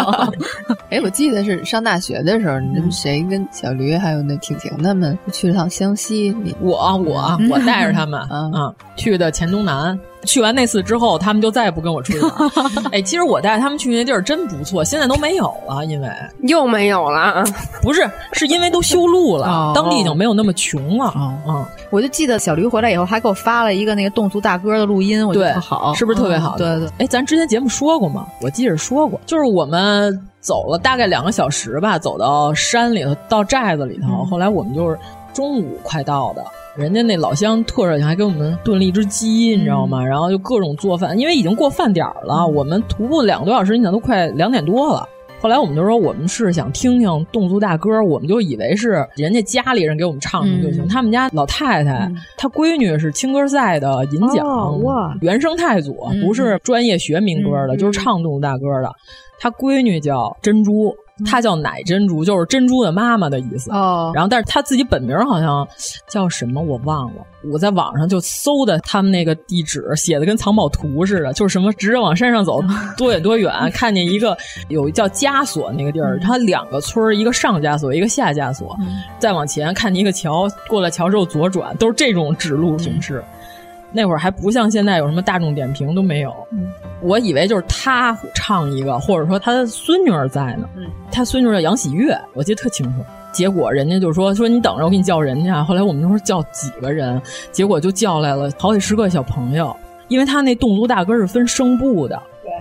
S9: 哎，我记得是上大学的时候，你们谁跟小驴还有那婷婷他们去了趟湘西，你
S6: 我我我带着他们
S9: 嗯
S6: 啊去的黔东南，去完那次之后，他们就再也不跟我出去玩儿。哎，其实我带他们去那地儿真不错，现在都没有了，因为
S8: 又没有了啊！
S6: 不是是因为都修路
S7: 哦
S6: 了，当地已经没有那么穷了。嗯，
S7: 我就记得小驴回来以后还给我发了一个那个侗族大歌的录音，我觉
S6: 对
S7: 得特好，
S6: 是不是特别好
S7: 嗯对对，
S6: 哎，咱之前节目说过吗？我记着说过，就是我们走了大概两个小时吧，走到山里头，到寨子里头。后来我们就是中午快到的，人家那老乡特热情，还给我们炖了一只鸡，你知道吗？然后就各种做饭，因为已经过饭点儿了，我们徒步两个多小时，你想都快两点多了。后来我们就说，我们是想听听侗族大歌，我们就以为是人家家里人给我们唱唱就行。
S7: 嗯
S6: 他们家老太太，她闺女是青歌赛的银奖，
S7: 哦哇
S6: 原生态组
S7: 嗯
S6: 不是专业学民歌的，
S7: 嗯
S6: 就是唱侗族大歌的。她闺女叫珍珠，
S7: 嗯
S6: 她叫奶珍珠，就是珍珠的妈妈的意思。
S7: 哦，
S6: 然后，但是她自己本名好像叫什么，我忘了。我在网上就搜的他们那个地址，写的跟藏宝图似的，就是什么直着往山上走多远多远，看见一个有一叫枷锁那个地儿，它两个村儿，一个上枷锁，一个下枷锁，再往前看见一个桥，过了桥之后左转，都是这种指路形式。那会儿还不像现在有什么大众点评都没有，我以为就是他唱一个，或者说他的孙女儿在呢，他孙女儿叫杨喜悦，我记得特清楚。结果人家就说说你等着，我给你叫人家。后来我们就说叫几个人，结果就叫来了好几十个小朋友，因为他那侗族大歌是分声部的，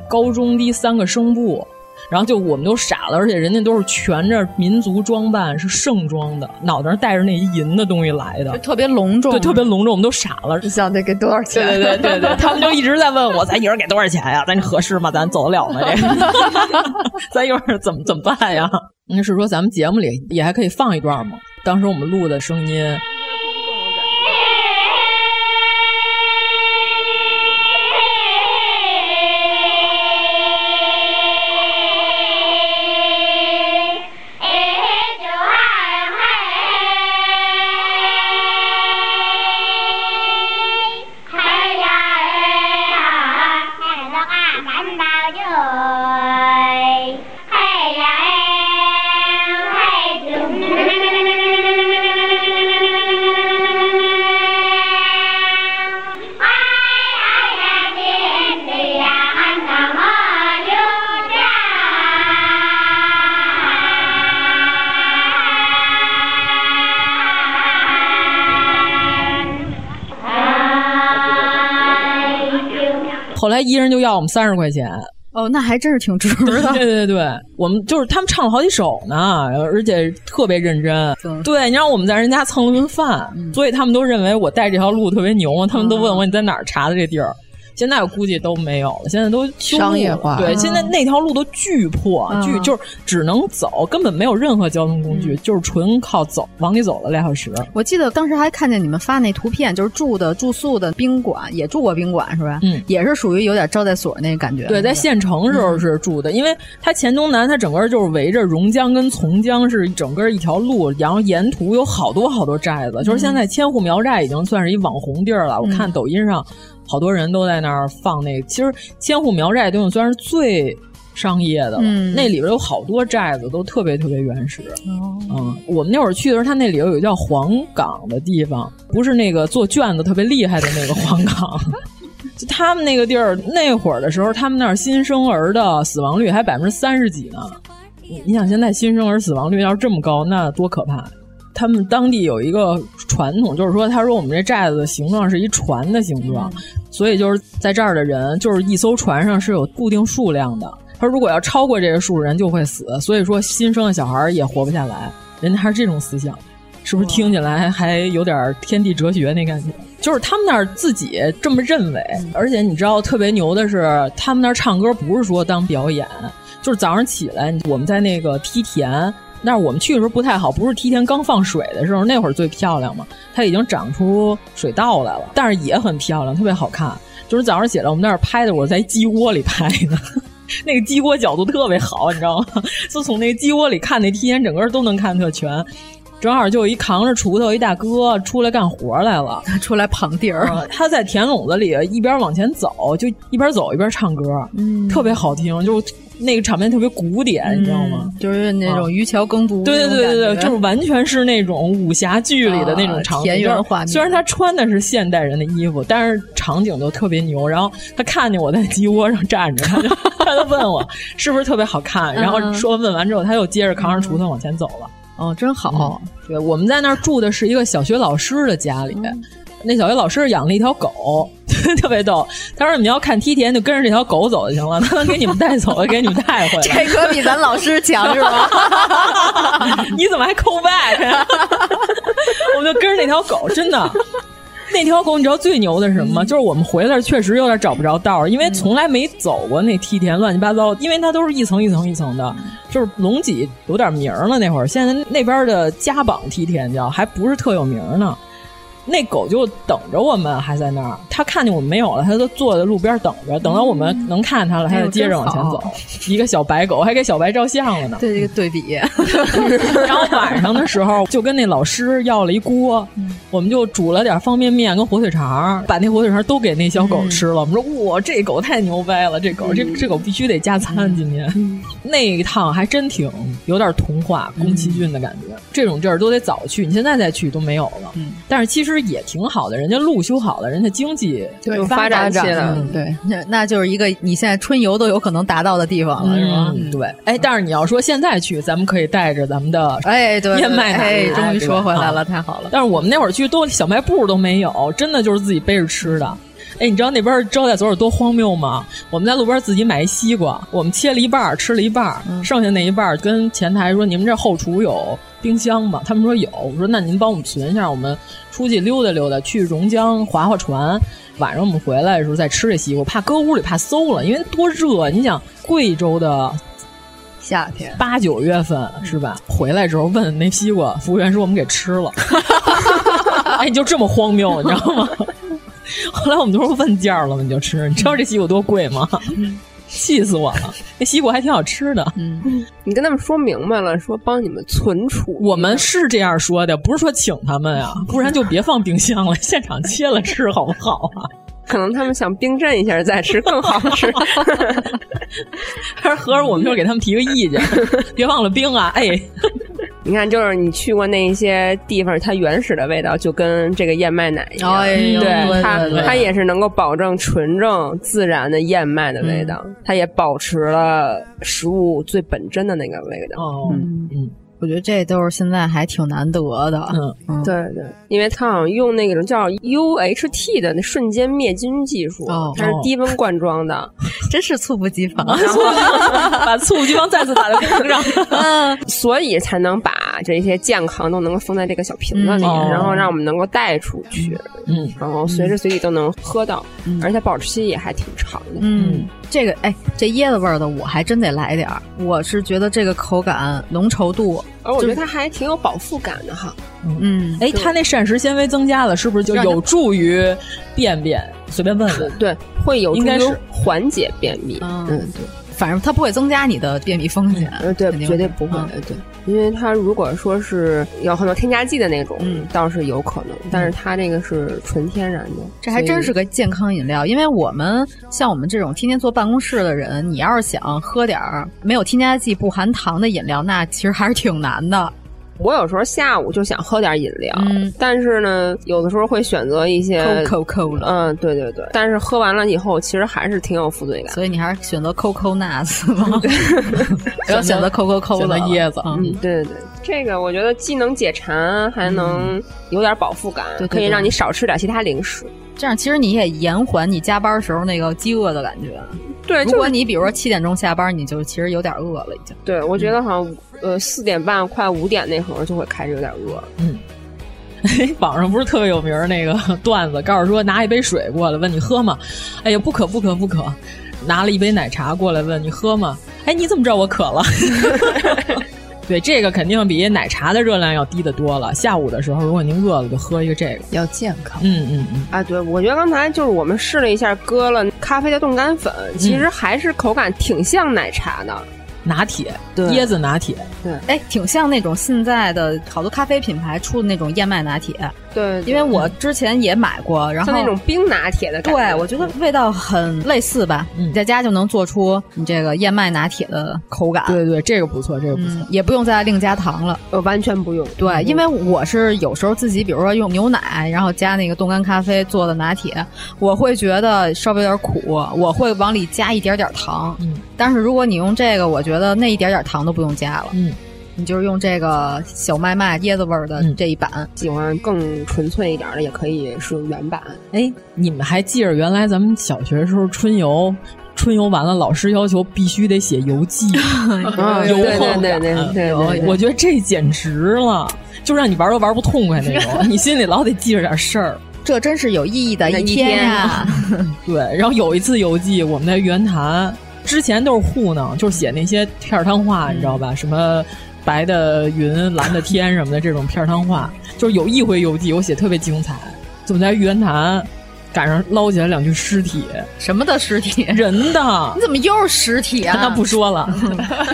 S6: 高中低三个声部。然后就我们都傻了，而且人家都是全着民族装扮，是盛装的，脑袋上戴着那一银的东西来的
S7: 就，特别隆重，
S6: 对，特别隆重，我们都傻了。
S9: 你想得给多少钱？
S6: 对对对对对，他们就一直在问我，咱一人给多少钱呀？咱这合适吗？咱走得了吗？这个， 咱一会儿怎么怎么办呀？那是说咱们节目里也还可以放一段吗？当时我们录的声音，
S4: Hey, yeah, hey,
S6: 后来一人就要我们三十块钱。
S7: 哦，那还真是挺值
S6: 对
S7: 的。
S6: 对对对，我们就是他们唱了好几首呢，而且特别认真。
S7: 对
S6: 你让我们在人家蹭了顿饭，
S9: 嗯
S6: 所以他们都认为我带这条路特别牛，他们都问我你在哪儿查的这地儿。现在我估计都没有了，现在都修路
S9: 商业化
S6: 对，
S9: 嗯
S6: 现在那条路都巨破，
S9: 嗯
S6: 巨就是只能走，根本没有任何交通工具，就是纯靠走，往里走了俩小时。
S7: 我记得当时还看见你们发那图片，就是住的住宿的宾馆，也住过宾馆是吧？
S6: 嗯，
S7: 也是属于有点招待所那感觉。
S6: 对，在县城时候是住的，因为它黔东南，它整个就是围着榕江跟从江是整个一条路，然后沿途有好多好多寨子，就是现在千户苗寨已经算是一网红地儿了。我看抖音上好多人都在那儿放那个，其实千户苗寨东西算是最。商业的了，
S7: 嗯
S6: 那里边有好多寨子，都特别特别原始。嗯，我们那会儿去的时候，它那里头有一个叫黄冈的地方，不是那个做卷子特别厉害的那个黄冈。 就他们那个地儿，那会儿的时候，他们那儿新生儿的死亡率还百分之三十几呢。你你想，现在新生儿死亡率要是这么高，那多可怕！他们当地有一个传统，就是说，他说我们这寨子的形状是一船的形状，所以就是在这儿的人，就是一艘船上是有固定数量的。他说，如果要超过这个数，人就会死，所以说新生的小孩儿也活不下来。人家还是这种思想，是不是听起来还有点天地哲学那感觉？就是他们那儿自己这么认为，而且你知道特别牛的是，他们那儿唱歌不是说当表演，就是早上起来我们在那个梯田。但是我们去的时候不太好，不是梯田刚放水的时候，那会儿最漂亮嘛，它已经长出水稻来了，但是也很漂亮，特别好看。就是早上起来我们那儿拍的，我在鸡窝里拍的， 那个鸡窝角度特别好，你知道吗？ 就从那个鸡窝里看那梯田，整个都能看特全。正好就有一扛着锄头一大哥出来干活来了，
S7: 出来捧地儿。
S6: 嗯他在田垄子里一边往前走，就一边走一边唱歌，
S7: 嗯
S6: 特别好听，就是那个场面特别古典，你知道吗？
S7: 就是那种渔樵耕读
S6: 对嗯
S7: 那
S6: 哦对
S7: 种感觉，
S6: 对对对，就是完全是那种武侠剧里的那种
S7: 啊
S6: 场景，
S7: 田园
S6: 就是
S7: 画面
S6: 虽然他穿的是现代人的衣服，但是场景都特别牛。然后他看见我在鸡窝上站着，他就 他就问我是不是特别好看。然后
S7: 嗯
S6: 说问完之后，他又接着扛着锄头往前走了。
S7: 哦，真好。
S6: 对，我们在那儿住的是一个小学老师的家里，
S7: 嗯
S6: 那小学老师养了一条狗， 特别逗。他说：“你们要看梯田，就跟着这条狗走就行了，他能给你们带走，给你们带回来。”
S7: 这可比咱老师强 是吗？
S6: 你怎么还扣 back？呀 我们就跟着那条狗，真的。那条狗你知道最牛的是什
S7: 嗯
S6: 么吗？就是我们回来确实有点找不着道儿，因为从来没走过那梯田，乱七八糟，因为它都是一层一层一层
S7: 嗯
S6: 的，就是龙脊有点名儿了那会儿，现在那边的加榜梯田叫还不是特有名儿呢。那狗就等着我们，还在那儿。它看见我们没有了，它就坐在路边等着，等到我们能看它了，它
S7: 哎
S6: 就
S7: 呦
S6: 接着往前
S7: 真
S6: 走
S7: 好。
S6: 一个小白狗还给小白照相了呢。
S7: 对这个对比，
S6: 然后晚上的时候就跟那老师要了一锅，我们就煮了点方便面跟火腿肠儿，把那火腿肠儿都给那小狗吃了。我们说哇，这狗太牛掰了，这狗、这这狗必须得加餐今天。那一趟还真挺有点童话宫崎骏的感觉，这种地儿都得早去，你现在再去都没有了。但是其实也挺好的，人家路修好了，人家经济
S8: 就
S6: 发
S8: 发展起来
S6: 了。
S8: 了
S6: 嗯
S7: 对，那那就是一个你现在春游都有可能达到的地方了，是吗？
S6: 嗯，对，哎，但是你要说现在去，咱们可以带着咱们的
S7: 哎，对，对
S6: 燕麦奶
S7: 哎，终于
S6: 对吧
S7: 说回来
S6: 啊
S7: 了，太好了。
S6: 但是我们那会儿去都小卖部都没有，真的就是自己背着吃的。哎，你知道那边儿招待所有多荒谬吗？我们在路边儿自己买一西瓜，我们切了一半儿吃了一半儿，剩下那一半儿跟前台说：“你们这后厨有冰箱吗？”他们说有。我说：“那您帮我们存一下，我们出去溜达溜达，去榕江划划船。晚上我们回来的时候再吃这西瓜，怕搁屋里怕馊了，因为多热。你想贵州的
S7: 夏天
S6: 八九月份是吧？回来之后问那西瓜，服务员说我们给吃了。 哎，你就这么荒谬，你知道吗？ 后来我们都说问价了，你就吃。你知道这西瓜多贵吗？ 气死我了！那西瓜还挺好吃的。
S8: 你跟他们说明白了，说帮你们存储。
S6: 我们是这样说的，不是说请他们呀，不然就别放冰箱了， 现场切了吃好不好啊？
S8: 可能他们想冰镇一下再吃更好吃。
S6: 还是合着我们就是给他们提个意见，别忘了冰啊！哎，
S8: 你看，就是你去过那一些地方，它原始的味道就跟这个燕麦奶一样，
S7: 哎呦对
S8: 对它
S7: 对对
S8: 它也是能够保证纯正自然的燕麦的味道，它也保持了食物最本真的那个味道。
S6: 哦，嗯，
S7: 我觉得这都是现在还挺难得的。嗯，
S8: 对对，因为他好像用那种叫 UHT 的那瞬间灭菌技术，
S7: 哦
S8: 它是低温灌装的，
S7: 真是猝不及防，
S8: 把猝不及防再次打在瓶 上，嗯，所以才能把这些健康都能够放在这个小瓶子里，
S6: 嗯哦
S8: 然后让我们能够带出去，
S6: 嗯，
S8: 然后随时随地都能喝到，
S7: 嗯
S8: 而且保质期也还挺长的，
S7: 嗯，这个哎，这椰子味儿的我还真得来点儿。我是觉得这个口感浓稠度，
S8: 而我觉得
S7: 就
S8: 它
S7: 是
S8: 还挺有饱腹感的哈。
S7: 嗯，
S6: 哎，它那膳食纤维增加了，是不是就
S8: 让它
S6: 有助于便便？随便问问。
S8: 对，会有
S6: 应该
S8: 助于
S6: 是
S8: 缓解便秘。
S7: 嗯，对， 反正它不会增加你的便秘
S6: 嗯
S7: 风险，
S8: 呃，对，
S7: 肯定嗯
S8: 绝对不会，对，因为它如果说是有很多添加剂的那种，
S7: 嗯
S8: 倒是有可能，但是它这个是纯天然的，
S7: 这还真是个健康饮料，因为我们像我们这种天天坐办公室的人，你要是想喝点儿没有添加剂、不含糖的饮料，那其实还是挺难的。啊
S8: 我有时候下午就想喝点饮料，
S7: 嗯
S6: 嗯
S8: 但是呢，有的时候会选择一些
S6: 呃
S7: Coca-Cola
S8: 嗯，对对对，但是喝完了以后，其实还是挺有负罪感。
S7: 所以你还是选择 Coco Nuts 吧，不要选择 Coco
S8: 选
S7: Cola
S8: 择椰子
S7: 嗯，
S8: 对对对，这个我觉得既能解馋，还能有点饱腹感，
S7: 对对
S8: 可以
S7: 对
S8: 让你少吃点其他零食。
S7: 这样其实你也延缓你加班时候那个饥饿的感觉。
S8: 对，
S7: 如果你比如说七点钟下班，你就其实有点饿了已经。
S8: 对，我觉得好像呃四点半快五点那会儿就会开始有点饿了。
S6: 网上不是特别有名儿那个 段子，告诉说拿一杯水过来，问你喝吗？哎呀，不渴不渴不渴。拿了一杯奶茶过来问你喝吗？哎，你怎么知道我渴了？ 对，这个肯定比奶茶的热量要低得多了。下午的时候，如果您饿了，就喝一个这个，
S9: 要健康。
S6: 嗯嗯嗯，
S8: 啊，对，我觉得刚才就是我们试了一下，搁了咖啡的冻干粉，其
S9: 嗯
S8: 实还是口感挺像奶茶的。
S6: 拿铁，
S8: 对
S6: 椰子拿铁，
S8: 对，
S7: 哎，挺像那种现在的好多咖啡品牌出的那种燕麦拿铁。
S8: 对，
S7: 因为我
S6: 嗯
S7: 之前也买过，然后
S8: 像那种冰拿铁的感觉。嗯
S7: 对我觉得味道很类似吧，你在家就能做出你这个燕麦拿铁的口感。
S6: 对对，这个不错，这个不错。
S7: 嗯，也不用再另加糖了。
S8: 呃，完全不用。
S7: 对，因为我是有时候自己，比如说用牛奶，然后加那个冻干咖啡做的拿铁，我会觉得稍微有点苦，我会往里加一点点糖。
S6: 嗯，
S7: 但是如果你用这个，我觉得那一点点糖都不用加了。
S6: 嗯，
S7: 你就是用这个小麦麦椰子味儿的这一版。
S8: 喜欢更纯粹一点的，也可以是原版。
S6: 哎，你们还记着原来咱们小学时候春游，春游完了老师要求必须得写游记，
S8: 啊
S6: 游
S8: 对
S6: 后
S8: 对对对
S6: 感
S8: 对对
S7: 哦
S8: 对
S6: 我觉得这简直了，就让你玩都玩不痛快那 种，你心里老得记着点事儿。
S7: 这真是有意义的一天呀、
S6: 对，然后有一次游记，我们在圆坛之前都是糊弄，就是写那些片儿汤
S7: 嗯
S6: 话，你知道吧？什么白的云、蓝的天什么的这种片儿汤话，就是有一回游记我写特别精彩，总在圆坛赶上捞起来两具尸 体，
S7: 什么的尸体？
S6: 人的
S7: 你。怎么又是实体啊？
S6: 那不说 了，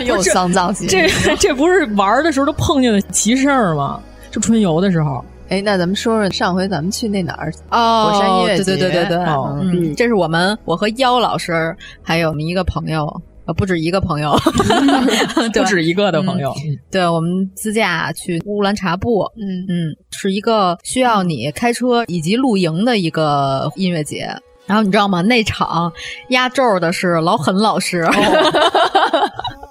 S7: 又丧葬心
S6: 这 这不是玩儿的时候都碰见的奇事儿吗？是春游的时候，
S9: 哎，那咱们说说上回咱们去那哪儿？
S7: 哦，
S9: 火山音乐
S7: 对
S9: 节
S7: 对对对对，
S9: 哦
S7: 嗯，这是我们我和妖老师还有我们一个朋友，呃，不止一个朋友， 对
S6: 不止一个的朋友，
S7: 对，我们自驾去乌兰察布，嗯嗯，是一个需要你开车以及露营的一个音乐节。然后你知道吗？那场压轴的是老狠老师，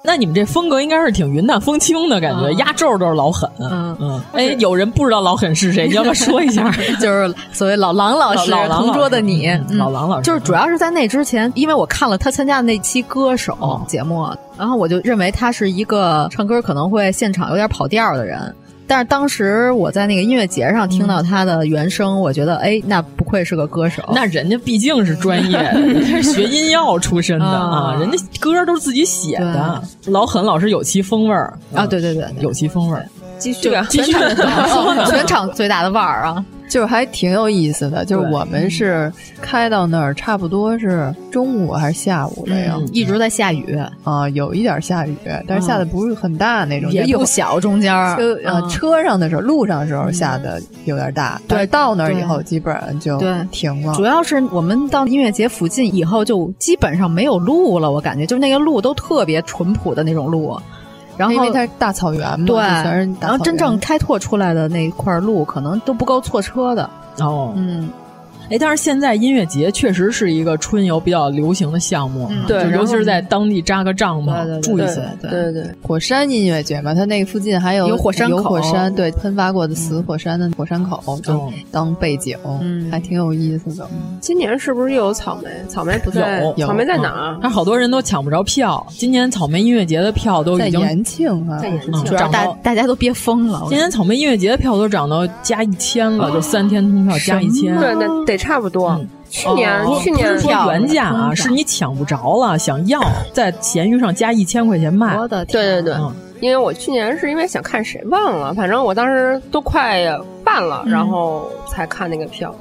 S6: 那你们这风格应该是挺云淡风轻的感觉，压轴都是老狠。
S7: 嗯
S6: 嗯，哎，有人不知道老狠是谁，你要不要说一下？
S7: 就是所谓老狼老师，
S6: 老老狼
S7: 同桌的你，嗯
S6: 老狼老师
S7: 就是主要是在那之前，因为我看了他参加的那期歌手节目，然后我就认为他是一个唱歌可能会现场有点跑调的人。但是当时我在那个音乐节上听到他的原声，我觉得哎，那不愧是个歌手。
S6: 哦那人家毕竟是专业的，人家是学音药出身的
S7: 啊
S6: 啊，人家歌都是自己写的。老狠老师有其风味儿
S7: 啊对对对，
S6: 有其风味儿。
S8: 继续啊，
S6: 继续说呢
S7: 全场最大的腕儿啊！
S9: 就是还挺有意思的，就是我们
S8: 嗯
S9: 是开到那儿，差不多是中午还是下午了呀？
S7: 嗯一直在下雨
S9: 啊，有一点下雨，但是下的不是很大那种，就
S7: 嗯也
S9: 有
S7: 不小，中间儿
S9: 就呃
S7: 嗯
S9: 车上的时候，路上的时候下的有点大，但是到那儿以后基本上就
S7: 对
S9: 停了
S7: 主。要是我们到音乐节附近以后，就基本上没有路了，我感觉就是那个路都特别淳朴的那种路。然后
S9: 因为它是大草原嘛，
S7: 对，
S9: 就全是大草
S7: 然后
S9: 原
S7: 真正开拓出来的那块路，可能都不够错车的。
S6: 哦，
S7: 嗯，
S6: 哎，但是现在音乐节确实是一个春游比较流行的项目，啊
S8: 嗯对
S6: 就
S8: 然
S6: 尤
S8: 后
S6: 其是在当地扎个帐
S9: 对对
S6: 篷，住一
S9: 对
S6: 宿。
S9: 对
S8: 对对，
S9: 火山音乐节嘛，它那个附近还有
S7: 有火山口
S9: 有火山嗯对喷发过的死火山的火山口，就当背景，还挺有意思的。
S8: 嗯今年是不是又有草莓？草莓不在
S6: 有，有
S8: 草莓在哪儿啊
S6: 嗯？但是好多人都抢不着票。今年草莓音乐节的票都
S9: 在
S6: 已经
S9: 延庆啊，
S6: 嗯
S7: 主要
S6: 涨
S7: 大
S6: 到
S7: 大家都憋疯了。我
S6: 今年草莓音乐节的票都涨到加一千了，就三天通票加一千。
S8: 对，那得差不多。
S9: 嗯
S8: 去年
S6: 哦
S8: 去
S6: 不
S8: 年
S6: 是说原价啊，是你抢不着了，想要在闲鱼上加一千块钱卖。
S7: 我的
S8: 对对对
S9: 啊
S6: 嗯，
S8: 因为我去年是因为想看谁忘了，反正我当时都快办了，然后才看那个票，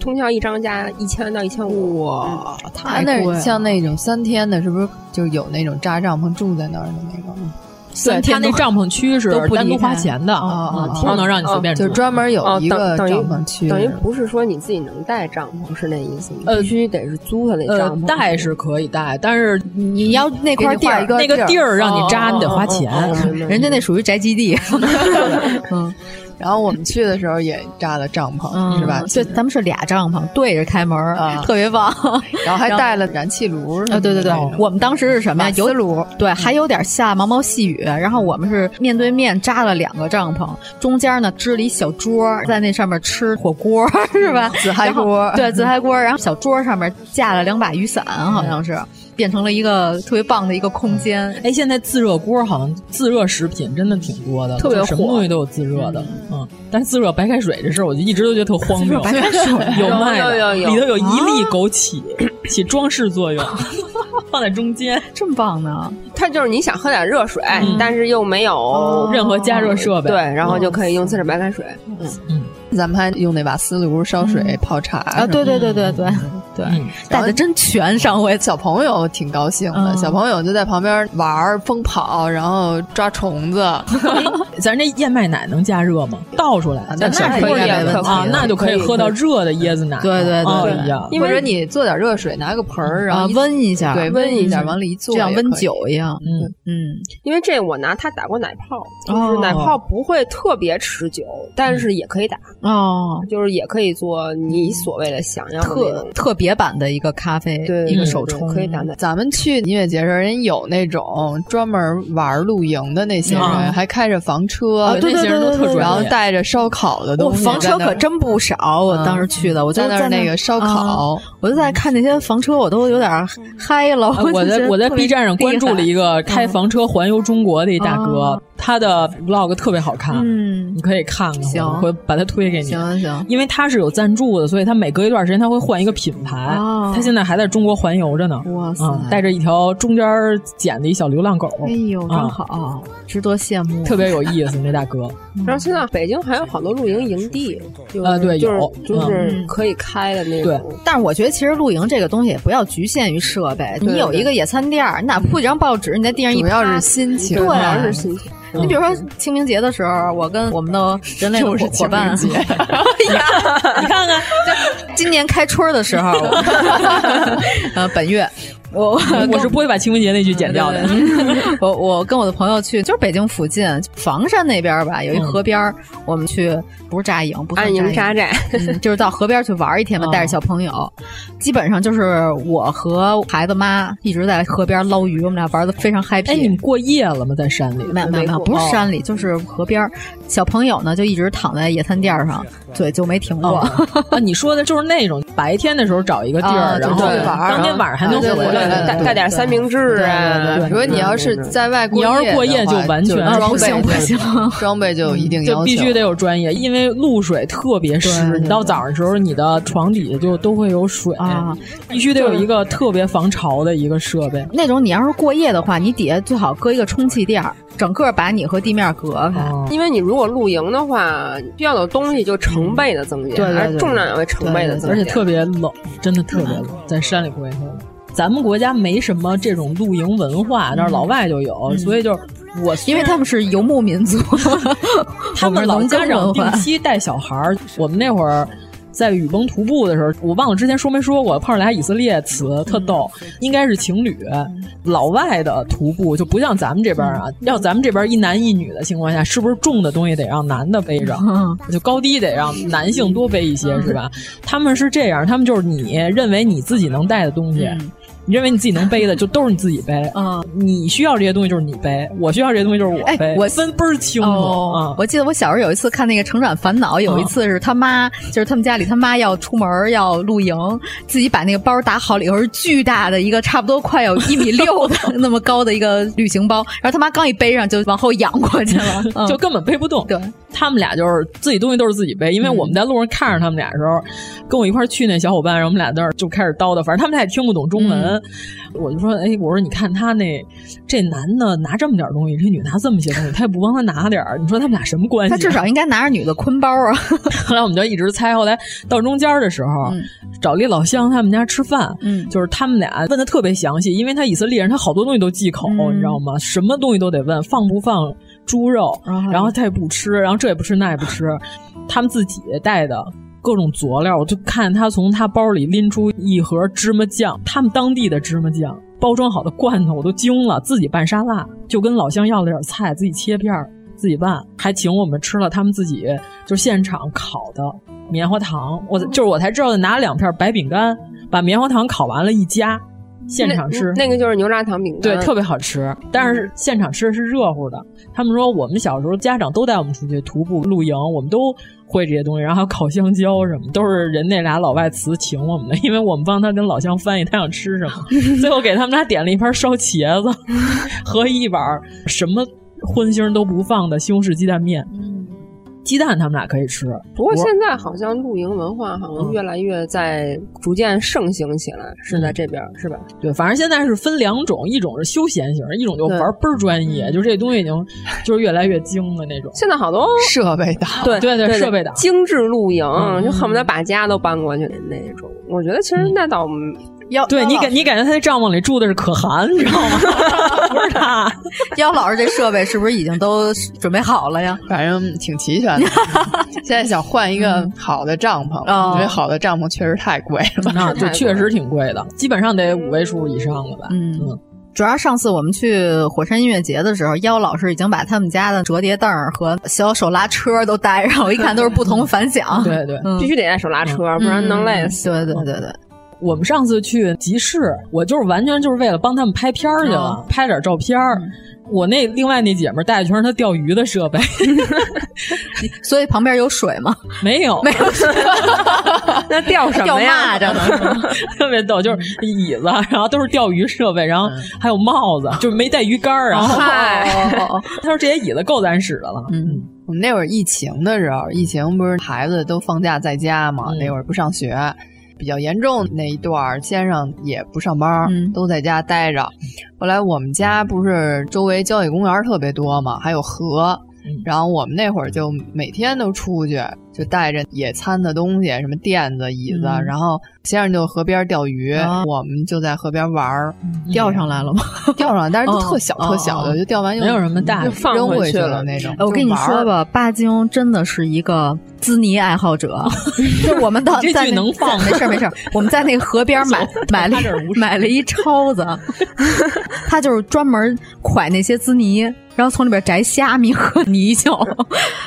S8: 通票一张价一千到一千五，哇，
S9: 它那像那种三天的，是不是就有那种扎帐篷住在那儿的那个？
S6: 对，他那帐篷区是
S9: 都不离
S6: 单独花
S9: 开
S6: 钱的，
S9: 哦
S6: 嗯
S9: 哦
S6: 不能让你随便住，
S9: 就专门有
S8: 哦
S9: 一
S8: 等
S9: 个
S8: 等
S9: 帐
S8: 于
S9: 篷区，
S8: 等于不是说你自己能带帐篷，是那意思吗？必须得是租他那
S6: 呃
S8: 帐篷。
S6: 带是可以带，但是
S7: 你要那
S6: 给
S7: 块
S6: 你
S7: 地
S6: 画
S7: 儿
S6: 一个那个地儿让你扎，你得花钱。
S7: 人家那属于宅基地，
S9: 嗯。然后我们去的时候也扎了帐篷，
S7: 嗯
S9: 是吧？
S7: 对，咱们是俩帐篷对着开门，
S9: 啊
S7: 特别棒。
S9: 然后还带了燃气炉什
S7: 啊，
S9: 么的
S7: 对对对，我们当时是什么呀？有
S9: 炉，
S7: 对，还有点下毛毛细雨。然后我们是面对面扎了两个帐篷，中间呢支了一小桌，在那上面吃火锅， 是吧？
S9: 紫嗯嗨锅
S7: 然后对，紫嗨锅。然后小桌上面架了两把雨伞，好像是变成了一个特别棒的一个空间。
S6: 哎，现在自热锅好像自热食品真的挺多的，
S8: 特别
S6: 就什么
S8: 火
S6: 东西都有自热的，嗯。但是自热白开水这事儿，我就一直都觉得特荒谬。白开水有卖的，
S8: 有有有
S6: 里头有一粒枸杞， 起装饰作用，放在中间，
S7: 这么棒呢？
S8: 它就是你想喝点热水，但是又没有
S6: 嗯哦任何加热设备。哦
S8: 对，然后就可以用自制白开水。嗯，
S9: 咱们还用那瓦斯炉烧水泡茶
S7: 啊，对对对对对对，
S6: 嗯
S7: 带的真全，上回
S9: 小朋友挺高兴的，
S7: 嗯
S9: 小朋友就在旁边玩儿疯跑，然后抓虫子，
S6: 咱这燕麦奶能加热吗？倒出来，
S9: 那
S6: 小
S9: 可以
S6: 朋友
S9: 没问题
S6: 啊，那就可以
S8: 可以
S6: 喝到热的椰子奶。
S7: 对对对
S6: 哎
S7: 对
S6: 呀
S8: 因
S9: 或
S8: 为
S9: 者你做点热水，拿个盆儿，然后，
S7: 啊温一下，嗯
S9: 对温一下，往里一
S7: 就
S9: 坐，
S7: 像温。酒一样。
S6: 嗯，
S7: 嗯，
S8: 因为这我拿它打过奶泡，就是
S7: 哦
S8: 奶泡不会特别持久，但是也可以打，
S7: 哦，
S8: 就是也可以做你所谓的想要的那
S7: 特
S8: 种
S7: 特别版的一个咖啡，
S8: 对
S7: 一个
S8: 对
S7: 手
S8: 对
S7: 冲，
S8: 可以打奶。
S9: 咱们去音乐节时候，人有那种专门玩露营的那些人，
S7: 啊
S6: 嗯
S9: 还开着房车，
S6: 对那些人都特专业
S9: 然后带着烧烤的
S7: 我
S9: 东西在那儿，
S7: 哦
S9: 嗯
S7: 房车可真不少，我当时去的，我就
S9: 在那儿那个烧烤
S7: 啊，我就在看那些房车，我都有点儿嗨了。
S6: 啊我
S7: 就觉
S6: 在
S7: 得
S6: 我在
S7: 特别
S6: B 站上关注了
S7: 厉
S6: 一个开房车环游中国的一大哥
S7: 哦，
S6: 他的 vlog 特别好看，
S7: 害，嗯
S6: 你，可以看看，
S7: 行
S6: 我会把它推给你。
S7: 行行，
S6: 因为他是有赞助的，所以他每隔一段时间他会换一个品牌。
S7: 哦
S6: 他现在还在中国环游着呢，
S7: 哇塞
S6: 嗯带着一条中间剪的一小流浪狗，
S7: 哎呦，真
S6: 啊
S7: 好，值得羡慕，
S6: 特别有意思。那大哥，
S8: 然后现在北京还有好多露营营地，就是
S6: 啊对
S8: 就是
S6: 有
S8: 就是
S7: 嗯
S8: 可以开的那
S6: 对
S8: 种。
S7: 但是我觉得，其实露营这个东西也不要局限于设备，
S8: 对
S7: 你有一个野餐垫儿，你哪铺一张报纸，你在地上一
S9: 主
S7: 趴，
S9: 要是心情，
S7: 对啊
S8: 主要是心情。
S7: 你比如说清明节的时候，我跟我们的人类的伙伙伴，你 看看，今年开春儿的时候， 呃，本月，我我
S6: 我是不会把清明节那句剪掉的。
S7: 我我跟我的朋友去，就是北京附近房山那边儿吧，有一河边儿，我们去不是扎营，不算
S8: 安营
S7: 扎
S8: 扎
S7: 营
S8: 寨，
S7: 嗯就是到河边去玩一天嘛，
S6: 哦
S9: 嗯
S7: 带着小朋友，基本上就是我和孩子妈一直在河边捞鱼，我们俩玩的非常 happy。
S6: 哎，你们过夜了吗？在山里？
S7: 没有没有没有，
S9: 哦
S7: 不是山里，就是河边儿。小朋友呢，就一直躺在野餐垫儿上，对，就没停过。
S6: 哦啊，你说的就是那种白天的时候找一个地
S7: 啊
S6: 儿，
S7: 对
S6: 然后
S7: 对
S9: 玩儿
S6: 当天晚上还能
S9: 对
S6: 回
S9: 对对对
S6: 来。
S8: 带带点三明治啊，
S9: 呃如果你要是在外过夜的话，
S6: 你要是过夜就完全啊
S9: 就装
S7: 不
S9: 备
S7: 行不行，
S9: 装备
S7: 嗯
S9: 就有一定要
S6: 就
S9: 求，
S6: 必须得有专业，因为露水特别湿，你到早上的时候，你的床底下就都会有水
S7: 啊，
S6: 必须得有一个特别防潮的一个设备。
S7: 那种你要是过夜的话，你底下最好搁一个充气垫儿，整个把你和地面隔开。
S6: 哦
S8: 因为你如果露营的话，要的东西就成倍的增加，
S7: 对对对嗯
S8: 而重量也会成倍的增加，
S6: 而且特别冷，真的特别冷，在山里过夜特别冷。咱们国家没什么这种露营文化，但是老外就有，所以就是我虽
S7: 嗯因为
S6: 然
S7: 他们是游牧民族，
S6: 他
S7: 我
S6: 们
S7: 是
S6: 老
S7: 农
S6: 家
S7: 耕
S6: 长
S7: 文
S6: 定
S7: 化，
S6: 期带小孩儿，我们那会儿。在雨崩徒步的时候，我忘了之前说没说过，碰上俩以色列词特逗，
S7: 嗯
S6: 应该是情侣，老外的徒步就不像咱们这边
S7: 嗯
S6: 啊，要咱们这边一男一女的情况下，是不是重的东西得让男的背着，
S7: 嗯
S6: 就高低得让男性多背一些，是吧？他们是这样，他们就是你认为你自己能带的东西。
S7: 嗯
S6: 你认为你自己能背的，就都是你自己背啊。你需要这些东西就是你背，我需要这些东西就是我背。
S7: 哎我哦
S6: 分倍儿清楚啊！
S7: 我记得我小时候有一次看那个《成长烦恼》，
S9: 啊
S7: 有一次是他妈，就是他们家里他妈要出门要露营，自己把那个包打好了以后，是巨大的一个，差不多 快有一米六的那么高的一个旅行包，然后他妈刚一背上就往后仰过 去了，嗯
S6: 就根本背不动。嗯
S7: 对，
S6: 他们俩就是自己东西都是自己背，因为我们在路上看着他们俩的时候，跟我一块儿去那小伙伴，然后我们俩在那儿就开始叨叨，反正他们俩也听不懂中文。我就说，哎，我说你看他那这男的拿这么点儿东西，这女拿这么些东西，他也不帮他拿点儿，你说他们俩什么关系啊、
S7: 他至少应该拿着女的坤包啊。
S6: 后来我们就一直猜，后来到中间的时候，找了一老乡他们家吃饭，
S7: 嗯
S6: 就是他们俩问的特别详细，因为他以色列人，他好多东西都忌口，
S7: 嗯
S6: 你知道吗？什么东西都得问，放不放猪肉，
S7: 啊
S6: 然后他也不吃，然后这也不吃那也不吃，他们自己带的。各种佐料，我就看他从他包里拎出一盒芝麻酱，他们当地的芝麻酱，包装好的罐头，我都惊了。自己拌沙拉，就跟老乡要了点菜，自己切片儿，自己拌，还请我们吃了他们自己就现场烤的棉花糖。我
S8: 嗯
S6: 就是我才知道拿两片白饼干，把棉花糖烤完了，一夹，现场吃。
S8: 那嗯个就是牛轧糖饼
S6: 对
S8: 干，，啊
S6: 特别好吃，但是现场吃的是热乎的。他们说我们小时候家长都带我们出去徒步露营，我们都会这些东西，然后还有烤香蕉什么，都是人那俩老外词请我们的，因为我们帮他跟老乡翻译他想吃什么， 最后给他们俩点了一盘烧茄子和一碗什么荤腥都不放的西红柿鸡蛋面。
S8: 嗯
S6: 鸡蛋他们俩可以吃，
S8: 不过现在好像露营文化好像越来越在逐渐盛行起来，是在这边儿是吧？
S6: 对，反正现在是分两种，一种是休闲型，一种就玩倍儿专业，就这东西已经就是越来越精了那种。
S8: 现在好多
S9: 设备党，
S8: 对
S6: 对对
S8: 对，
S6: 设备党
S8: 精致露营，
S6: 嗯
S8: 就恨不得把家都搬过去的那种。我觉得其实那倒
S7: 要
S6: 对你 感你感觉他那帐篷里住的是可汗，你知道吗？ 不是他，
S7: 妖老师这设备是不是已经都准备好了呀？
S9: 反正挺齐全的。现在想换一个好的帐篷，
S7: 嗯哦
S9: 因为好的帐篷确实太贵了。
S6: 那这确实挺贵的，基本上得五位数以上了吧？
S7: 嗯，主要上次我们去火山音乐节的时候，妖老师已经把他们家的折叠凳儿和小手拉车都带上，我一看都是不同凡响。
S6: 对对
S7: 嗯
S8: 必须得带手拉车，不然能累死。
S7: 对对对对，
S6: 我们上次去集市，我就是完全就是为了帮他们拍片儿去了，
S7: 哦
S6: 拍点照片儿。我那另外那姐们儿带的全是她钓鱼的设备，
S7: 所以旁边有水吗？
S6: 没有，没有，
S8: 那钓什
S7: 钓
S8: 么呀
S7: 蚂？蚱呢？
S6: 特别逗，就是椅子，然后都是钓鱼设备，然后还有帽子，就是没带鱼竿儿。然后
S8: 嗨，
S6: 他说这些椅子够咱使的了，
S7: 嗯，
S9: 我们那会儿疫情的时候，疫情不是孩子都放假在家嘛，
S7: 嗯
S9: 那会儿不上学。比较严重那一段儿，先生也不上班儿，
S7: 嗯
S9: 都在家待着。后来我们家不是周围郊野公园儿特别多嘛，还有河，
S7: 嗯
S9: 然后我们那会儿就每天都出去，就带着野餐的东西，什么垫子、椅子，
S7: 嗯
S9: 然后先生就河边儿钓鱼，
S7: 啊
S9: 我们就在河边玩儿，
S7: 钓上来了吗？
S9: 钓上来，但是就
S7: 哦
S9: 特小、
S7: 哦
S9: 特小的，
S7: 哦
S9: 就钓完又
S6: 没有什么大
S9: 就
S6: 的
S9: 扔
S8: 放回
S9: 回
S8: 去
S9: 了
S8: 了
S9: 那种。
S7: 我跟你
S9: 就玩
S7: 说
S9: 儿
S7: 吧，巴金真的是一个滋泥爱好者。就是我们到
S6: 这句
S7: 在那
S6: 能放吗
S7: 没事儿没事儿。我们在那个河边买买了
S6: 他这儿无视
S7: 买了一抄子，他就是专门蒯那些滋泥，然后从里边摘虾米和泥鳅，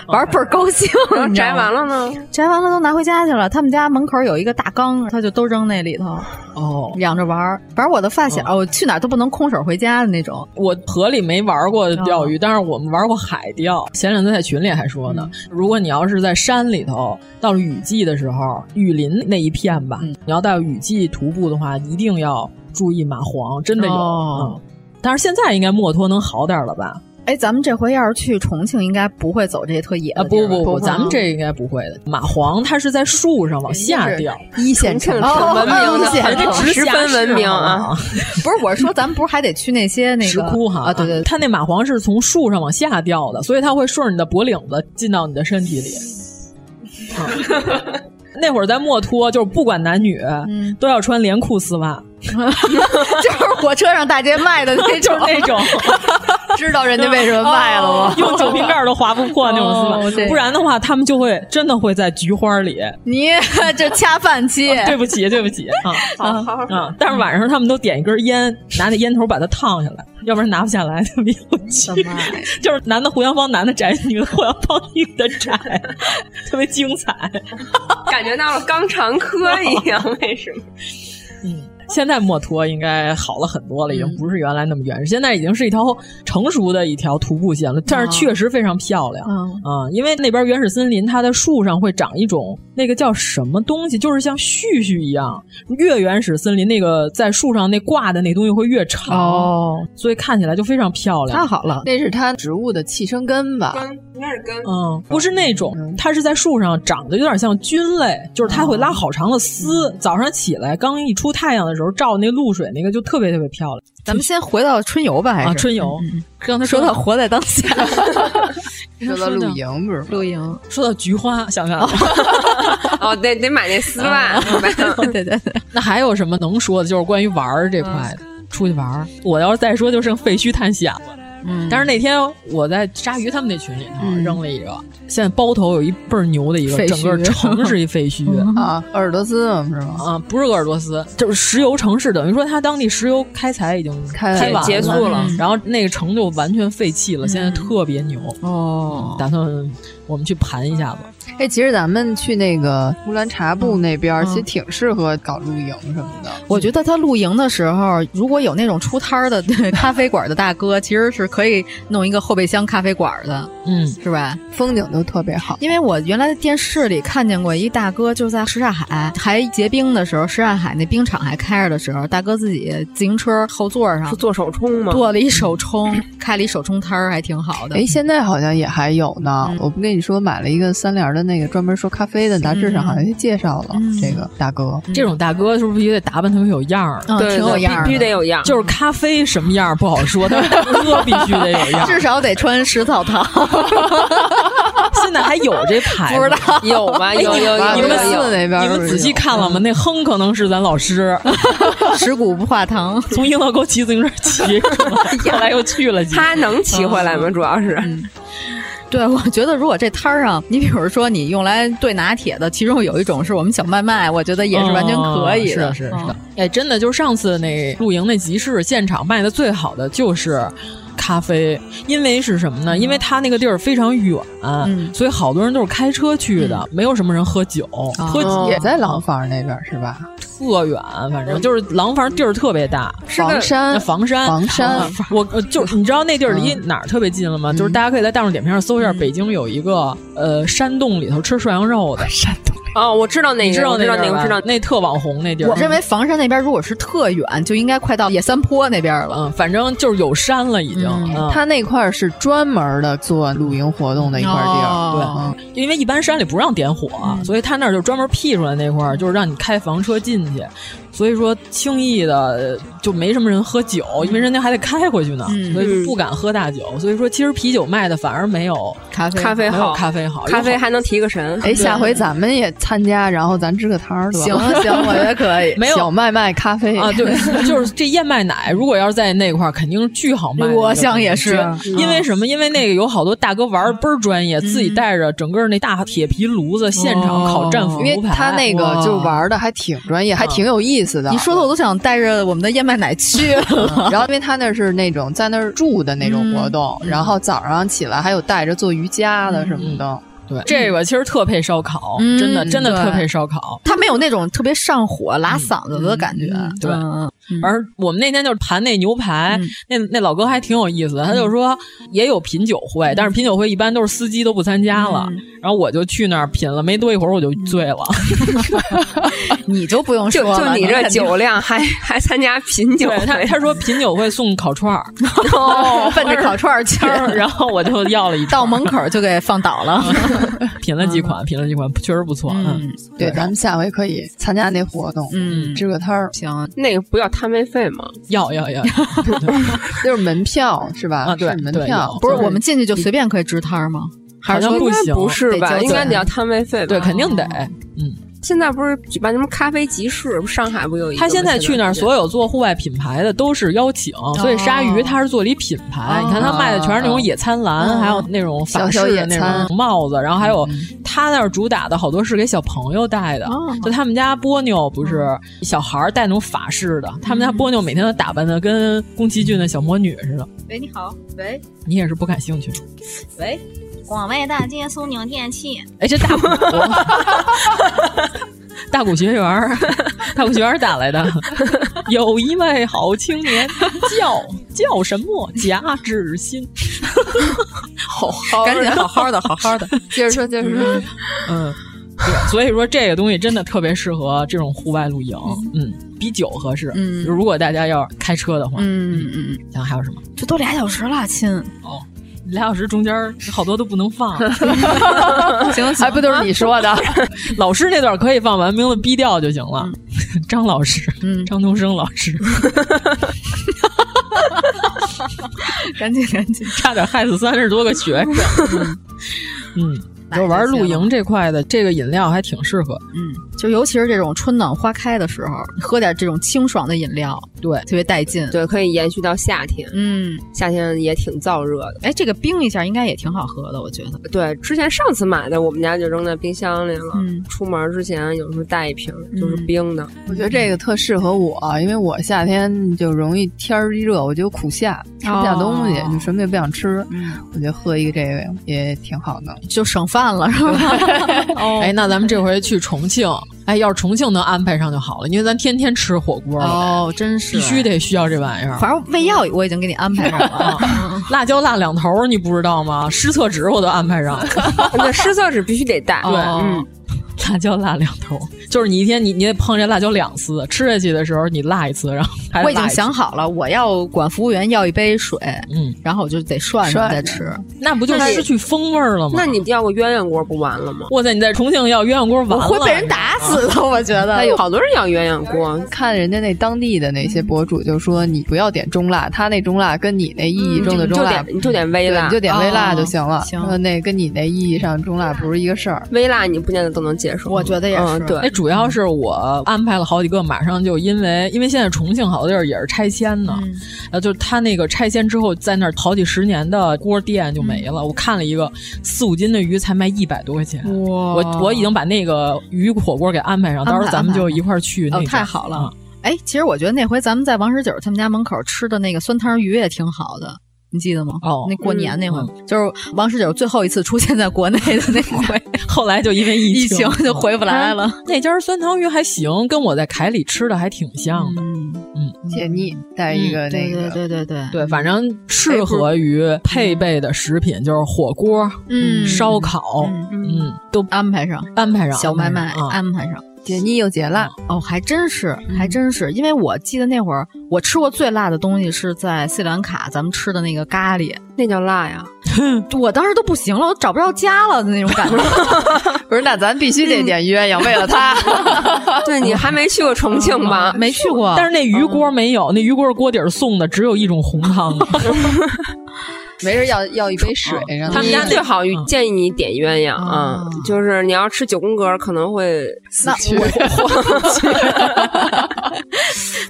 S7: 玩儿倍儿高兴。
S8: 然后
S7: 你知道
S8: 摘
S7: 吗
S8: 完了呢？
S7: 摘完了都拿回家去了。他们家门口有一个大缸，他就都扔那里头
S6: 哦，
S7: 养着玩儿。反正我的发小，哦我去哪儿都不能空手回家的那种。
S6: 我河里没玩过钓鱼，但是我们玩过海钓。前两天在群里还说呢，如果你要是在山里头，到了雨季的时候，雨林那一片吧，你要到雨季徒步的话，一定要注意蚂蟥，真的有。
S7: 哦
S6: 嗯但是现在应该墨脱能好点了吧？
S7: 哎，咱们这回要是去重庆，应该不会走这些特野
S6: 啊，
S7: 的地
S6: 不
S7: 儿吧
S6: 不不，咱们
S9: 嗯
S6: 这应该不会的。蚂蟥它是在树上往下掉，
S7: 一线
S8: 重
S7: 城
S8: 庆
S7: 市
S8: 挺文明
S7: 哦一线
S8: 的，
S7: 城市
S8: 十分文明啊！
S7: 不是，我是说咱们不是还得去那些那个
S6: 石窟哈
S7: 啊？对对，对
S6: 它那蚂蟥是从树上往下掉的，所以它会顺着你的脖领子进到你的身体里。 啊那会儿在墨脱，就是不管男女、
S7: 嗯
S6: 都要穿连裤丝袜，
S7: 就是火车上大街卖 的那种
S6: 那 种，哦
S7: 知道人家为什么卖了吗？
S6: 用酒瓶盖都划不破那种
S7: 哦
S6: 丝袜，
S7: 对
S6: 不然的话，他们就会真的会在菊花里。
S7: 你这恰饭期，
S6: 对不起，对不起啊！
S8: 好好
S6: 啊！但是晚上他们都点一根烟，拿那烟头把它烫下来，要不然拿不下来， 特别有趣。
S7: 啊
S6: 就是男的胡杨帮男的摘，女的胡杨帮女的摘， 特别精彩。
S8: 感觉到了肛肠科一样，为什么？
S6: 现在墨脱应该好了很多了，已
S7: 嗯
S6: 经不是原来那么原始，现在已经是一条成熟的一条徒步线了，但是确实非常漂亮。
S7: 嗯
S6: 啊、因为那边原始森林，它的树上会长一种那个叫什么东西，就是像絮絮一样。越原始森林，那个在树上那挂的那东西会越长，
S7: 哦，
S6: 所以看起来就非常漂亮。
S7: 太好了，
S9: 那是它植物的气生根吧？
S8: 应该是跟
S6: 嗯，不是那种，它是在树上长得有点像菌类，就是它会拉好长的丝。早上起来刚一出太阳的时候，照那露水那个就特别特别漂亮。
S7: 咱们先回到春游吧，哎还是
S6: 啊，春游。
S7: 刚才说到活在当下，
S9: 说到露营不是？
S7: 露 营，
S6: 说到菊花，想想、
S8: 哦，得得买那丝袜，
S7: 对对对，
S6: 那还有什么能说的？就是关于玩儿这块的，出去玩儿。我要是再说，就剩废墟探险了。
S7: 嗯
S6: 但是那天我在鲨鱼他们那群里头扔了一个，现在包头有一倍儿牛的一个，
S9: 废墟
S6: 整个城是一废墟
S9: 啊，鄂尔多斯嘛是吗？
S6: 啊，不是鄂尔多斯，就是石油城市，等于说它当地石油开采已经
S9: 开
S6: 完了，嗯
S8: 结束了嗯
S6: 然后那个城就完全废弃了，现在特别牛。
S9: 哦，
S6: 打算我们去盘一下吧。
S9: 哎，其实咱们去那个乌兰察布那边儿，
S7: 嗯
S9: 其实挺适合搞露营什么的。
S7: 我觉得他露营的时候，如果有那种出摊儿的 对咖啡馆的大哥，其实是可以弄一个后备箱咖啡馆的，
S6: 嗯，
S7: 是吧？
S9: 风景都特别好。
S7: 因为我原来在电视里看见过一大哥，就在什刹海还结冰的时候，什刹海那冰场还开着的时候，大哥自己自行车后座上
S8: 是做手冲吗？
S7: 做了一手冲，开了一手冲摊儿，还挺好的。嗯
S9: 哎，现在好像也还有呢。我不跟你说，买了一个三联的那个专门说咖啡的杂志
S7: 嗯
S9: 上，好像就介绍了这个大哥。
S6: 这种大哥是不是也得打扮特别有样儿？啊
S7: 嗯，
S8: 对
S7: 挺有
S8: 对
S7: 样儿
S8: 必
S7: 的
S8: 须得有样儿。
S6: 就是咖啡什么样儿不好说，但是大哥必须 得有样 儿。
S7: 至少得穿食草堂，
S8: 啊
S6: 现在还有这牌
S7: 不知
S6: 子
S7: 道。
S8: 有吧？有有有
S6: 你
S8: 有
S6: 们
S9: 四
S8: 有。
S9: 那边儿
S6: 你们
S9: 是
S6: 仔细
S9: 有
S6: 看了吗？那哼可能是咱老师
S7: 食古不化糖。
S6: 从英乐沟骑自行车骑过来，后来又去了几次。
S8: 他能骑回来吗？主要是
S7: 对，我觉得如果这摊儿上，你比如说你用来兑拿铁的，其中有一种是我们小麦麦，我觉得哦也是完全可以的。
S9: 哦
S6: 嗯是是是的，哎，真的就是上次那露营那集市现场卖的最好的就是。咖啡，因为是什么呢？因为它那个地儿非常远，
S7: 嗯
S6: 所以好多人都是开车去的，没有什么人喝酒，
S7: 嗯
S6: 喝
S9: 哦
S6: 酒
S9: 也在廊坊那边儿是吧？
S6: 特远，反正就是廊坊地儿特别大，
S8: 个
S9: 房
S7: 嗯
S9: 山
S6: 那，房山，
S9: 房山
S6: 嗯我呃就是你知道那地儿离哪儿特别近了吗？就是大家可以在大众点评上搜一下，北京有一个呃山洞里头吃涮羊肉的，山洞，
S8: 哦，我知道那
S6: 你
S8: 个，
S6: 知道
S8: 我
S6: 那
S8: 知道
S6: 地
S8: 那
S6: 儿
S8: 个，
S6: 吧
S8: 我知道那个。
S6: 那特网红那地儿。
S7: 我认为房山那边如果是特远，就应该快到野三坡那边了。
S6: 嗯，反正就是有山了已经。嗯
S7: 嗯
S9: 他那块儿是专门的做露营活动的一块地儿。
S6: 对
S7: 哦，
S6: 因为一般山里不让点火，啊所以他那儿就专门辟出来那块儿，就是让你开房车进去。所以说轻易的呃就没什么人喝酒，因为人家还得开回去呢，
S7: 嗯
S6: 所以不敢喝大酒。所以说其实啤酒卖的反而没有
S7: 咖啡
S8: 咖啡
S6: 没有
S8: 哎好，
S6: 咖啡好，
S8: 咖啡还能提个神。
S9: 哎，下回咱们也参加，然后咱支个摊儿得了
S7: 行行，我觉得可以。
S6: 没有
S9: 小麦麦咖啡
S6: 啊，对，就是这燕麦奶，如果要是在那块儿，肯定是巨好卖的一个东西。
S7: 我想也是
S6: 绝因为什么？因为那个有好多大哥玩儿倍儿专业，自己带着整个那大铁皮炉子现
S7: 哦
S6: 场烤战
S9: 因为
S6: 俘排。
S9: 他那个
S6: 哇
S9: 就玩的还挺专业，还挺有意思的。嗯
S7: 你说的我都想带着我们的燕麦奶 去了。
S9: 然后，因为他那是那种在那儿住的那种活
S7: 嗯
S9: 动，然后早上起来还有带着做瑜伽的什么的，
S6: 对这个其实特配烧烤，
S7: 嗯
S6: 真的真的
S7: 对
S6: 特配烧烤。
S7: 他没有那种特别上火、拉嗓子的感觉。
S6: 对
S7: 嗯
S6: 而我们那天就是盘那牛排，
S8: 嗯
S6: 那那老哥还挺有意思的，他就说也有品酒会，
S8: 嗯
S6: 但是品酒会一般都是司机都不参加了。然后我就去那儿品了，没多一会儿我就醉了。
S8: 嗯
S7: 你就不用
S8: 就
S7: 说了，
S8: 就你这
S7: 肯定
S8: 酒量，还还参加品酒
S6: 对他
S8: 会，
S6: 他说品酒会送烤串儿，
S7: 奔着烤串儿去，
S6: 然后我就要了一串
S7: 到门口就给放倒了。
S6: 品了
S8: 嗯
S6: 几款，品了几款，确实不错。嗯，
S9: 对，咱们下回可以参加那活动，
S7: 嗯，
S9: 支个摊儿，
S7: 行，
S8: 那个不要摊位费吗？
S6: 要要 要，
S9: 就是门票是吧？
S6: 啊对
S9: 是门
S6: 对
S9: 票
S6: 有
S7: 不是我们进去就随便可以支摊儿吗？
S6: 好像
S8: 应
S6: 不
S8: 该
S6: 行，
S8: 不是吧？
S7: 得交
S8: 应该
S7: 钱
S8: 得要摊位费吧？
S6: 对，肯定得。嗯，
S8: 现在不是举办什么咖啡集市？上海不有一个？
S6: 他现在去那儿，所有做户外品牌的都是邀请，所以鲨鱼它是做了一品牌。你看他卖的全是那种野餐篮，还有那种法式的那种帽子，然后还有他那儿主打的好多是给小朋友戴的。就他们家波妞不是小孩戴那种法式的，他们家波妞每天都打扮的跟宫崎骏的小魔女似的。
S14: 喂，你好，喂，
S6: 你也是不感兴趣吗？
S14: 喂。广外大街枢纽电器，
S6: 哎，这大鼓， 大鼓学 员，大鼓学员打来的。有一位好青年，叫叫什么？贾志新， 好好，
S7: 赶紧好好的，好 好的，
S6: 接着说，接着说，嗯。对，所以说这个东西真的特别适合这种户外露营，嗯，比酒合适。嗯，如果大家要是开车的话，嗯嗯嗯，然后还有什么？
S7: 这都俩小时了，亲。
S6: 哦。俩小时中间好多都不能 放，
S7: 行，
S9: 呃还不都是你说的？
S6: 老师那段可以放，把名字逼掉就行了。嗯、 张老师，嗯、张东升老师，
S7: 赶紧赶紧，
S6: 差点害死三十多个学 生。嗯。嗯就玩露营这块的，这个饮料还挺适合。
S7: 嗯，就尤其是这种春暖花开的时候，喝点这种清爽的饮料，
S6: 对，
S7: 特别带劲。
S8: 对，可以延续到夏天。
S7: 嗯，
S8: 夏天也挺燥热的。
S7: 哎，这个冰一下应该也挺好喝的，我觉得。
S8: 对，之前上次买的，我们家就扔在冰箱里了。嗯，出门之前有时候带一瓶，就是冰的。
S9: 我觉得这个特适合我，因为我夏天就容易天儿一热，我就苦夏，吃不下东西，
S7: 哦
S9: 就什么也不想吃。嗯，我觉得喝一个这个也挺好的，
S7: 就省饭。饭了是吧？
S6: 哎，那咱们这回去重庆，哎，要是重庆能安排上就好了，因为咱天天吃火锅
S7: 哦，真是
S6: 必须得需要这玩意儿。啊
S7: 反正胃药我已经给你安排上了，啊
S6: 辣椒辣两头，你不知道吗？湿厕纸我都安排上
S7: 哦
S6: 了，
S8: 那湿厕纸必须得 带。
S6: 对，嗯，辣椒辣两头，就是你一天你你得碰这辣椒两次，吃下去的时候你辣一次，然后
S7: 我已经想好了，我要管服务员要一杯水，嗯，然后我就得涮着再吃，
S6: 那不就失去风味了吗？
S8: 那你要个鸳鸯锅不完了吗？
S6: 哇塞，你在重庆要鸳鸯锅完了，
S7: 会被人打死的，我觉得。
S8: 有好多人要鸳鸯
S9: 哎
S8: 锅，
S7: 嗯
S9: 看人家那当地的那些博主就说，你不要点中辣，他那中辣跟你那意义中的中
S8: 辣，你嗯就点微辣，哦
S9: 你就点微辣就行了。行，那跟你那意义上中辣不是一个事儿。
S8: 微辣你不见得都能接受，嗯
S7: 我觉得也是。
S8: 对，
S6: 哎，主要是我安排了好几个，马上就因为因为现在重庆好多地儿也是拆迁呢，
S9: 嗯
S7: 嗯
S6: 然后就是他那个拆迁之后，在那儿好几十年的锅店就
S7: 嗯
S6: 没了。我看了一个四五斤的鱼才卖一百多块钱，我我已经把那个鱼火锅给安排上，到时候咱们就一块儿去。那
S7: 哦
S6: 嗯
S7: 太好了，哎，其实我觉得那回咱们在王十九他们家门口吃的那个酸汤鱼也挺好的。你记得吗？
S6: 哦，
S7: 那过年那回就是王十九最后一次出现在国内的那回，
S6: 后来哎就因为
S7: 疫
S6: 情嗯
S7: 就回不来了。
S6: 那家酸汤鱼还行，跟我在凯里吃的还挺像的。嗯，
S9: 解腻带一个那
S7: 个，嗯对对对对
S6: 对，反正适合于配备的食品就是火锅、
S7: 嗯、
S6: 烧烤，嗯，都
S7: 安排上，
S6: 安排上，嗯
S7: 小啊外卖安排上。
S9: 解腻又解辣
S7: 哦，还真是，还真是，因为我记得那会儿我吃过最辣的东西是在斯里兰卡，咱们吃的那个咖喱，
S8: 那叫辣呀！
S7: 我当时都不行了，我找不着家了的那种感觉。 嗯
S9: 不是，那咱必须得点鸳鸯，为了他。
S8: 对你还没去过重庆吧？
S7: 没去过，
S6: 但是那鱼锅没有，那鱼锅锅底送的只有一种红汤。
S9: 没事，要要一杯水。
S6: 哦
S8: 他们家
S7: 嗯
S8: 最好建议你点鸳鸯啊，就是你要吃九宫格可能会
S7: 那 我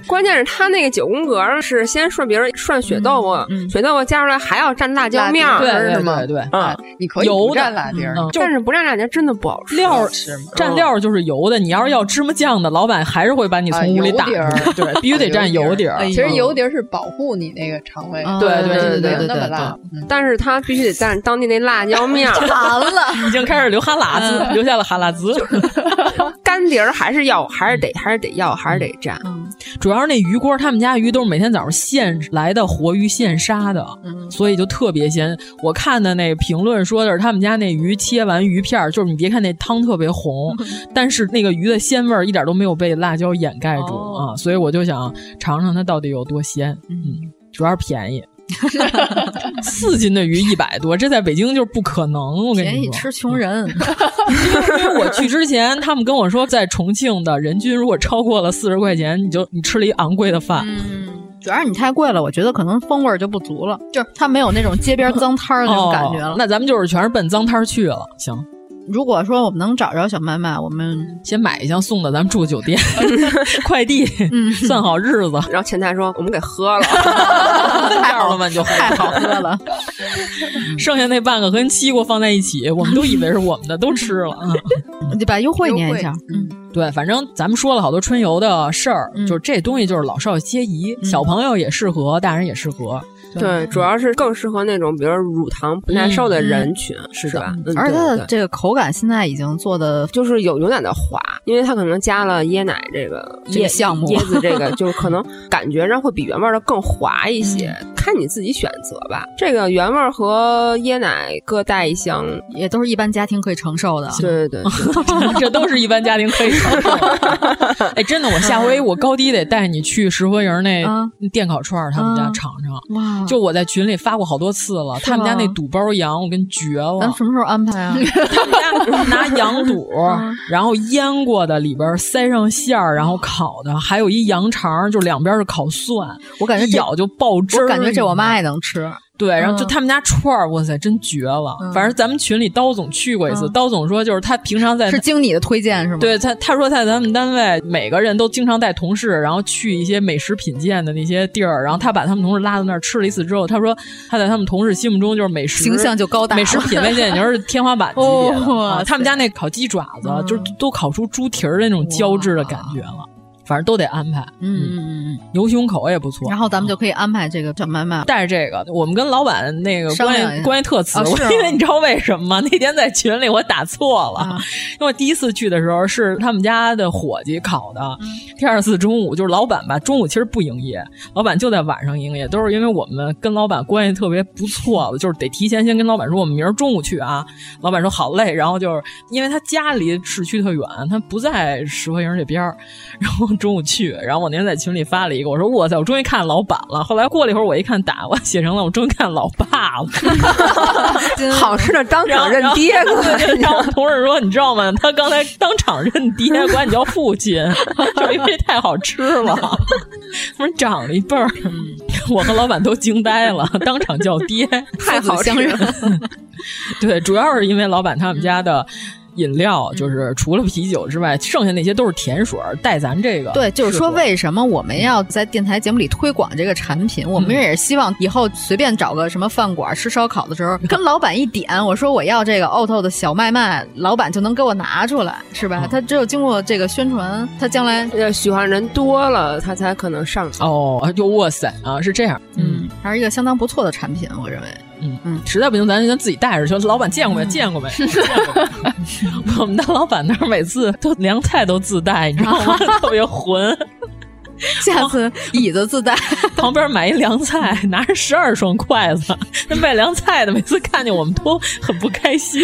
S8: 关键是他那个九宫格是先涮，比如涮血豆腐，血豆腐加出来还要蘸辣椒面儿，
S6: 是吗？对对嗯
S8: 啊，
S9: 你可以不蘸辣丁，
S8: 但是不蘸辣丁真的不好吃。
S6: 料蘸料就是油的，你要是要芝麻酱的，老板还是会把
S9: 啊
S6: 你从屋
S7: 啊
S6: 里打出来， 对，必须得蘸油底
S7: 哎
S6: 儿。
S9: 其实啊油底儿是保护你那个肠胃，
S7: 啊
S6: 对对对对
S9: 那么嗯辣。
S7: 嗯
S8: 但是他必须得蘸当地那辣椒面，
S7: 完了，
S6: 已经开始流哈喇子，流下了哈喇子。
S8: 干碟儿还是要，还是得，还是得要，还是得蘸。
S6: 主要是那鱼锅，他们家鱼都是每天早上现来的活鱼现杀的，
S7: 嗯
S6: 所以就特别鲜。我看的那评论说的是他们家那鱼切完鱼片儿，就是你别看那汤特别 红，但是那个鱼的鲜味儿一点都没有被辣椒掩盖住
S7: 哦
S6: 啊，所以我就想尝尝它到底有多鲜。嗯，主要是便宜。 四斤的鱼一百多，这在北京就是不可能。我跟你说，
S7: 便宜吃穷人。
S6: 因为我去之前，他们跟我说，在重庆的人均如果超过了四十块钱，你就你吃了一昂贵的饭。
S7: 嗯，主要是你太贵了，我觉得可能风味就不足
S6: 嗯
S7: 了，就是它没有那种街边脏摊儿那种感觉了、哦。
S6: 那咱们就是全是奔脏摊儿去了。行。
S7: 如果说我们能找着小麦麦，我们
S6: 先买一箱送到咱们住酒店， 快递，算好日子。
S8: 然后前台说我们给喝了，
S6: 太好了嘛，你就
S7: 太好喝 了。
S6: 剩下那半个跟西瓜放在一起，我们都以为是我们的，都吃了。
S7: 你得把优惠念一下。
S6: 嗯， 对，反正咱们说了好多春游的事儿，就是这东西就是老少皆宜，小朋友也适合，大人也适合。
S8: 对，主要是更适合那种，比如乳糖不耐受的人群，嗯、是吧？嗯、
S7: 而且它的
S8: 这
S7: 个口感现在已经做的
S8: 就是有有点的滑，因为它可能加了椰奶这个
S7: 这个项目，
S8: 椰子 这个就是可能感觉上会比原味的更滑一些，嗯、看你自己选择吧。这个原味和椰奶各带一箱，
S7: 也都是一般家庭可以承受的。
S8: 对对
S6: 对， 这都是一般家庭可以承受的。 哎，真的，我下回我高低得带你去石河营那电烤串他们家尝尝。
S7: 哇！
S6: 就我在群里发过好多次了，他们家那肚包羊，我跟绝了。
S7: 咱什么时候安排 啊？
S6: 他 们家拿羊肚，
S7: 嗯
S6: 然后腌过的，里边塞上馅儿，然后烤的，还有一羊肠，就两边是烤蒜。
S7: 我感觉
S6: 咬就爆汁儿。
S7: 我感觉这我妈也嗯能吃。
S6: 对，然后就他们家串儿，哇塞，真绝了！
S7: 嗯
S6: 反正咱们群里刀总去过一次，刀总说就是他平常在
S7: 是经你的推荐是吗？
S6: 对他，他说在咱们单位每个人都经常带同事，然后去一些美食品鉴的那些地儿，然后他把他们同事拉到那儿吃了一次之后，他说他在他们同事心目中就是美食
S7: 形象就高大，哦
S6: 美食品味现已经是天花板级 别了。啊他们家那烤鸡爪子
S7: 嗯
S6: 就是都烤出猪蹄儿的那种胶质的感觉了。反正都得安排，
S7: 嗯嗯嗯嗯，
S6: 牛胸口也不错。
S7: 然后咱们就可以安排这个叫 妈妈
S6: 带着这个，我们跟老板那个关系关系特瓷，
S7: 啊、
S6: 因为你知道为什么吗？那天在群里我打错哦了，啊、因为第一次去的时候是他们家的伙计烤的，嗯、第二次中午就是老板吧，中午其实不营业，老板就在晚上营业，都是因为我们跟老板关系特别不错，就是得提前先跟老板说我们明儿中午去啊，老板说好嘞，然后就是因为他家离市区特远，他不在石河营这边儿， 然后。中午去，然后我那天在群里发了一个，我说哇塞，我终于看老板了。后来过了一会儿，我一看打，我写成了我终于看老爸了。
S8: 好吃的当场认爹
S6: 了。 然后我同事说，你知道吗？他刚才当场认爹，管你叫父亲， 就是因为太好吃了。不是长了一辈儿，我和老板都惊呆了，当场叫爹，
S8: 太好吃了。
S6: 对，主要是因为老板他们家的。饮料就是除了啤酒之外，剩下那些都是甜水儿，带咱这个。
S7: 对，就是说为什么我们要在电台节目里推广这个产品？我
S6: 嗯
S7: 们也是希望以后随便找个什么饭馆吃烧烤的 时候，跟老板一点，我说我要这个 Otto 的小麦麦，老板就能给我拿出来，是吧？
S6: 嗯
S7: 他只有经过这个宣传，他将来
S8: 呃喜欢人多了，他才可能上
S6: 哦。就哇塞啊，是这样，
S7: 嗯，还是一个相当不错的产品，我认为。
S6: 嗯嗯，实在不行，咱咱自己带着去。老板见过没？
S7: 嗯
S6: 见过没？ 我们的老板那儿每次都凉菜都自带，你知道 吗？特别混。
S7: 下
S6: 哦
S7: 次椅子 自带，
S6: 旁边买一凉菜，拿着十二双筷子。那卖凉菜的每次看见我们都很不开心，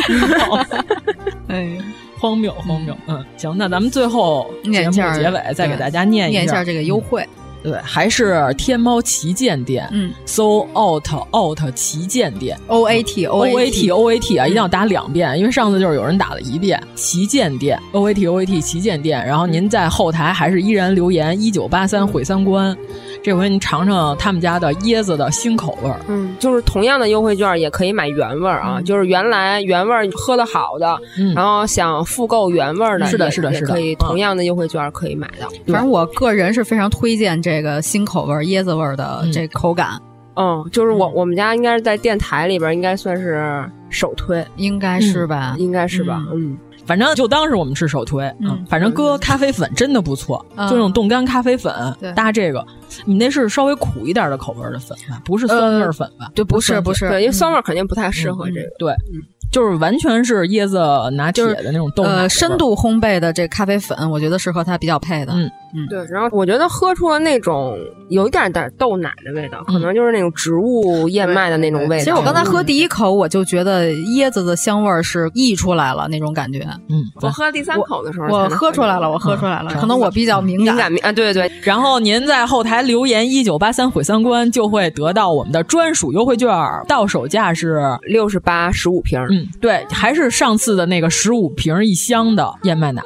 S7: 哎，
S6: 荒谬荒谬。嗯，行，那咱们最后节目结尾再给大家念
S7: 念
S6: 一嗯
S7: 下这个优惠。
S6: 对，还是天猫旗舰店，
S7: 嗯，
S6: 搜 out out 旗舰店
S7: ，o a t
S6: o a t o a t 啊，一定要打两遍，因为上次就是有人打了一遍旗舰店 o a t o a t 旗舰店，然后您在后台还是依然留言一九八三毁三观，这回您尝尝他们家的椰子的新口味儿，
S8: 嗯，就是同样的优惠券也可以买原味儿啊，就是原来原味儿喝的好的，然后想复购原味儿的，
S6: 嗯是的，是的，是的，
S8: 可以同样的优惠券可以买到，
S7: 反正我个人是非常推荐这。这个新口味椰子味的这口感，
S8: 嗯，就是我我们家应该是在电台里边，应该算是首推，
S7: 应该是吧，
S8: 应该是吧，嗯，
S6: 反正就当是我们是首推，嗯，反正搁咖啡粉真的不错，就那种冻干咖啡粉搭这个，你那是稍微苦一点的口味的粉吧，不是酸味粉吧？
S7: 对，不是不是，，
S8: 对，因为酸味肯定不太适合这个，
S6: 对。就是完全是椰子拿铁的那种豆、就是
S7: 呃，深度烘焙的这咖啡粉，我觉得是和它比较配的。
S6: 嗯
S7: 嗯，
S8: 对。然后我觉得喝出了那种有一点点豆奶的味道，嗯、可能就是那种植物燕麦的那种味道。嗯
S7: 其实我刚嗯才喝第一口，我就觉得椰子的香味是溢出来了那种感觉。
S6: 嗯，
S8: 我喝第三口的时候
S7: 我，我喝出来了，我喝出来了。嗯、可能我比较敏
S8: 感，敏感啊，对对对。
S6: 然后您在后台留言“一九八三毁三观”，就会得到我们的专属优惠券，到手价是嗯
S8: 六十八十五瓶。
S6: 嗯。对，还是上次的那个十五瓶一箱的燕麦奶，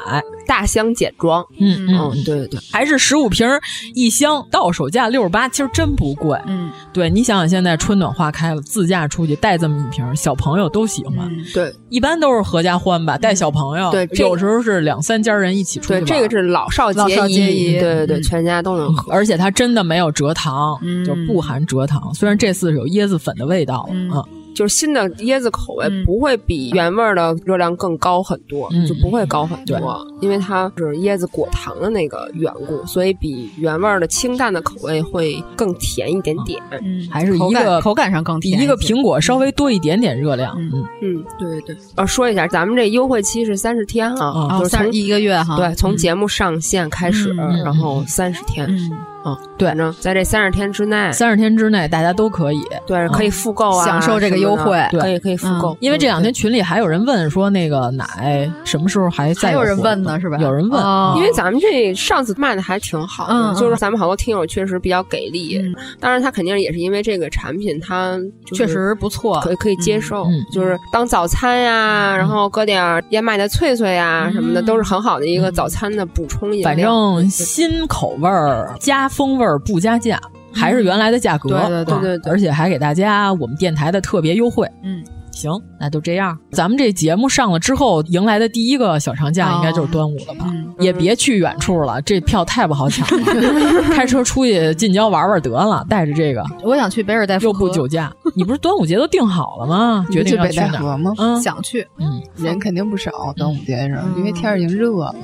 S8: 大箱简装。
S6: 嗯
S8: 嗯，对对对，
S6: 还是十五瓶儿一箱，到手价六十八，其实真不贵。
S7: 嗯，
S6: 对你想想，现在春暖花开了，自驾出去带这么一瓶儿，小朋友都喜
S7: 嗯
S6: 欢。
S8: 对，
S6: 一般都是合家欢吧，带小朋
S8: 嗯
S6: 友。
S8: 对这
S6: 有时候是两三家人一起出去
S8: 对，
S6: 玩。
S8: 这个是老少
S6: 老少皆宜
S8: 对对对，
S6: 嗯
S8: 全家都能喝。
S6: 而且它真的没有蔗糖，
S8: 嗯
S6: 就不含蔗糖。虽然这次是有椰子粉的味道了
S8: 嗯
S6: 啊，
S8: 就是新的椰子口味不会比原味儿的热量更高很多，
S6: 嗯
S8: 就不会高很
S6: 对
S8: 多，因为它是椰子果糖的那个缘故，所以比原味儿的清淡的口味会更甜一点点。
S7: 嗯
S6: 还是
S8: 口
S6: 一
S8: 感
S6: 个
S7: 口感上更
S6: 比
S7: 甜
S6: 一个
S7: 一些
S6: 苹果稍微多一点点热量。嗯，
S8: 嗯，对对对。呃，说一下，咱们这优惠期是三十天哈，
S6: 哦
S8: 就是
S7: 三
S8: 从
S7: 十一个月哈
S8: 对，从
S7: 嗯
S8: 节目上线开始，
S7: 嗯嗯
S8: 然后三十天。
S7: 嗯
S8: 啊，
S6: 对，
S8: 反正在这三十天之内，
S6: 三十天之内大家都可以，
S8: 对，可以复购啊，
S6: 享受这个
S8: 什么的
S6: 优惠对嗯
S8: 可以可以复购，嗯
S6: 因为这两天群里还有人问说那个奶什么时候还在
S8: 还有人问
S6: 呢，是吧？有人问，
S7: 哦
S6: 嗯
S8: 因为咱们这上次卖的还挺好的，
S6: 嗯嗯
S8: 就是咱们好多听友确实比较给力。当然，他肯定也是因为这个产品，他、
S7: 确实不错
S8: 可以可以接受，
S6: 嗯嗯
S8: 就是当早餐呀、然后搁点儿燕麦的脆脆呀、什么的，都是很好的一个早餐的补充饮料。
S6: 反正新口味儿加风味儿不加价，还是原来的价
S8: 嗯
S6: 格，
S8: 对对对
S6: 啊
S8: 对对
S6: 而且还给大家我们电台的特别优惠，
S7: 嗯。
S6: 行，那就这样。咱们这节目上了之后，迎来的第一个小长
S8: 哦
S6: 假应该就是端午了吧？
S8: 嗯
S6: 也别去远处了，这票太不好抢了。 开车出去近郊玩玩得了，带着这个
S7: 我想去北尔代夫，
S6: 又不酒驾。你不是端午节都定好了 吗？决定
S9: 去
S6: 要
S9: 北
S6: 去
S9: 戴
S6: 哪
S9: 河
S6: 儿？
S9: 吗？
S6: 嗯
S9: 想去，
S6: 嗯，
S9: 人肯定不少。端午节是，因为天儿已经热了，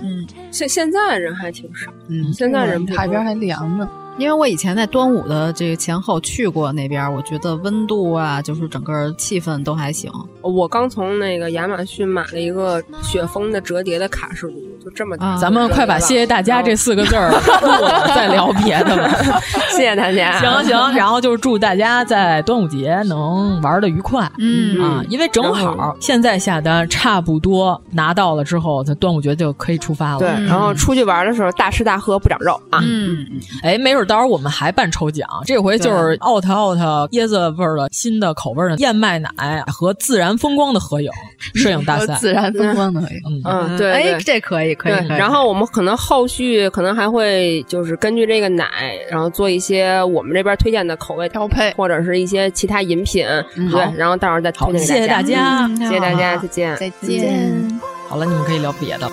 S8: 现现在人还挺少，
S9: 嗯，
S8: 现在人不多
S9: 海边还凉呢。
S7: 因为我以前在端午的这个前后去过那边，我觉得温度啊，就是整个气氛都还行。
S8: 我刚从那个亚马逊买了一个雪峰的折叠的卡式炉，就这么大、
S6: 咱们快把“谢谢大家”这四个 字儿录了，再聊别的吧。
S8: 谢谢大家，
S6: 行行，啊 然后就是祝大家在端午节能玩的愉快，
S7: 嗯
S6: 啊，因为正
S8: 然
S6: 好现在下单差不多拿到了之后，它端午节就可以出发了。
S8: 对，然后出去玩的时候大吃大喝不长肉啊。
S7: 嗯，
S6: 哎，没准到时候我们还办抽奖，这回就是 out out 椰子味儿的新的口味儿的燕麦奶和自然风光的合影摄影大
S9: 和
S6: 赛，
S9: 自然风光的，
S8: 嗯，对，对
S7: 哎，这可以，可以。
S8: 对，然后我们可能后续可能还会就是根据这个奶，然后做一些我们这边推荐的口味
S9: 调配，
S8: 或者是一些其他饮品，
S6: 好
S8: 对，然后到时候再推荐给
S6: 谢谢大家
S8: 嗯谢谢大家，
S7: 嗯
S8: 再见，
S7: 再见。
S6: 好了，你们可以聊别的了。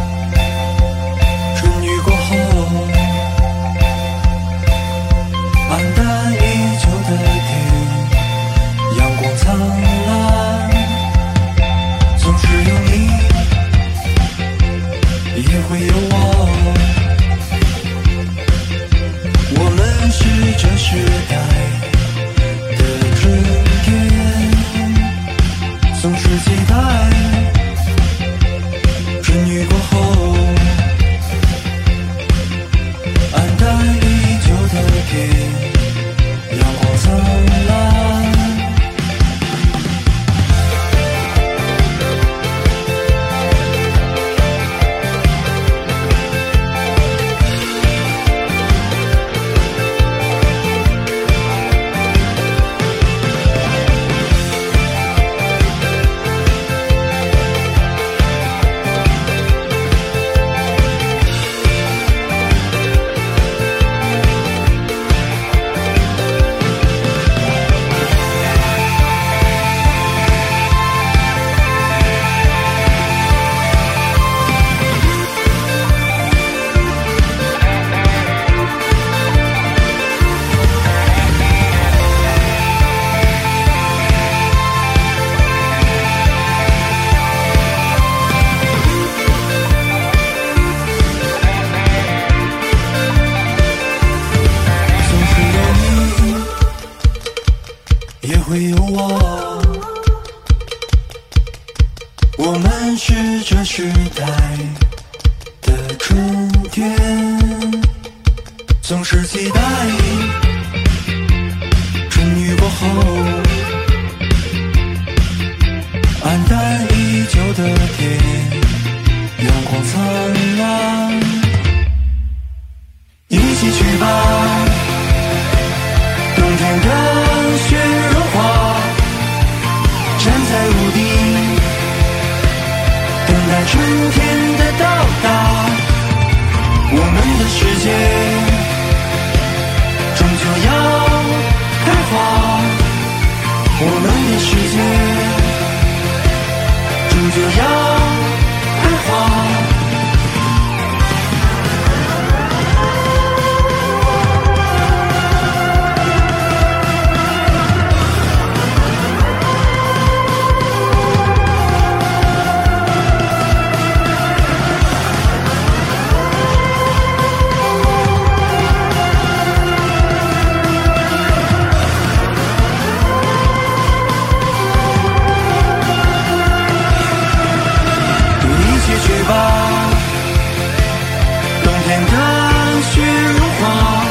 S16: 春雨过后，暗淡依旧的天，阳光灿烂，总是有你。也会有我。我们是这时代的春天，总是期待春雨过后，暗淡依旧的天，阳光灿烂。总是有你，也会有我。我们是这时代的春天，总是期待春雨过后，暗淡依旧的天，阳光灿烂，一起去吧，冬天的雪融化，站在屋顶，等待春天的到达，我们的世界。终究要开花，我们的世界终究要开花。一起去吧，冬天的雪融化，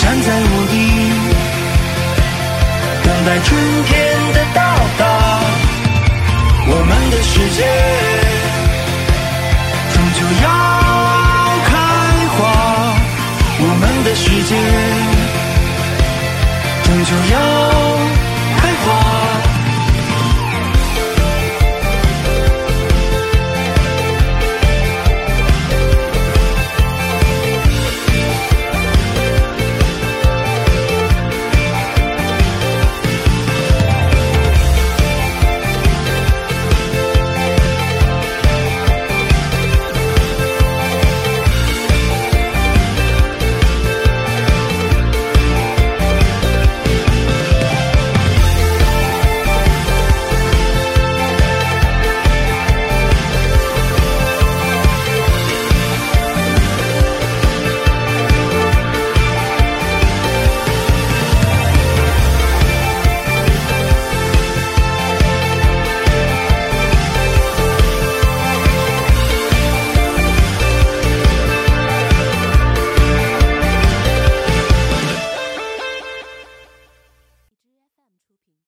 S16: 站在屋顶，等待春天的到达。我们的世界终究要开花，我们的世界终究要。